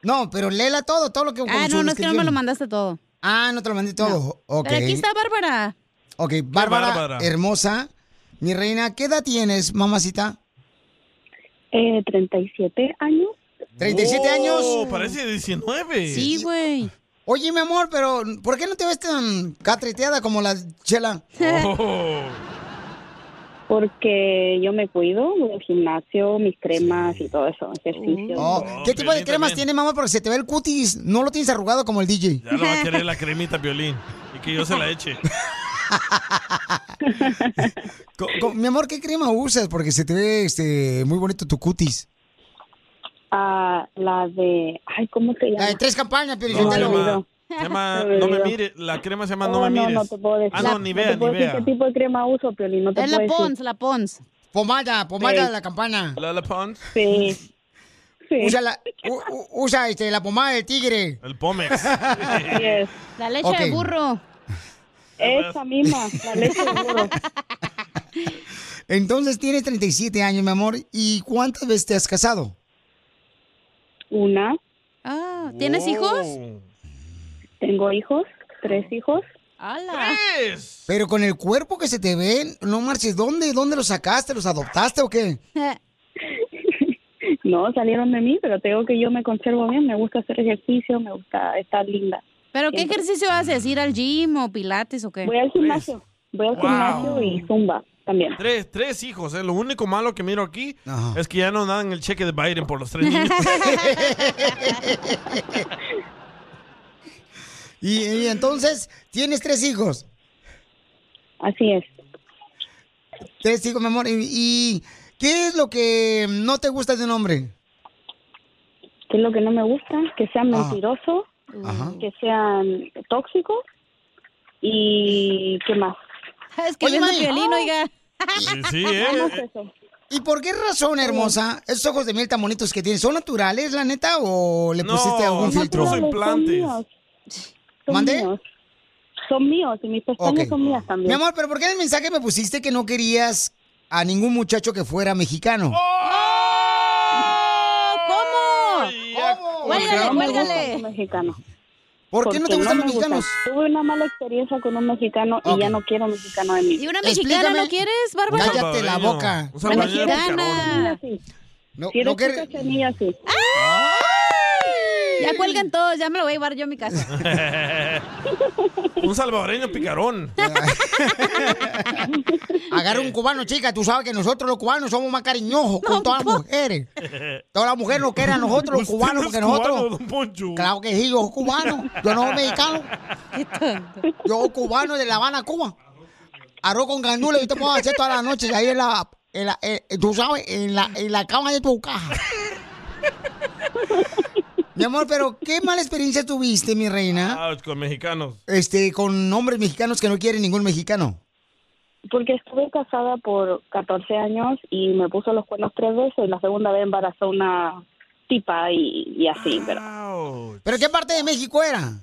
[SPEAKER 2] No, pero lela todo, todo lo que...
[SPEAKER 4] Ah,
[SPEAKER 2] con su
[SPEAKER 4] no, no es que no me
[SPEAKER 2] descripción.
[SPEAKER 4] lo mandaste todo.
[SPEAKER 2] Ah, no te lo mandé todo. Ok.
[SPEAKER 4] Pero aquí está Bárbara.
[SPEAKER 2] Ok, Bárbara,
[SPEAKER 3] bárbara.
[SPEAKER 2] hermosa. Mi reina, ¿qué edad tienes, mamacita?
[SPEAKER 24] Eh, 37 años.
[SPEAKER 2] 37
[SPEAKER 3] Oh,
[SPEAKER 2] años.
[SPEAKER 3] Parece de 19.
[SPEAKER 4] güey.
[SPEAKER 2] Oye, mi amor, pero ¿por qué no te ves tan catreteada como la chela?
[SPEAKER 3] Oh.
[SPEAKER 24] Porque yo me cuido, voy al gimnasio, mis cremas y todo eso, ejercicio.
[SPEAKER 2] Oh, ¿Qué tipo de cremas tiene, mamá? Porque se te ve el cutis. No lo tienes arrugado como el DJ.
[SPEAKER 3] Ya lo va a querer la cremita, Piolín. Y que yo se la eche.
[SPEAKER 2] Co- co- mi amor, ¿qué crema usas? Porque se te ve este, muy bonito tu cutis.
[SPEAKER 24] Ah, la de, ay, ¿cómo se llama?
[SPEAKER 2] La de tres campañas, pero
[SPEAKER 3] No, se llama, se llama No me mires. La crema se llama No me
[SPEAKER 24] no,
[SPEAKER 3] mires.
[SPEAKER 24] no te puedo decir.
[SPEAKER 3] Ah, no, ni
[SPEAKER 24] No te
[SPEAKER 3] vea,
[SPEAKER 24] puedo
[SPEAKER 3] ni
[SPEAKER 24] decir
[SPEAKER 3] vea.
[SPEAKER 24] qué tipo de crema uso, Piolín, no te
[SPEAKER 4] Es
[SPEAKER 24] puedo
[SPEAKER 4] la
[SPEAKER 24] decir.
[SPEAKER 4] Pons, la Pons.
[SPEAKER 2] Pomada, pomada
[SPEAKER 24] Sí.
[SPEAKER 2] la campana.
[SPEAKER 3] La La Pons.
[SPEAKER 24] Sí.
[SPEAKER 2] Usa, la, u- u- usa este, la pomada del tigre.
[SPEAKER 3] El Pomex.
[SPEAKER 4] La leche
[SPEAKER 2] Ok.
[SPEAKER 4] de burro.
[SPEAKER 24] Esa misma, la leche de burro.
[SPEAKER 2] Entonces tienes 37 años, mi amor. ¿Y cuántas veces te has casado?
[SPEAKER 24] Una.
[SPEAKER 4] Ah, ¿tienes
[SPEAKER 2] Oh.
[SPEAKER 4] hijos?
[SPEAKER 24] Tengo hijos, tres hijos.
[SPEAKER 4] ¡Hala!
[SPEAKER 2] Pero con el cuerpo que se te ve, no marches. ¿Dónde, dónde los sacaste? ¿Los adoptaste o qué?
[SPEAKER 4] Eh.
[SPEAKER 24] No, salieron de mí, pero te digo que yo me conservo bien, me gusta hacer ejercicio, me gusta estar linda.
[SPEAKER 4] ¿Pero qué ejercicio
[SPEAKER 2] mm.
[SPEAKER 4] haces? ¿Ir al gym o pilates o qué?
[SPEAKER 24] Voy al gimnasio,
[SPEAKER 2] Pues,
[SPEAKER 24] voy al
[SPEAKER 3] Wow.
[SPEAKER 24] gimnasio y zumba también.
[SPEAKER 3] Tres, tres hijos, ¿eh? Lo único malo que miro aquí es que ya no dan el cheque de Biden por los tres niños.
[SPEAKER 2] Y, y entonces, ¿tienes tres hijos?
[SPEAKER 24] Así es.
[SPEAKER 2] Tres hijos, mi amor. ¿Y, y qué es lo que no te gusta de un hombre?
[SPEAKER 24] que es lo que no me gusta, que
[SPEAKER 2] Ah.
[SPEAKER 24] sean mentirosos,
[SPEAKER 4] Mm.
[SPEAKER 24] que sean tóxicos y qué más.
[SPEAKER 4] Es que viendo Piolín, oiga.
[SPEAKER 3] Sí, ¿eh?
[SPEAKER 2] ¿Y por qué razón, hermosa, esos ojos de miel tan bonitos que tienes, son naturales, la neta, o le pusiste algún filtro?
[SPEAKER 24] Naturales, Son míos. Son
[SPEAKER 2] ¿Mande?
[SPEAKER 24] míos. Son míos y mis pestañas
[SPEAKER 2] Ok.
[SPEAKER 24] son mías también.
[SPEAKER 2] Mi amor, pero ¿por qué en el mensaje me pusiste que no querías a ningún muchacho que fuera mexicano?
[SPEAKER 4] ¿Cómo?
[SPEAKER 24] ¿Cómo?
[SPEAKER 2] Cuélgale, cuélgale.
[SPEAKER 24] Mexicano.
[SPEAKER 2] ¿Por qué no te gustan los
[SPEAKER 24] me gustan.
[SPEAKER 2] mexicanos?
[SPEAKER 24] Tuve una mala experiencia con un mexicano y ya no quiero mexicano de mí.
[SPEAKER 4] ¿Y una mexicana
[SPEAKER 24] Explícame.
[SPEAKER 4] no quieres, Bárbara?
[SPEAKER 2] Cállate la boca.
[SPEAKER 24] Una mexicana.
[SPEAKER 2] No,
[SPEAKER 24] Si eres
[SPEAKER 2] no quer-
[SPEAKER 24] chica, semilla, sí.
[SPEAKER 4] Ya cuelgan todos, ya me lo voy a llevar yo a mi casa.
[SPEAKER 3] Un salvadoreño picarón.
[SPEAKER 2] Agarra un cubano, chica. Tú sabes que nosotros los cubanos somos más cariñosos con todas las mujeres. Todas las mujeres nos quieren a nosotros, los
[SPEAKER 3] Usted
[SPEAKER 2] cubanos,
[SPEAKER 3] no es
[SPEAKER 2] porque nosotros.
[SPEAKER 3] cubano, don Poncho.
[SPEAKER 2] Claro que sí, yo soy cubano. Yo no soy mexicano. Yo soy cubano de La Habana, Cuba. Arroz con gandules, yo te puedo hacer todas las noches ahí en la. en la- eh, tú sabes, en la, en la cama de tu caja. Mi amor, pero qué mala experiencia tuviste, mi reina,
[SPEAKER 3] Ah, con mexicanos.
[SPEAKER 2] este, con hombres mexicanos que no quieren ningún mexicano.
[SPEAKER 24] Porque estuve casada por 14 años y me puso los cuernos tres veces. La segunda vez embarazó una tipa y, y así, pero...
[SPEAKER 2] ¿Pero qué parte de México era?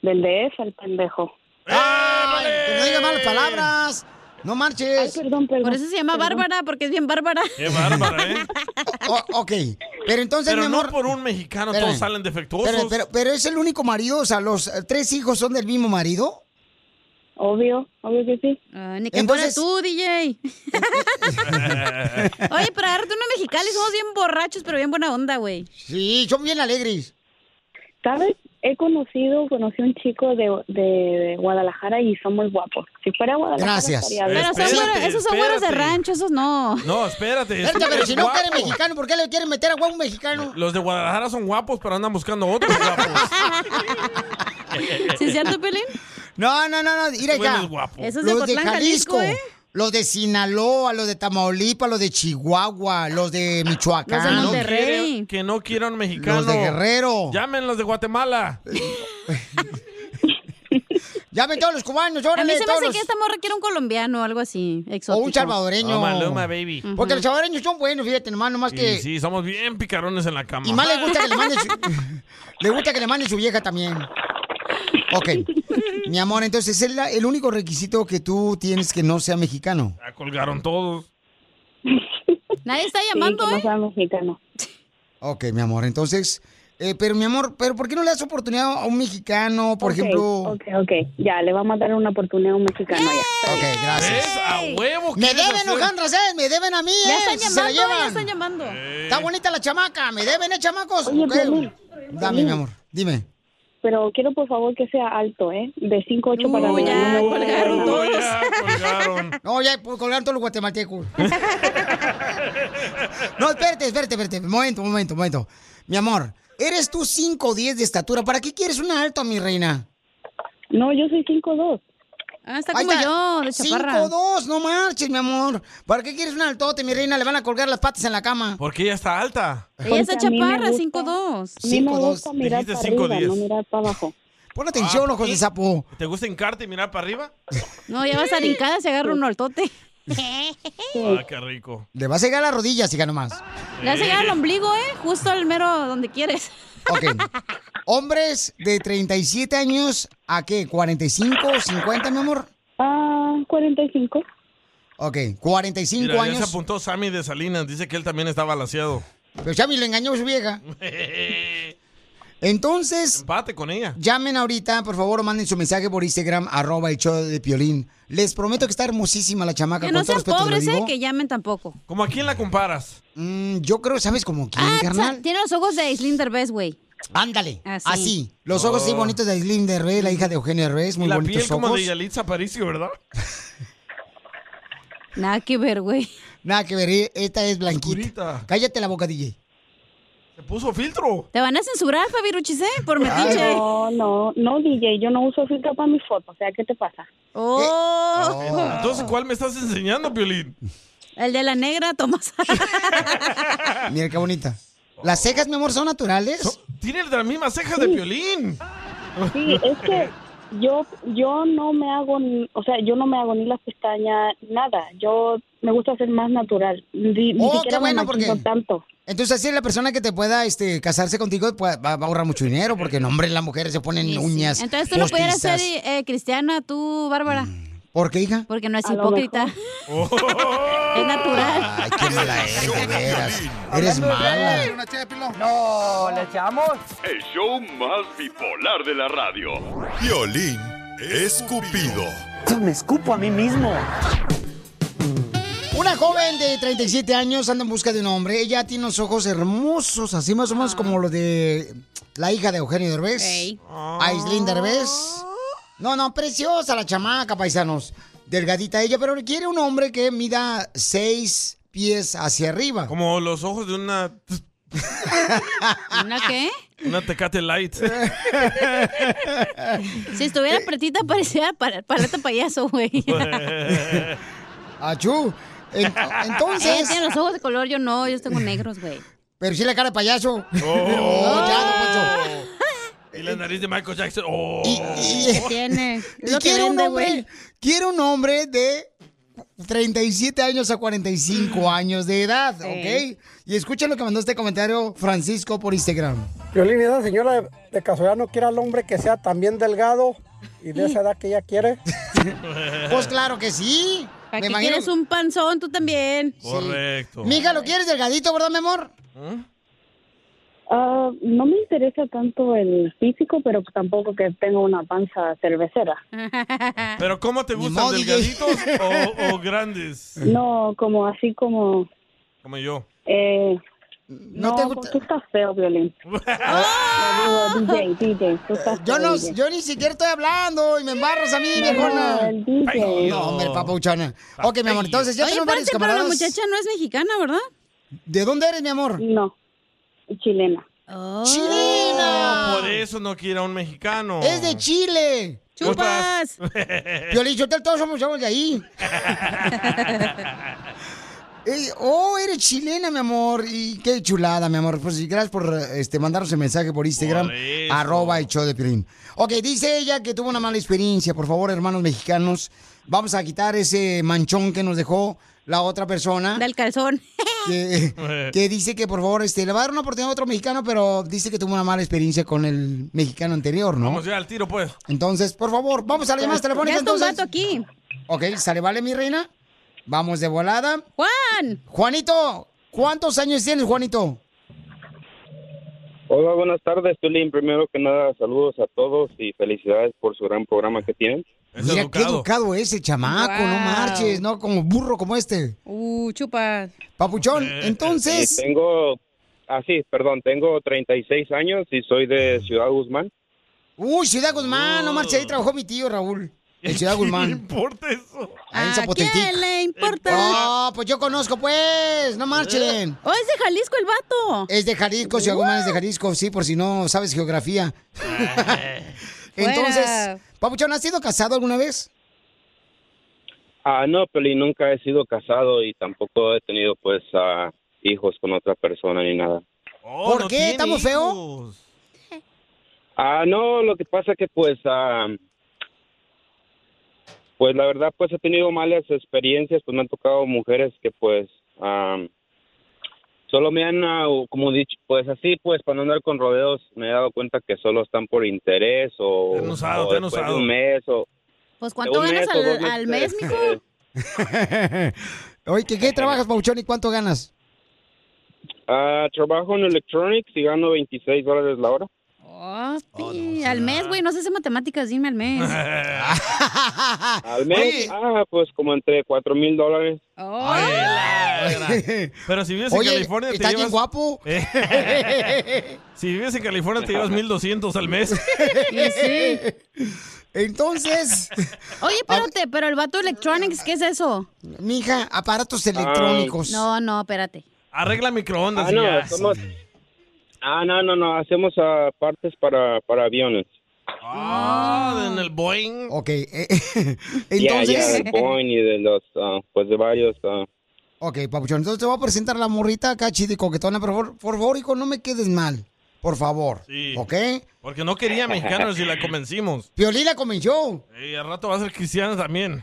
[SPEAKER 24] Del DF, el pendejo.
[SPEAKER 2] ¡Ay! que no digas malas palabras. No marches.
[SPEAKER 4] Por eso se llama Bárbara, porque es bien Bárbara.
[SPEAKER 3] Qué bárbara, ¿eh?
[SPEAKER 2] O- ok, pero entonces,
[SPEAKER 3] Pero
[SPEAKER 2] mi
[SPEAKER 3] no
[SPEAKER 2] amor...
[SPEAKER 3] por un mexicano todos
[SPEAKER 2] Espérame.
[SPEAKER 3] salen defectuosos.
[SPEAKER 2] Pero, pero, pero es el único marido, o sea, los eh, tres hijos son del mismo marido.
[SPEAKER 24] Obvio, obvio que sí.
[SPEAKER 4] Ah, ni que
[SPEAKER 2] Entonces-
[SPEAKER 4] fuera tú, DJ. Oye, para darte uno mexicali, somos bien borrachos, pero bien buena onda, güey.
[SPEAKER 2] Sí, son bien alegres.
[SPEAKER 24] ¿Sabes? He conocido, conocí a un chico de, de, de Guadalajara y son muy guapos. Si fuera Guadalajara,
[SPEAKER 3] Gracias.
[SPEAKER 24] estaría
[SPEAKER 4] Pero
[SPEAKER 24] bien.
[SPEAKER 4] son
[SPEAKER 3] Espérate,
[SPEAKER 4] güeros- esos son güeros de
[SPEAKER 3] espérate.
[SPEAKER 4] rancho, esos no.
[SPEAKER 3] No, espérate. es
[SPEAKER 2] Espérate,
[SPEAKER 3] que
[SPEAKER 2] pero
[SPEAKER 3] es
[SPEAKER 2] si no quieren
[SPEAKER 3] guapo.
[SPEAKER 2] mexicano, ¿por qué le quieren meter a huevo un mexicano?
[SPEAKER 3] Los de Guadalajara son guapos, pero andan buscando otros guapos.
[SPEAKER 4] ¿Sí es cierto, Pelín?
[SPEAKER 2] No, no, no, no, mira
[SPEAKER 3] Este güey no
[SPEAKER 2] acá.
[SPEAKER 3] es guapo.
[SPEAKER 4] Eso es de Ocotlán, Jalisco, ¿eh?
[SPEAKER 2] los de Sinaloa, los de Tamaulipas, los de Chihuahua, los de Michoacán.
[SPEAKER 3] Que Ah, no quiere- Que no quieran mexicanos.
[SPEAKER 2] Los de Guerrero.
[SPEAKER 3] Llamen los de Guatemala.
[SPEAKER 2] Llamen todos los cubanos,
[SPEAKER 4] A mí
[SPEAKER 2] llórale
[SPEAKER 4] se me
[SPEAKER 2] Pues todos
[SPEAKER 4] hace
[SPEAKER 2] los-
[SPEAKER 4] que esta morra quiere un colombiano o algo así,
[SPEAKER 2] O
[SPEAKER 4] exótico.
[SPEAKER 2] un salvadoreño.
[SPEAKER 3] Oh, Maluma, baby.
[SPEAKER 2] Porque los salvadoreños son buenos, fíjate, nomás, nomás que...
[SPEAKER 3] Y sí, somos bien picarones en la cama.
[SPEAKER 2] Y más le gusta que le mande su, le gusta que le mande su vieja también. Ok. Mi amor, entonces es la- el único requisito que tú tienes que no sea mexicano.
[SPEAKER 3] Ya colgaron todos.
[SPEAKER 4] Nadie está
[SPEAKER 24] llamando, ¿eh? mexicano.
[SPEAKER 2] Ok, mi amor, entonces. eh, pero mi amor, ¿pero por qué no le das oportunidad a un mexicano, por
[SPEAKER 24] Ok,
[SPEAKER 2] ejemplo?
[SPEAKER 24] Ok, ok, ya, le vamos a dar una oportunidad a un mexicano ya.
[SPEAKER 2] Ok, gracias.
[SPEAKER 3] A huevo.
[SPEAKER 2] Me
[SPEAKER 3] quieres
[SPEAKER 2] deben,
[SPEAKER 3] hacer-
[SPEAKER 2] Ojandras, eh, me deben a mí,
[SPEAKER 4] Ya
[SPEAKER 2] eh,
[SPEAKER 4] están
[SPEAKER 2] si se la
[SPEAKER 4] llamando,
[SPEAKER 2] llevan.
[SPEAKER 4] ya están llamando.
[SPEAKER 2] Está bonita la chamaca, me deben, eh, chamacos.
[SPEAKER 24] Oye,
[SPEAKER 2] Ok.
[SPEAKER 24] Piolín.
[SPEAKER 2] Dame, mi amor, dime.
[SPEAKER 24] Pero quiero por favor que sea alto, ¿eh? De 5'8 ocho para arriba. no me gusta que sea alto.
[SPEAKER 2] No, ya pues, colgaron todos los guatemaltecos. no, espérate, espérate, espérate. Momento, momento, momento. Mi amor, eres tú 5 o 10 de estatura. ¿Para qué quieres una alta, mi reina?
[SPEAKER 24] No, yo soy 5'2.
[SPEAKER 4] Ah, está como yo, de chaparra.
[SPEAKER 2] 5 2, no marches, mi amor. ¿Para qué quieres una altote, mi reina? Le van a colgar las patas en la cama.
[SPEAKER 3] Porque ella está alta.
[SPEAKER 4] Ella está
[SPEAKER 24] Porque a mí me
[SPEAKER 4] chaparra,
[SPEAKER 24] gusta-
[SPEAKER 4] 5'2".
[SPEAKER 24] A mí me gusta
[SPEAKER 3] 5'2".
[SPEAKER 24] mirar para
[SPEAKER 3] Dijiste
[SPEAKER 24] arriba,
[SPEAKER 3] 5'10".
[SPEAKER 24] no mirar para abajo.
[SPEAKER 2] Pon
[SPEAKER 4] Ah,
[SPEAKER 2] atención, ojos de sapo.
[SPEAKER 3] ¿Te gusta hincarte y mirar para arriba?
[SPEAKER 4] No, ya vas a brincada, se agarra un altote.
[SPEAKER 3] Ah, qué rico.
[SPEAKER 2] Le vas a llegar a las rodillas, hija, nomás.
[SPEAKER 4] Le vas a llegar al ombligo, ¿eh? Justo al mero donde quieres.
[SPEAKER 2] Ok. Hombres de 37 años a qué? ¿45, 50, mi amor?
[SPEAKER 24] Ah, 45.
[SPEAKER 2] Ok, 45
[SPEAKER 3] Mira, ya se
[SPEAKER 2] años.
[SPEAKER 3] apuntó Sammy de Salinas. Dice que él también está balaseado.
[SPEAKER 2] Pero Xavi le engañó a su vieja. Entonces.
[SPEAKER 3] Empate con ella.
[SPEAKER 2] Llamen ahorita, por favor, manden su mensaje por Instagram, arroba el show de Piolín. Les prometo que está hermosísima la chamaca.
[SPEAKER 4] Que
[SPEAKER 2] con
[SPEAKER 4] no
[SPEAKER 2] todo
[SPEAKER 4] sean
[SPEAKER 2] respeto, te lo
[SPEAKER 4] pobres, ¿eh?
[SPEAKER 2] digo.
[SPEAKER 4] Que llamen tampoco.
[SPEAKER 3] ¿Cómo a quién la comparas?
[SPEAKER 2] Mm, yo creo, ¿sabes como quién,
[SPEAKER 4] Ah,
[SPEAKER 2] carnal?
[SPEAKER 4] cha- tiene los ojos de Slinder Best, güey. Ah,
[SPEAKER 2] Ándale.
[SPEAKER 4] Así.
[SPEAKER 2] Así. Los ojos así
[SPEAKER 3] Oh.
[SPEAKER 2] bonitos de Aislinn de Rey, la hija de Eugenio Reyes, muy
[SPEAKER 3] la
[SPEAKER 2] bonitos
[SPEAKER 3] piel como
[SPEAKER 2] ojos.
[SPEAKER 3] de Yalitza Paricio, ¿verdad?
[SPEAKER 4] Nada que ver, güey.
[SPEAKER 2] Nada que ver, eh, esta es blanquita.
[SPEAKER 3] Oscurita.
[SPEAKER 2] Cállate la boca, DJ.
[SPEAKER 3] Oh, Se puso filtro.
[SPEAKER 4] Te van a censurar, Fabi Ruchise, por metiche.
[SPEAKER 24] No, no, no, DJ, yo no uso filtro para mis fotos, o sea, ¿qué te pasa?
[SPEAKER 4] Oh.
[SPEAKER 3] Entonces, ¿cuál me estás enseñando, Piolín?
[SPEAKER 4] El de la negra, Tomás.
[SPEAKER 2] Mira qué bonita. ¿Las cejas, mi amor, son naturales?
[SPEAKER 3] Tiene las mismas cejas de violín.
[SPEAKER 24] Sí, es que yo yo no me hago, ni- o sea, yo no me hago ni las pestañas, nada. Yo me gusta ser más natural. Ni, ni
[SPEAKER 2] Oh, qué
[SPEAKER 24] siquiera me
[SPEAKER 2] bueno, porque.
[SPEAKER 24] maquillo tanto.
[SPEAKER 2] Entonces, así la persona que te pueda este, casarse contigo pues, va, va a ahorrar mucho dinero, porque el hombre y la mujer se ponen uñas.
[SPEAKER 4] Entonces tú no pudieras ser
[SPEAKER 2] postizas.
[SPEAKER 4] eh, cristiana, tú, Bárbara,
[SPEAKER 2] Mm. ¿Por qué, hija?
[SPEAKER 4] porque no es
[SPEAKER 2] A lo
[SPEAKER 4] hipócrita. es natural.
[SPEAKER 2] Ay, qué mala eres, eh, de veras. Eres
[SPEAKER 13] Hablando de
[SPEAKER 2] mala.
[SPEAKER 13] Piolín, ¿una ché de pilón? No, ¿le echamos?
[SPEAKER 14] El show más bipolar de la radio.
[SPEAKER 7] Violín escupido.
[SPEAKER 2] me escupo a mí mismo. Una joven de 37 años anda en busca de un hombre. Ella tiene unos ojos hermosos, así más o menos como los de la hija de Eugenio Derbez. Aislinn Derbez. No, no, preciosa la chamaca, paisanos. Delgadita ella, pero quiere un hombre que mida 6 pies hacia arriba.
[SPEAKER 3] Como los ojos de una.
[SPEAKER 4] ¿Una qué?
[SPEAKER 3] Una tecate light.
[SPEAKER 4] Si estuviera pretita parecía para, paleta payaso, güey.
[SPEAKER 2] Achú. En- entonces-
[SPEAKER 4] Ella tiene los ojos de color, yo no, yo tengo negros, güey.
[SPEAKER 2] Pero sí la cara de payaso. Oh, ya, don Poncho.
[SPEAKER 3] y la nariz de Michael Jackson. Oh.
[SPEAKER 4] tiene?
[SPEAKER 2] Y quiere un hombre, quiere un hombre de 37 años a 45 años de edad,
[SPEAKER 5] Sí.
[SPEAKER 2] ¿ok? Y escuchen lo que mandó este comentario Francisco por Instagram.
[SPEAKER 5] Violín, esa señora de, de casualidad no quiere al hombre que sea también delgado y de esa edad que ella quiere.
[SPEAKER 2] Pues claro que sí.
[SPEAKER 4] ¿Para
[SPEAKER 2] Me
[SPEAKER 4] qué
[SPEAKER 2] imagino-
[SPEAKER 4] quieres un panzón tú también?
[SPEAKER 3] Correcto.
[SPEAKER 2] Mija, ¿lo quieres delgadito, verdad, mi amor?
[SPEAKER 24] Ah, no me interesa tanto el físico, pero tampoco que tenga una panza cervecera.
[SPEAKER 3] Pero ¿cómo te gustan? ¿Delgaditos o, o grandes?
[SPEAKER 24] No, como así como...
[SPEAKER 3] Como yo.
[SPEAKER 24] Eh, no, tú estás feo, Violín. Lo digo, DJ, DJ, tú estás
[SPEAKER 2] Yo
[SPEAKER 24] feo,
[SPEAKER 2] no,
[SPEAKER 24] DJ.
[SPEAKER 2] yo ni siquiera estoy hablando y me embarras a mí,
[SPEAKER 24] No,
[SPEAKER 2] viejona.
[SPEAKER 24] el DJ.
[SPEAKER 2] Ay, no, hombre,
[SPEAKER 4] Oh.
[SPEAKER 2] papuchona.
[SPEAKER 4] Ah.
[SPEAKER 2] Ok, mi amor, entonces ya
[SPEAKER 4] Oye,
[SPEAKER 2] tenemos varios
[SPEAKER 4] espérate, pero la
[SPEAKER 2] camaradas.
[SPEAKER 4] muchacha no es mexicana, ¿verdad?
[SPEAKER 2] ¿De dónde eres, mi amor?
[SPEAKER 24] No, chilena.
[SPEAKER 2] Oh. ¡Chilena!
[SPEAKER 3] Por eso no quiere a un mexicano.
[SPEAKER 2] ¡Es de Chile!
[SPEAKER 3] ¡Chupas!
[SPEAKER 2] Violín, yo todos somos chavos de ahí. Eh, oh, eres chilena, mi amor. Y qué chulada, mi amor. Pues y gracias por este, mandarnos el mensaje por Instagram.
[SPEAKER 3] Por eso.
[SPEAKER 2] arroba el show de Piolín. Ok, dice ella que tuvo una mala experiencia. Por favor, hermanos mexicanos, vamos a quitar ese manchón que nos dejó la otra persona.
[SPEAKER 4] Del calzón.
[SPEAKER 2] Que, que dice que por favor este, le va a dar una oportunidad a otro mexicano, pero dice que tuvo una mala experiencia con el mexicano anterior, ¿no?
[SPEAKER 3] Vamos ya al tiro, pues.
[SPEAKER 2] Entonces, por favor, vamos a la llamada telefónica
[SPEAKER 4] Pues, Ya está un
[SPEAKER 2] entonces.
[SPEAKER 4] vato aquí.
[SPEAKER 2] Ok, sale, vale, mi reina. Vamos de volada. Juan. Juanito, ¿cuántos años tienes, Juanito?
[SPEAKER 20] Hola, buenas tardes, Tulín. Primero que nada, saludos a todos y felicidades por su gran programa que tienen.
[SPEAKER 2] Mira qué educado ese chamaco, no
[SPEAKER 4] Wow.
[SPEAKER 2] marches, no como burro como este.
[SPEAKER 4] Uh, chupa.
[SPEAKER 2] Papuchón,
[SPEAKER 20] Y
[SPEAKER 2] entonces,
[SPEAKER 20] tengo, así, perdón, tengo 36 años y soy de Ciudad Guzmán.
[SPEAKER 2] uy, Ciudad Guzmán, no marches, ahí trabajó mi tío Raúl. En Ciudad Guzmán.
[SPEAKER 3] importa eso?
[SPEAKER 2] Ahí en Zapotetic.
[SPEAKER 4] le importa?
[SPEAKER 2] No, pues yo conozco, pues. No marchen.
[SPEAKER 4] Oh, es de Jalisco el vato.
[SPEAKER 2] Es de Jalisco, si Guzmán es de Jalisco, sí, por si no sabes geografía. Entonces,
[SPEAKER 20] Fuera.
[SPEAKER 2] Papuchón, ¿has sido casado alguna vez?
[SPEAKER 20] Ah, no, Tulín, nunca he sido casado y tampoco he tenido, pues, ah, hijos con otra persona ni nada.
[SPEAKER 2] ¿Por qué? ¿Estamos feos?
[SPEAKER 20] Ah, no, lo que pasa que, pues, ah, pues, la verdad, pues, he tenido malas experiencias, pues, me han tocado mujeres que, pues, ah, solo me han, ah, o como dicho, pues, así, pues, para no andar con rodeos, me he dado cuenta que solo están por interés o,
[SPEAKER 3] Te han usado,
[SPEAKER 20] o
[SPEAKER 3] te han
[SPEAKER 20] después de
[SPEAKER 3] usado.
[SPEAKER 20] un mes o...
[SPEAKER 4] Pues
[SPEAKER 20] de
[SPEAKER 4] ¿cuánto
[SPEAKER 20] un
[SPEAKER 4] ganas
[SPEAKER 20] mes o dos
[SPEAKER 4] al, al mes,
[SPEAKER 20] meses.
[SPEAKER 4] mijo?
[SPEAKER 2] Oye, ¿qué, qué trabajas, Papuchón, y cuánto ganas?
[SPEAKER 20] Ah, trabajo en electronics y gano 26 dólares la hora.
[SPEAKER 4] Oh, sí, al mes, güey, no sé hacer matemáticas, dime al mes.
[SPEAKER 20] Al mes, ah, pues, como entre 4 mil dólares.
[SPEAKER 3] Pero si vives
[SPEAKER 20] Oye,
[SPEAKER 3] en California, te
[SPEAKER 20] ¿estás bien
[SPEAKER 3] llevas...
[SPEAKER 2] guapo?
[SPEAKER 3] si vives en California, te llevas 1200 al mes.
[SPEAKER 2] Entonces.
[SPEAKER 4] Oye, espérate, pero el vato electronics, ¿qué es eso?
[SPEAKER 2] Mija, aparatos electrónicos.
[SPEAKER 4] No, no, espérate.
[SPEAKER 3] Arregla microondas
[SPEAKER 20] Ah,
[SPEAKER 3] y
[SPEAKER 20] no,
[SPEAKER 3] ya.
[SPEAKER 20] somos- Ah, no, no, no, hacemos ah, partes para, para aviones.
[SPEAKER 3] Ah, en el Boeing.
[SPEAKER 2] Ok. eh,
[SPEAKER 20] Ya,
[SPEAKER 2] Entonces-
[SPEAKER 20] ya, del Boeing y de los, ah, pues de varios ah,
[SPEAKER 2] Ok, papuchón. Entonces te voy a presentar la morrita acá, chida y coquetona. Pero por, por favor, hijo, no me quedes mal. Por favor.
[SPEAKER 3] Sí.
[SPEAKER 2] ¿Ok?
[SPEAKER 3] Porque no quería mexicanos y la convencimos.
[SPEAKER 2] Piolín la convenció.
[SPEAKER 3] Y al rato va a ser cristiana también.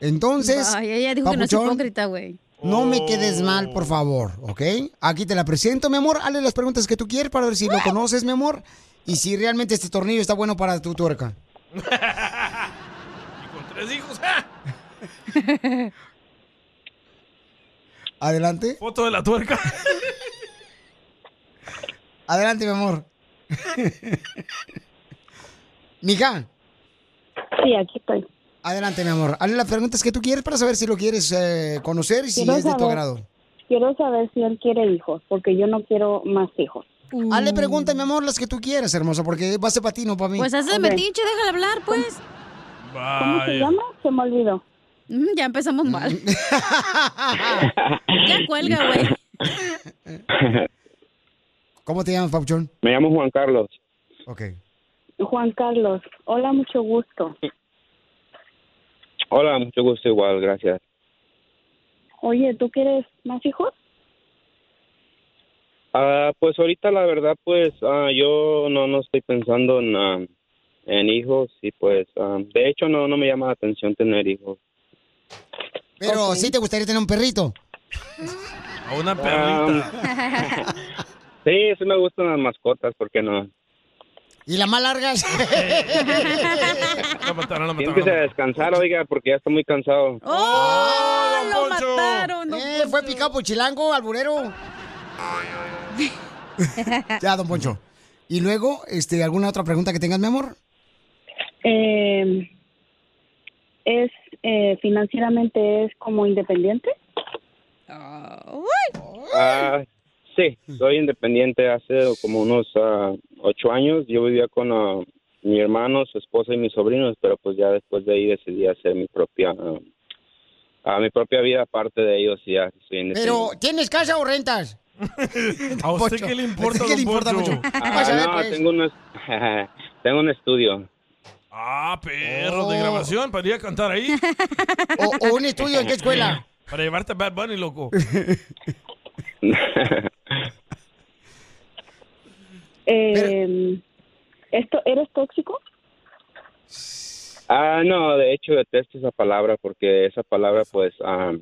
[SPEAKER 2] Entonces.
[SPEAKER 4] Ay, ella dijo que no es
[SPEAKER 2] papuchón,
[SPEAKER 4] hipócrita, güey.
[SPEAKER 2] No me quedes mal, por favor, ¿ok? Aquí te la presento, mi amor. Hazle las preguntas que tú quieres para ver si lo conoces, mi amor. Y si realmente este tornillo está bueno para tu tuerca.
[SPEAKER 3] Con tres hijos.
[SPEAKER 2] Adelante.
[SPEAKER 3] Foto de la tuerca.
[SPEAKER 2] Adelante, mi amor. Mija.
[SPEAKER 24] Sí, aquí estoy.
[SPEAKER 2] Adelante, mi amor. Hazle las preguntas que tú quieres para saber si lo quieres eh, conocer y si
[SPEAKER 24] Quiero
[SPEAKER 2] es de tu
[SPEAKER 24] saber.
[SPEAKER 2] agrado.
[SPEAKER 24] Quiero saber si él quiere hijos, porque yo no quiero más hijos.
[SPEAKER 2] Hazle preguntas, mi amor, las que tú quieras, hermosa, porque va a ser patino para mí.
[SPEAKER 4] Pues haces metiche, déjala hablar, pues.
[SPEAKER 24] ¿Cómo se llama? Se me olvidó.
[SPEAKER 4] Mm, ya empezamos mal. ya cuelga, güey.
[SPEAKER 2] ¿Cómo te llamas, Papuchón?
[SPEAKER 20] Me llamo Juan Carlos.
[SPEAKER 2] Ok.
[SPEAKER 24] Juan Carlos, hola, mucho gusto.
[SPEAKER 20] Hola, mucho gusto igual, gracias.
[SPEAKER 24] Oye, ¿tú quieres más hijos?
[SPEAKER 20] Ah, pues ahorita la verdad, pues ah, yo no, no estoy pensando en, ah, en hijos y pues ah, de hecho no, no me llama la atención tener hijos.
[SPEAKER 2] Pero sí te gustaría tener un perrito.
[SPEAKER 3] A una perrita.
[SPEAKER 20] Ah, Sí, sí me gustan las mascotas, ¿por qué no?
[SPEAKER 2] Y la más larga.
[SPEAKER 20] Tienen que descansar, oiga, porque ya estoy muy cansado.
[SPEAKER 2] ¡Oh! ¡Lo mataron! eh, fue picado por chilango, alburero. ya, don Poncho. Y luego, este, ¿alguna otra pregunta que tengas, mi amor?
[SPEAKER 24] Eh, ¿Es eh, financieramente es como independiente?
[SPEAKER 20] Ah, sí, soy independiente hace como unos ah, ocho años. Yo vivía con ah, mi hermano, su esposa y mis sobrinos, pero pues ya después de ahí decidí hacer mi propia ah, ah, mi propia vida aparte de ellos y ya soy
[SPEAKER 2] Pero,
[SPEAKER 20] independiente.
[SPEAKER 2] ¿tienes casa o rentas?
[SPEAKER 3] ¿A usted
[SPEAKER 2] Poncho.
[SPEAKER 3] qué le importa,
[SPEAKER 2] ¿A usted qué pues? le
[SPEAKER 3] don
[SPEAKER 2] importa
[SPEAKER 3] Poncho?
[SPEAKER 2] mucho?
[SPEAKER 20] Ah, no,
[SPEAKER 3] pues
[SPEAKER 20] tengo un es- tengo un estudio.
[SPEAKER 3] Ah, perro de grabación, para ir a cantar ahí.
[SPEAKER 2] Oh. O, un estudio en qué escuela?
[SPEAKER 3] Para llevarte a Bad Bunny, loco.
[SPEAKER 24] Eh, ¿esto, ¿Eres tóxico?
[SPEAKER 20] Ah, no, de hecho detesto esa palabra porque esa palabra pues ah,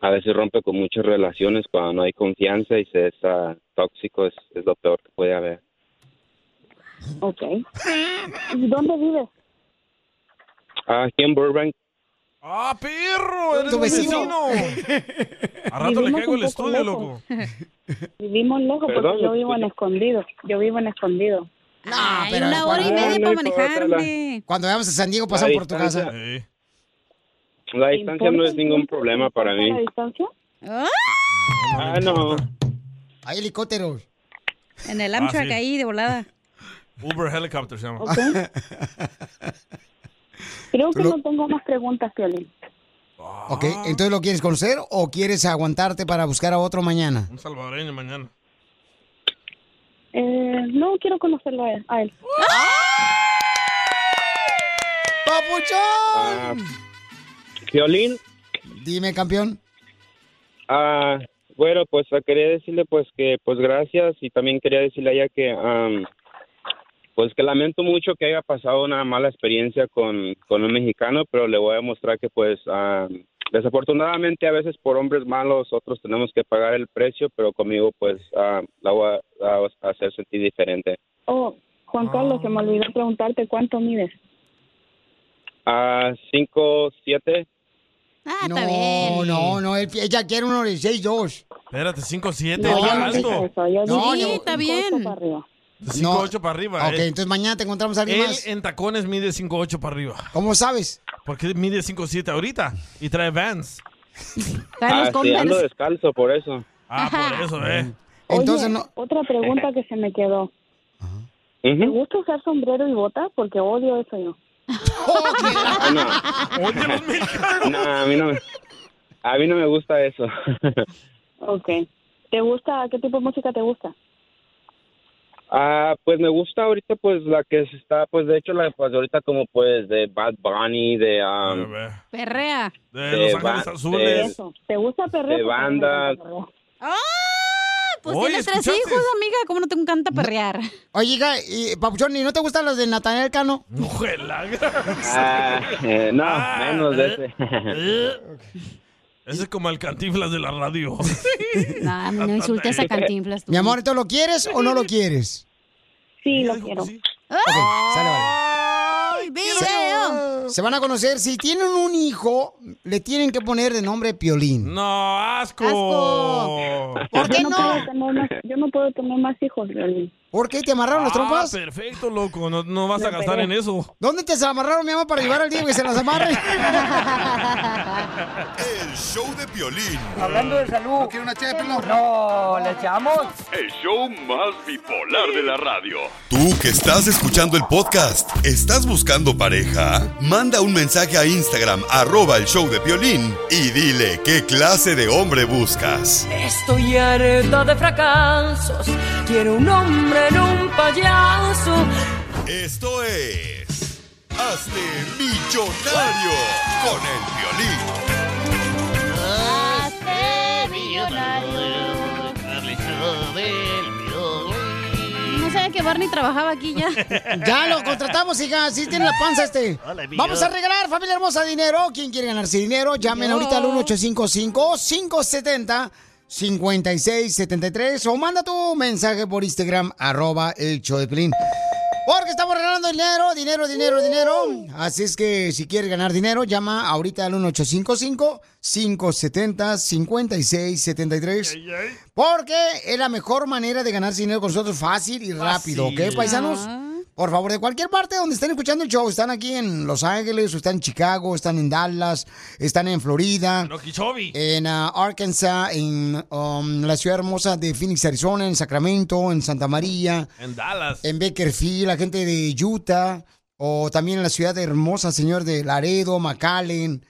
[SPEAKER 20] a veces rompe con muchas relaciones cuando no hay confianza y se es ah, tóxico, es, es lo peor que puede haber.
[SPEAKER 24] Ok. ¿Y ¿Dónde vives?
[SPEAKER 20] Ah, Aquí en Burbank,
[SPEAKER 3] ¡Ah, perro! ¡Eres
[SPEAKER 24] Tu
[SPEAKER 3] tu vecino! A rato
[SPEAKER 24] Vivimos
[SPEAKER 3] le caigo
[SPEAKER 24] un
[SPEAKER 3] el
[SPEAKER 24] poco
[SPEAKER 3] estudio,
[SPEAKER 24] lejos.
[SPEAKER 3] loco.
[SPEAKER 24] Vivimos lejos
[SPEAKER 20] Perdón,
[SPEAKER 24] porque yo
[SPEAKER 20] no
[SPEAKER 24] vivo en escondido. Yo vivo en escondido.
[SPEAKER 2] Ah, pero
[SPEAKER 4] una hora y
[SPEAKER 2] cuando-
[SPEAKER 4] media para manejar, hombre.
[SPEAKER 2] Cuando vayamos a San Diego, pasamos por tu
[SPEAKER 3] eh,
[SPEAKER 2] casa.
[SPEAKER 20] la distancia no es ningún problema para mí.
[SPEAKER 2] ¿La distancia?
[SPEAKER 20] Ah, no.
[SPEAKER 2] Hay helicópteros.
[SPEAKER 4] En el Amtrak
[SPEAKER 3] Ah, sí.
[SPEAKER 4] ahí, de volada.
[SPEAKER 3] Uber Helicopter se llama.
[SPEAKER 4] Ok.
[SPEAKER 24] Creo que
[SPEAKER 2] Lo-
[SPEAKER 24] no tengo más preguntas, Piolín.
[SPEAKER 2] Ok,
[SPEAKER 24] Ah.
[SPEAKER 2] entonces lo quieres conocer o quieres aguantarte para buscar a otro mañana?
[SPEAKER 3] Un salvadoreño mañana.
[SPEAKER 24] Eh, no, quiero conocerlo a él. A él.
[SPEAKER 2] ¿Ah? ¡Papuchón!
[SPEAKER 20] Ah, Violín,
[SPEAKER 2] Dime, campeón.
[SPEAKER 20] ah, bueno, pues ah, quería decirle pues que pues gracias y también quería decirle a ella que am, pues que lamento mucho que haya pasado una mala experiencia con, con un mexicano, pero le voy a demostrar que pues am, desafortunadamente a veces por hombres malos otros tenemos que pagar el precio, pero conmigo pues am, la voy a, la voy a hacer sentir diferente.
[SPEAKER 24] Oh, Juan Carlos, se me olvidó preguntarte cuánto mides.
[SPEAKER 20] Ah, cinco, siete.
[SPEAKER 2] no, no, no, él- ella quiere uno de 6'2".
[SPEAKER 3] Espérate, 5-7,
[SPEAKER 2] No, yo no
[SPEAKER 3] está
[SPEAKER 2] dije
[SPEAKER 3] alto.
[SPEAKER 2] eso, yo No, dije no. está
[SPEAKER 4] bien.
[SPEAKER 3] 5-8 para arriba. eh.
[SPEAKER 2] Ok, entonces mañana te encontramos a alguien
[SPEAKER 3] Él
[SPEAKER 2] más.
[SPEAKER 3] en tacones mide 5-8 para arriba.
[SPEAKER 2] ¿Cómo sabes?
[SPEAKER 3] Porque mide 5-7 ahorita y trae Vans.
[SPEAKER 24] Pues
[SPEAKER 20] Ah, sí, ando descalzo por eso.
[SPEAKER 3] Ah, por eso, eh.
[SPEAKER 24] Entonces, Otra pregunta que se me quedó. ¿Te gusta usar sombrero y bota? Porque odio eso yo.
[SPEAKER 20] Ah, no. No, a mí no me, a mí no me gusta eso.
[SPEAKER 24] Ok. ¿Te gusta? ¿Qué tipo de música te gusta?
[SPEAKER 20] Ah, pues me gusta ahorita pues la que se está, pues de hecho la pues ahorita como pues de Bad Bunny, de, um,
[SPEAKER 4] Perrea.
[SPEAKER 20] De Los Ángeles ba- Azules.
[SPEAKER 24] Eso. ¿Te gusta perreo?
[SPEAKER 20] de bandas.
[SPEAKER 4] ¡Ah! Pues
[SPEAKER 20] Oye,
[SPEAKER 4] tienes tres
[SPEAKER 20] ¿escuchaste?
[SPEAKER 4] hijos, amiga. ¿Cómo no te encanta perrear?
[SPEAKER 2] Oye, hija, y, Eh, Papuchón, ¿y no te gustan los de Natanael Cano?
[SPEAKER 20] Ah, eh, no, menos de ese.
[SPEAKER 3] Ese es como el cantinflas de la radio.
[SPEAKER 4] No, no
[SPEAKER 20] Ah,
[SPEAKER 4] insultes a Cantinflas. tú.
[SPEAKER 2] Mi amor, ¿tú lo quieres o no lo quieres?
[SPEAKER 24] Sí, lo quiero.
[SPEAKER 2] Ok, sale, vale.
[SPEAKER 4] ¡Video!
[SPEAKER 2] Se van a conocer. Si tienen un hijo, le tienen que poner de nombre Piolín.
[SPEAKER 3] No, asco.
[SPEAKER 2] ¿Por qué
[SPEAKER 24] yo
[SPEAKER 2] no?
[SPEAKER 24] puedo tener más- yo no puedo tener más hijos, Piolín.
[SPEAKER 2] ¿Por qué te amarraron las
[SPEAKER 3] Ah,
[SPEAKER 2] trompas?
[SPEAKER 3] perfecto, loco. No, no vas a
[SPEAKER 2] Me
[SPEAKER 3] gastar
[SPEAKER 2] operé.
[SPEAKER 3] en eso.
[SPEAKER 2] ¿Dónde te amarraron, mi amor, para llevar al día que se las amarre?
[SPEAKER 7] El show de Piolín.
[SPEAKER 13] Hablando de salud. ¿No quiere una ché de pilón? No, ¿le echamos?
[SPEAKER 14] El show más bipolar de la radio.
[SPEAKER 7] Tú que estás escuchando el podcast, ¿estás buscando pareja? Manda un mensaje a Instagram, arroba el show de Piolín, y dile qué clase de hombre buscas.
[SPEAKER 15] Estoy harta de fracasos. Quiero un hombre en un payaso.
[SPEAKER 7] Esto es... Hazte millonario con el Piolín.
[SPEAKER 4] No sabía que Barney trabajaba aquí ya.
[SPEAKER 2] Ya lo contratamos, hija. Sí tiene la panza este.
[SPEAKER 4] Hola, mi
[SPEAKER 2] Vamos a
[SPEAKER 4] Dios.
[SPEAKER 2] regalar, familia hermosa, dinero. ¿Quién quiere ganarse dinero? Llamen
[SPEAKER 4] Yo.
[SPEAKER 2] ahorita al 1855-570-5673 o manda tu mensaje por Instagram, arroba el show de Piolín. Porque estamos regalando dinero, dinero, dinero, dinero. Así es que si quieres ganar dinero, llama ahorita al 1855-570-5673. Porque es la mejor manera de ganar dinero con nosotros fácil y rápido,
[SPEAKER 3] Fácil.
[SPEAKER 2] ¿ok, paisanos? Por favor, de cualquier parte donde estén escuchando el show, están aquí en Los Ángeles, o están en Chicago, están en Dallas, están en Florida,
[SPEAKER 3] Nokichobi.
[SPEAKER 2] en ah, Arkansas, en um, la ciudad hermosa de Phoenix, Arizona, en Sacramento, en Santa María,
[SPEAKER 3] En Dallas.
[SPEAKER 2] en Bakersfield, la gente de Utah, o también en la ciudad hermosa, señor, de Laredo, McAllen.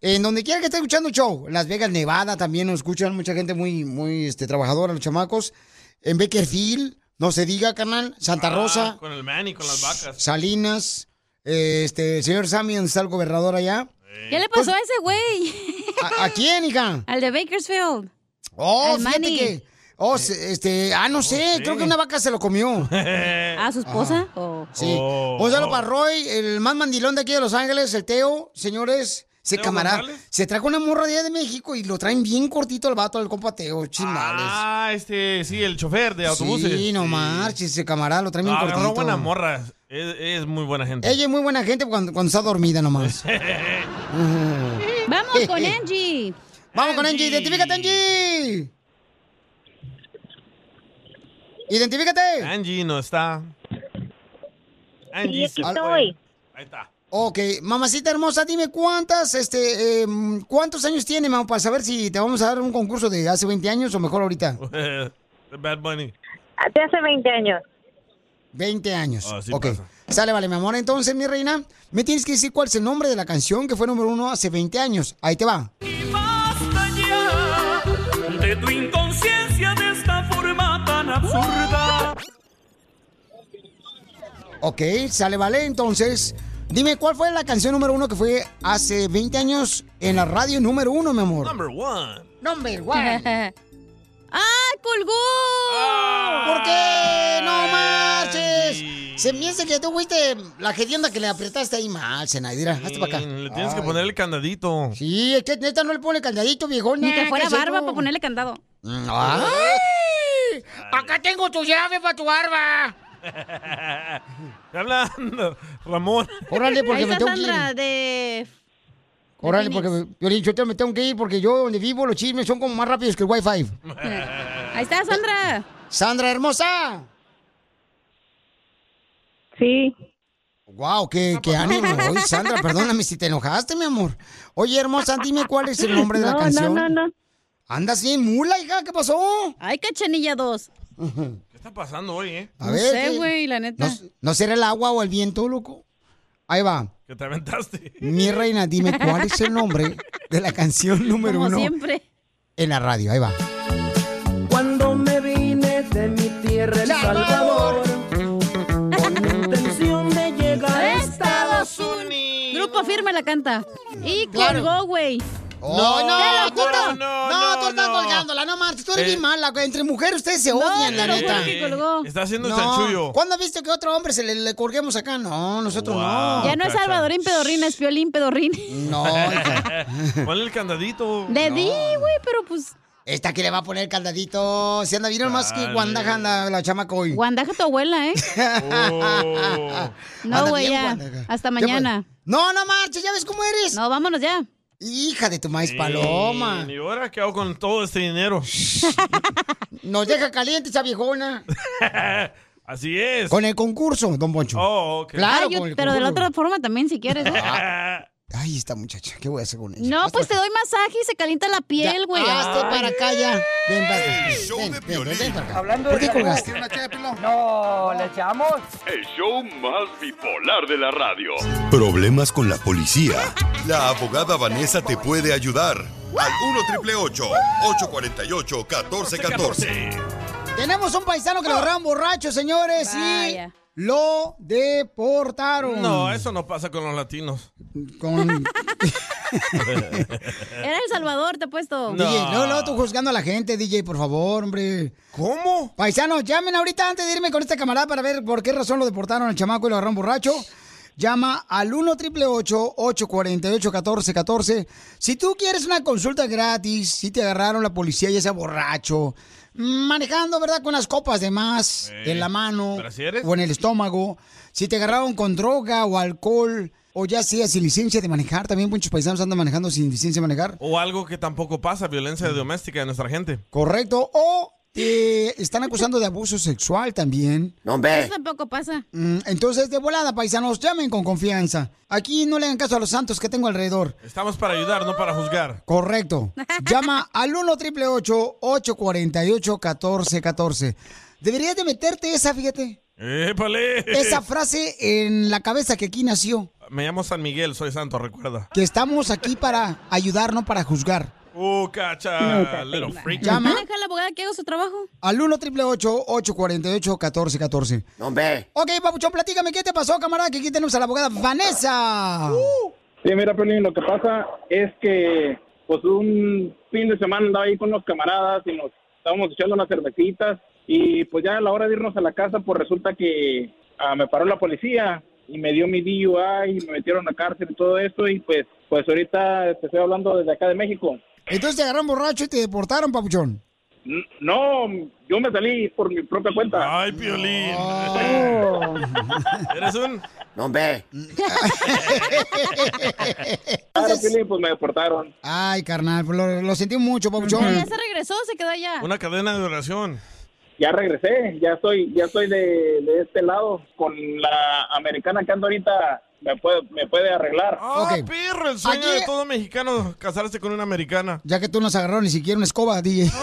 [SPEAKER 2] En donde quiera que esté escuchando el show, en Las Vegas, Nevada, también nos escuchan mucha gente muy, muy este, trabajadora, los chamacos. En Bakersfield, no se diga, canal, Santa Rosa.
[SPEAKER 3] Ah, con el Manny, con las vacas.
[SPEAKER 2] Salinas, eh, este, el señor Sammy, donde está el gobernador allá. Pues,
[SPEAKER 4] ¿Qué le pasó a ese güey?
[SPEAKER 2] ¿A, a quién, hija?
[SPEAKER 4] Al de Bakersfield.
[SPEAKER 2] Oh,
[SPEAKER 4] Al
[SPEAKER 2] fíjate
[SPEAKER 4] Manny.
[SPEAKER 2] que. Oh, se- este, ah, no sé, creo que una vaca se lo comió.
[SPEAKER 4] ¿A su esposa? O-
[SPEAKER 2] Sí.
[SPEAKER 4] Oh.
[SPEAKER 2] Un saludo para Roy, el más mandilón de aquí de Los Ángeles, el Teo, señores. Se
[SPEAKER 4] ¿Teo
[SPEAKER 2] camarada.
[SPEAKER 4] González?
[SPEAKER 2] Se trajo una morra de allá de México y lo traen bien cortito al vato del compa Teo, chimales.
[SPEAKER 3] Ah, este, sí, el chofer de autobuses.
[SPEAKER 2] sí, no marches, ese camarada lo traen bien
[SPEAKER 3] Ah,
[SPEAKER 2] cortito.
[SPEAKER 3] agarró buena morra. Es, es muy buena gente.
[SPEAKER 2] Ella es muy buena gente cuando, cuando está dormida nomás.
[SPEAKER 4] Vamos con Angie.
[SPEAKER 2] Vamos con Angie, identifícate Angie. Identifícate.
[SPEAKER 3] Angie no está. Angie se fue. Ahí está.
[SPEAKER 2] Ok, mamacita hermosa, dime cuántas, este, eh, cuántos años tiene, mamá, para saber si te vamos a dar un concurso de hace 20 años o mejor ahorita.
[SPEAKER 3] The Bad Bunny.
[SPEAKER 2] De hace 20 años. 20 años.
[SPEAKER 3] Ah, sí
[SPEAKER 2] ok.
[SPEAKER 3] pasa.
[SPEAKER 2] Sale, vale, mi amor. Entonces, mi reina, me tienes que decir cuál es el nombre de la canción que fue número uno hace 20 años. Ahí te va.
[SPEAKER 15] Basta ya de tu inconsciencia de esta forma tan absurda.
[SPEAKER 2] Ok, sale, vale. Entonces, dime cuál fue la canción número uno que fue hace 20 años en la radio número uno, mi amor.
[SPEAKER 3] Number one.
[SPEAKER 2] Number one.
[SPEAKER 4] ¡Ah, colgó!
[SPEAKER 15] Ah.
[SPEAKER 2] ¿Por qué? ¡No marches! Se me hace que tú fuiste la gedienda que le apretaste ahí mal, Zenaidira. Hazte para acá.
[SPEAKER 3] Le tienes que
[SPEAKER 2] Ay.
[SPEAKER 3] poner el candadito.
[SPEAKER 2] Sí, es que neta no le pone candadito, viejona.
[SPEAKER 4] Ni que fuera
[SPEAKER 2] ¿qué es
[SPEAKER 4] barba
[SPEAKER 2] eso?
[SPEAKER 4] para ponerle candado.
[SPEAKER 2] Mm, ah. ¡Ay! Acá tengo tu llave para tu barba.
[SPEAKER 3] Te Hablando, Ramón.
[SPEAKER 2] Órale, porque
[SPEAKER 4] Ahí
[SPEAKER 2] me
[SPEAKER 4] está
[SPEAKER 2] tengo que ir.
[SPEAKER 4] Sandra de...
[SPEAKER 2] Órale, porque Piolín, yo te- me tengo que ir porque yo donde vivo los chismes son como más rápidos que el wifi.
[SPEAKER 33] Eh.
[SPEAKER 4] Ahí está Sandra.
[SPEAKER 2] Sandra hermosa.
[SPEAKER 23] Sí.
[SPEAKER 2] Wow, qué, qué ánimo. Oye, Sandra, perdóname si te enojaste, mi amor. Oye, hermosa, dime cuál es el nombre de la
[SPEAKER 4] No, no,
[SPEAKER 2] canción.
[SPEAKER 4] no, no.
[SPEAKER 2] Andas bien mula, hija, ¿qué pasó?
[SPEAKER 4] Ay, cachanilla 2.
[SPEAKER 3] ¿Qué está pasando hoy, eh?
[SPEAKER 2] A
[SPEAKER 4] No
[SPEAKER 2] ver.
[SPEAKER 4] sé,
[SPEAKER 2] ¿qué-
[SPEAKER 4] güey, la neta.
[SPEAKER 2] no, no será el agua o el viento, loco? Ahí va.
[SPEAKER 3] Que te aventaste.
[SPEAKER 2] Mi reina, dime cuál es el nombre de la canción número
[SPEAKER 4] Como
[SPEAKER 2] uno
[SPEAKER 4] siempre.
[SPEAKER 2] en la radio. Ahí va.
[SPEAKER 15] Cuando me vine de mi tierra, El Salvador,
[SPEAKER 4] canta. Y
[SPEAKER 2] Claro.
[SPEAKER 4] colgó, güey.
[SPEAKER 2] No, no,
[SPEAKER 4] Te lo
[SPEAKER 2] tú
[SPEAKER 4] juro.
[SPEAKER 2] estás- no, tú estás colgándola, no marches, tú eres
[SPEAKER 3] Eh.
[SPEAKER 2] bien mala, güey, entre mujeres ustedes se odian, la
[SPEAKER 3] te lo juro
[SPEAKER 2] neta.
[SPEAKER 3] que colgó. Está haciendo chanchullo.
[SPEAKER 2] ¿Cuándo has visto que otro hombre se le, le colguemos acá? No, nosotros no.
[SPEAKER 3] Wow,
[SPEAKER 4] Ya no es
[SPEAKER 3] Cacha.
[SPEAKER 4] Salvadorín Pedorrín, es Piolín Pedorrín.
[SPEAKER 2] No.
[SPEAKER 3] Ponle el candadito.
[SPEAKER 4] Le di, güey, pero pues...
[SPEAKER 2] Esta que le va a poner candadito. Si anda bien más que
[SPEAKER 4] Dale.
[SPEAKER 2] guandaja anda la chamaca hoy.
[SPEAKER 4] Guandaja tu abuela, ¿eh? No,
[SPEAKER 2] Anda
[SPEAKER 4] güey,
[SPEAKER 2] bien
[SPEAKER 4] ya.
[SPEAKER 2] guandaja.
[SPEAKER 4] Hasta
[SPEAKER 2] Ya,
[SPEAKER 4] mañana.
[SPEAKER 2] pues. No, no marches, ya ves cómo eres.
[SPEAKER 4] No, vámonos ya.
[SPEAKER 2] Hija de tu maíz
[SPEAKER 3] Sí,
[SPEAKER 2] paloma.
[SPEAKER 3] ¿Y ahora qué hago con todo este dinero?
[SPEAKER 4] Pues
[SPEAKER 2] Nos deja caliente esa viejona.
[SPEAKER 3] Así es.
[SPEAKER 2] Con el concurso, don Poncho.
[SPEAKER 3] Oh, ok. Ah.
[SPEAKER 2] Claro,
[SPEAKER 4] Ah, yo-
[SPEAKER 2] con el
[SPEAKER 4] pero de la
[SPEAKER 2] concurso.
[SPEAKER 4] otra forma también, si quieres. ¿eh?
[SPEAKER 2] Ahí está, muchacha. ¿Qué voy a hacer con ella?
[SPEAKER 4] No, pues te doy masaje y se calienta la piel, güey.
[SPEAKER 2] hazte para acá ya. Ven,
[SPEAKER 13] Hablando
[SPEAKER 2] ¿Por
[SPEAKER 13] de
[SPEAKER 2] qué
[SPEAKER 13] la
[SPEAKER 2] colgaste?
[SPEAKER 13] ¿quiere una ché de pilón? No, ¿le echamos?
[SPEAKER 14] El show más bipolar de la radio.
[SPEAKER 7] Problemas con la policía. La abogada Vanessa te puede ayudar. Al 1 888 848 1414.
[SPEAKER 2] Tenemos un paisano que lo agarraron borracho, señores, y lo deportaron.
[SPEAKER 3] No, eso no pasa con los latinos.
[SPEAKER 2] Mm. Con...
[SPEAKER 4] Era El Salvador, te he puesto.
[SPEAKER 2] DJ, no, no, tú juzgando a la gente, DJ, por favor, hombre.
[SPEAKER 3] ¿Cómo?
[SPEAKER 2] Paisano, llamen ahorita antes de irme con este camarada para ver por qué razón lo deportaron al chamaco y lo agarraron borracho. Llama al 1 848 1414 Si tú quieres una consulta gratis, si te agarraron la policía ya sea borracho, manejando, ¿verdad? Con las copas de más
[SPEAKER 3] Eh,
[SPEAKER 2] en la mano
[SPEAKER 3] ¿brasieres?
[SPEAKER 2] o en el estómago, si te agarraron con droga o alcohol, o ya sea sin licencia de manejar, también muchos paisanos andan manejando sin licencia de manejar.
[SPEAKER 3] O algo que tampoco pasa, violencia doméstica de nuestra gente.
[SPEAKER 2] Correcto. O te están acusando de abuso sexual también. No,
[SPEAKER 4] Eso tampoco pasa.
[SPEAKER 2] Entonces, de volada, paisanos, llamen con confianza. Aquí no le hagan caso a los santos que tengo alrededor.
[SPEAKER 3] Estamos para ayudar, no para juzgar.
[SPEAKER 2] Correcto. Llama al 1 848 1414 Deberías de meterte esa, fíjate.
[SPEAKER 3] ¡Épale!
[SPEAKER 2] Esa frase en la cabeza que aquí nació.
[SPEAKER 3] Me llamo San Miguel, soy santo, recuerda.
[SPEAKER 2] Que estamos aquí para ayudar, no para juzgar.
[SPEAKER 3] Uh, cacha, little freak.
[SPEAKER 2] Llama.
[SPEAKER 4] Deja a la abogada que haga su trabajo.
[SPEAKER 2] Al 1 848 1414
[SPEAKER 25] Hombre.
[SPEAKER 2] Ok, papuchón, platícame, ¿qué te pasó, camarada? Que aquí tenemos a la abogada Vanessa.
[SPEAKER 25] Sí, mira, Pelín, lo que pasa es que pues un fin de semana andaba ahí con los camaradas y nos estábamos echando unas cervecitas y pues ya a la hora de irnos a la casa pues resulta que ah, me paró la policía y me dio mi DUI y me metieron a cárcel y todo esto y pues pues ahorita te estoy hablando desde acá de México.
[SPEAKER 2] Entonces te agarraron borracho y te deportaron, papuchón.
[SPEAKER 25] N- No, yo me salí por mi propia cuenta.
[SPEAKER 3] Ay, Piolín.
[SPEAKER 25] Eres un... No, ve. Claro, Piolín, pues me deportaron.
[SPEAKER 2] Ay, carnal, pues lo, lo sentí mucho, papuchón.
[SPEAKER 4] Ya se regresó, se quedó allá.
[SPEAKER 3] Una cadena de oración.
[SPEAKER 25] Ya regresé, ya estoy, ya estoy de, de este lado. Con la americana que ando ahorita me puede, me puede arreglar.
[SPEAKER 3] ¡Ah, perro! El sueño de todo mexicano, casarse con una americana.
[SPEAKER 2] Ya que tú nos agarraron ni siquiera una escoba, DJ.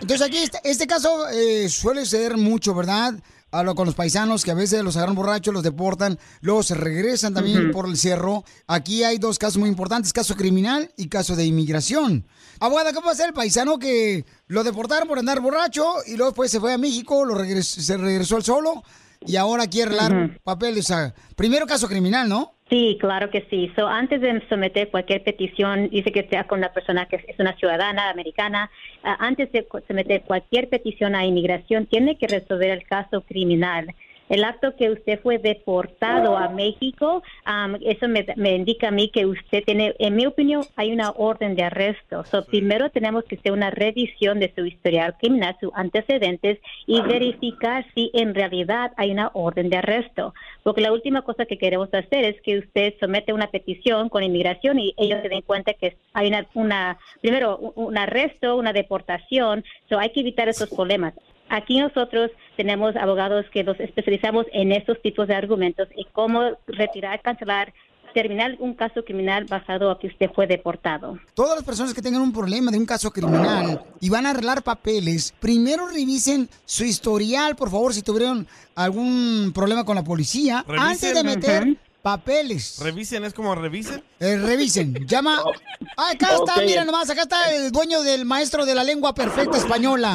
[SPEAKER 2] Entonces aquí, este, este caso eh, suele ser mucho, ¿verdad? A lo- con los paisanos que a veces los agarran borrachos, los deportan, luego se regresan también
[SPEAKER 33] Ujú.
[SPEAKER 2] por el cerro. Aquí hay dos casos muy importantes, caso criminal y caso de inmigración. Abogada, ¿cómo va a ser el paisano que lo deportaron por andar borracho y luego después se fue a México, lo regres- se regresó al solo y ahora quiere arreglar papeles? O sea, primero caso criminal, ¿no?
[SPEAKER 33] Sí, claro que sí. So, antes de someter cualquier petición, dice que sea con la persona que es una ciudadana americana, ah, antes de cu- someter cualquier petición a inmigración, tiene que resolver el caso criminal. El acto que usted fue deportado a México, am, eso me, me indica a mí que usted tiene, en mi opinión, hay una orden de arresto. So, Primero tenemos que hacer una revisión de su historial criminal, sus antecedentes y verificar si en realidad hay una orden de arresto. Porque la última cosa que queremos hacer es que usted somete una petición con inmigración y ellos se den cuenta que hay una, una primero, u- un arresto, una deportación. So, hay que evitar esos problemas. Aquí nosotros tenemos abogados que nos especializamos en estos tipos de argumentos y cómo retirar, cancelar, terminar un caso criminal basado a que usted fue deportado.
[SPEAKER 2] Todas las personas que tengan un problema de un caso criminal y van a arreglar papeles, primero revisen su historial, por favor, si tuvieron algún problema con la policía,
[SPEAKER 3] Revisen.
[SPEAKER 2] antes de meter
[SPEAKER 3] Ujú.
[SPEAKER 2] papeles.
[SPEAKER 3] Revisen, es como revisen.
[SPEAKER 2] Eh, revisen, llama. Ah, acá está,
[SPEAKER 3] Ok.
[SPEAKER 2] mira nomás, acá está el dueño del maestro de la lengua perfecta española.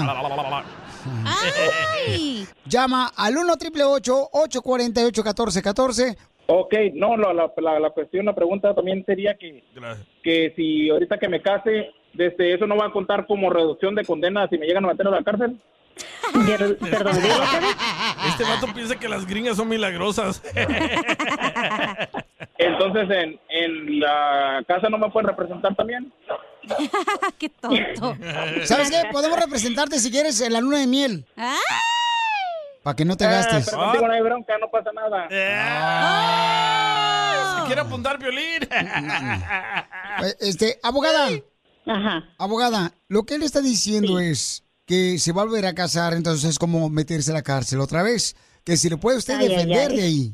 [SPEAKER 2] Llama al 1 848 1414
[SPEAKER 34] Ok, no, la, la, la- la cuestión, la pregunta también sería que, que si ahorita que me case, desde eso no va a contar como reducción de condena si me llegan a meter a la cárcel.
[SPEAKER 15] Este vato piensa que las gringas son milagrosas.
[SPEAKER 34] Entonces, en, en la casa no me pueden representar también.
[SPEAKER 35] qué tonto.
[SPEAKER 2] ¿Sabes qué? Podemos representarte si quieres en la luna de miel. Para que no te gastes.
[SPEAKER 34] Eh, Pero contigo no hay bronca, no pasa nada.
[SPEAKER 3] Eh.
[SPEAKER 2] Ah.
[SPEAKER 15] Se quiere apuntar violín.
[SPEAKER 2] Eh, Este, abogada. Abogada, lo que él está diciendo es que se va a volver a casar, entonces es como meterse a la cárcel otra vez. Que si le puede usted
[SPEAKER 33] Ay, ay,
[SPEAKER 2] defender
[SPEAKER 33] ay.
[SPEAKER 2] de ahí.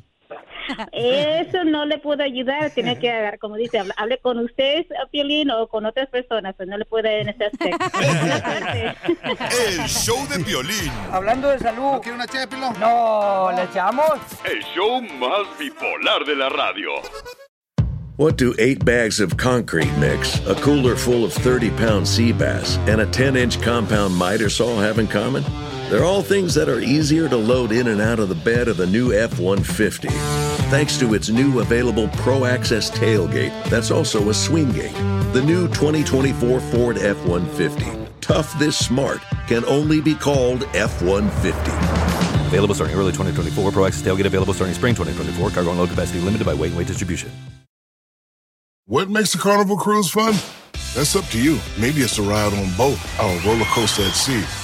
[SPEAKER 33] Eso no le puedo ayudar, tiene que hablar, como dice, hable, hable con ustedes, Piolín, o con otras personas, pues no le puedo en este aspecto.
[SPEAKER 2] Mm,
[SPEAKER 36] El show de violín.
[SPEAKER 37] Hablando de salud. ¿No quiere una ché, Pilón? No, ¿le echamos?
[SPEAKER 14] El show más bipolar de la radio.
[SPEAKER 12] What do eight bags of concrete mix, a cooler full of 30 pound sea bass, and a 10 inch compound miter saw have in common? They're all things that are easier to load in and out of the bed of the new F 150. Thanks to its new available Pro Access tailgate, that's also a swing gate. The new 2024 Ford F 150. Tough this smart can only be called F 150.
[SPEAKER 1] Available starting early 2024. Pro Access tailgate available starting spring 2024. Cargo and load capacity limited by weight and weight distribution.
[SPEAKER 38] What makes a carnival cruise fun? That's up to you. Maybe it's a ride on boat, a roller coaster at sea,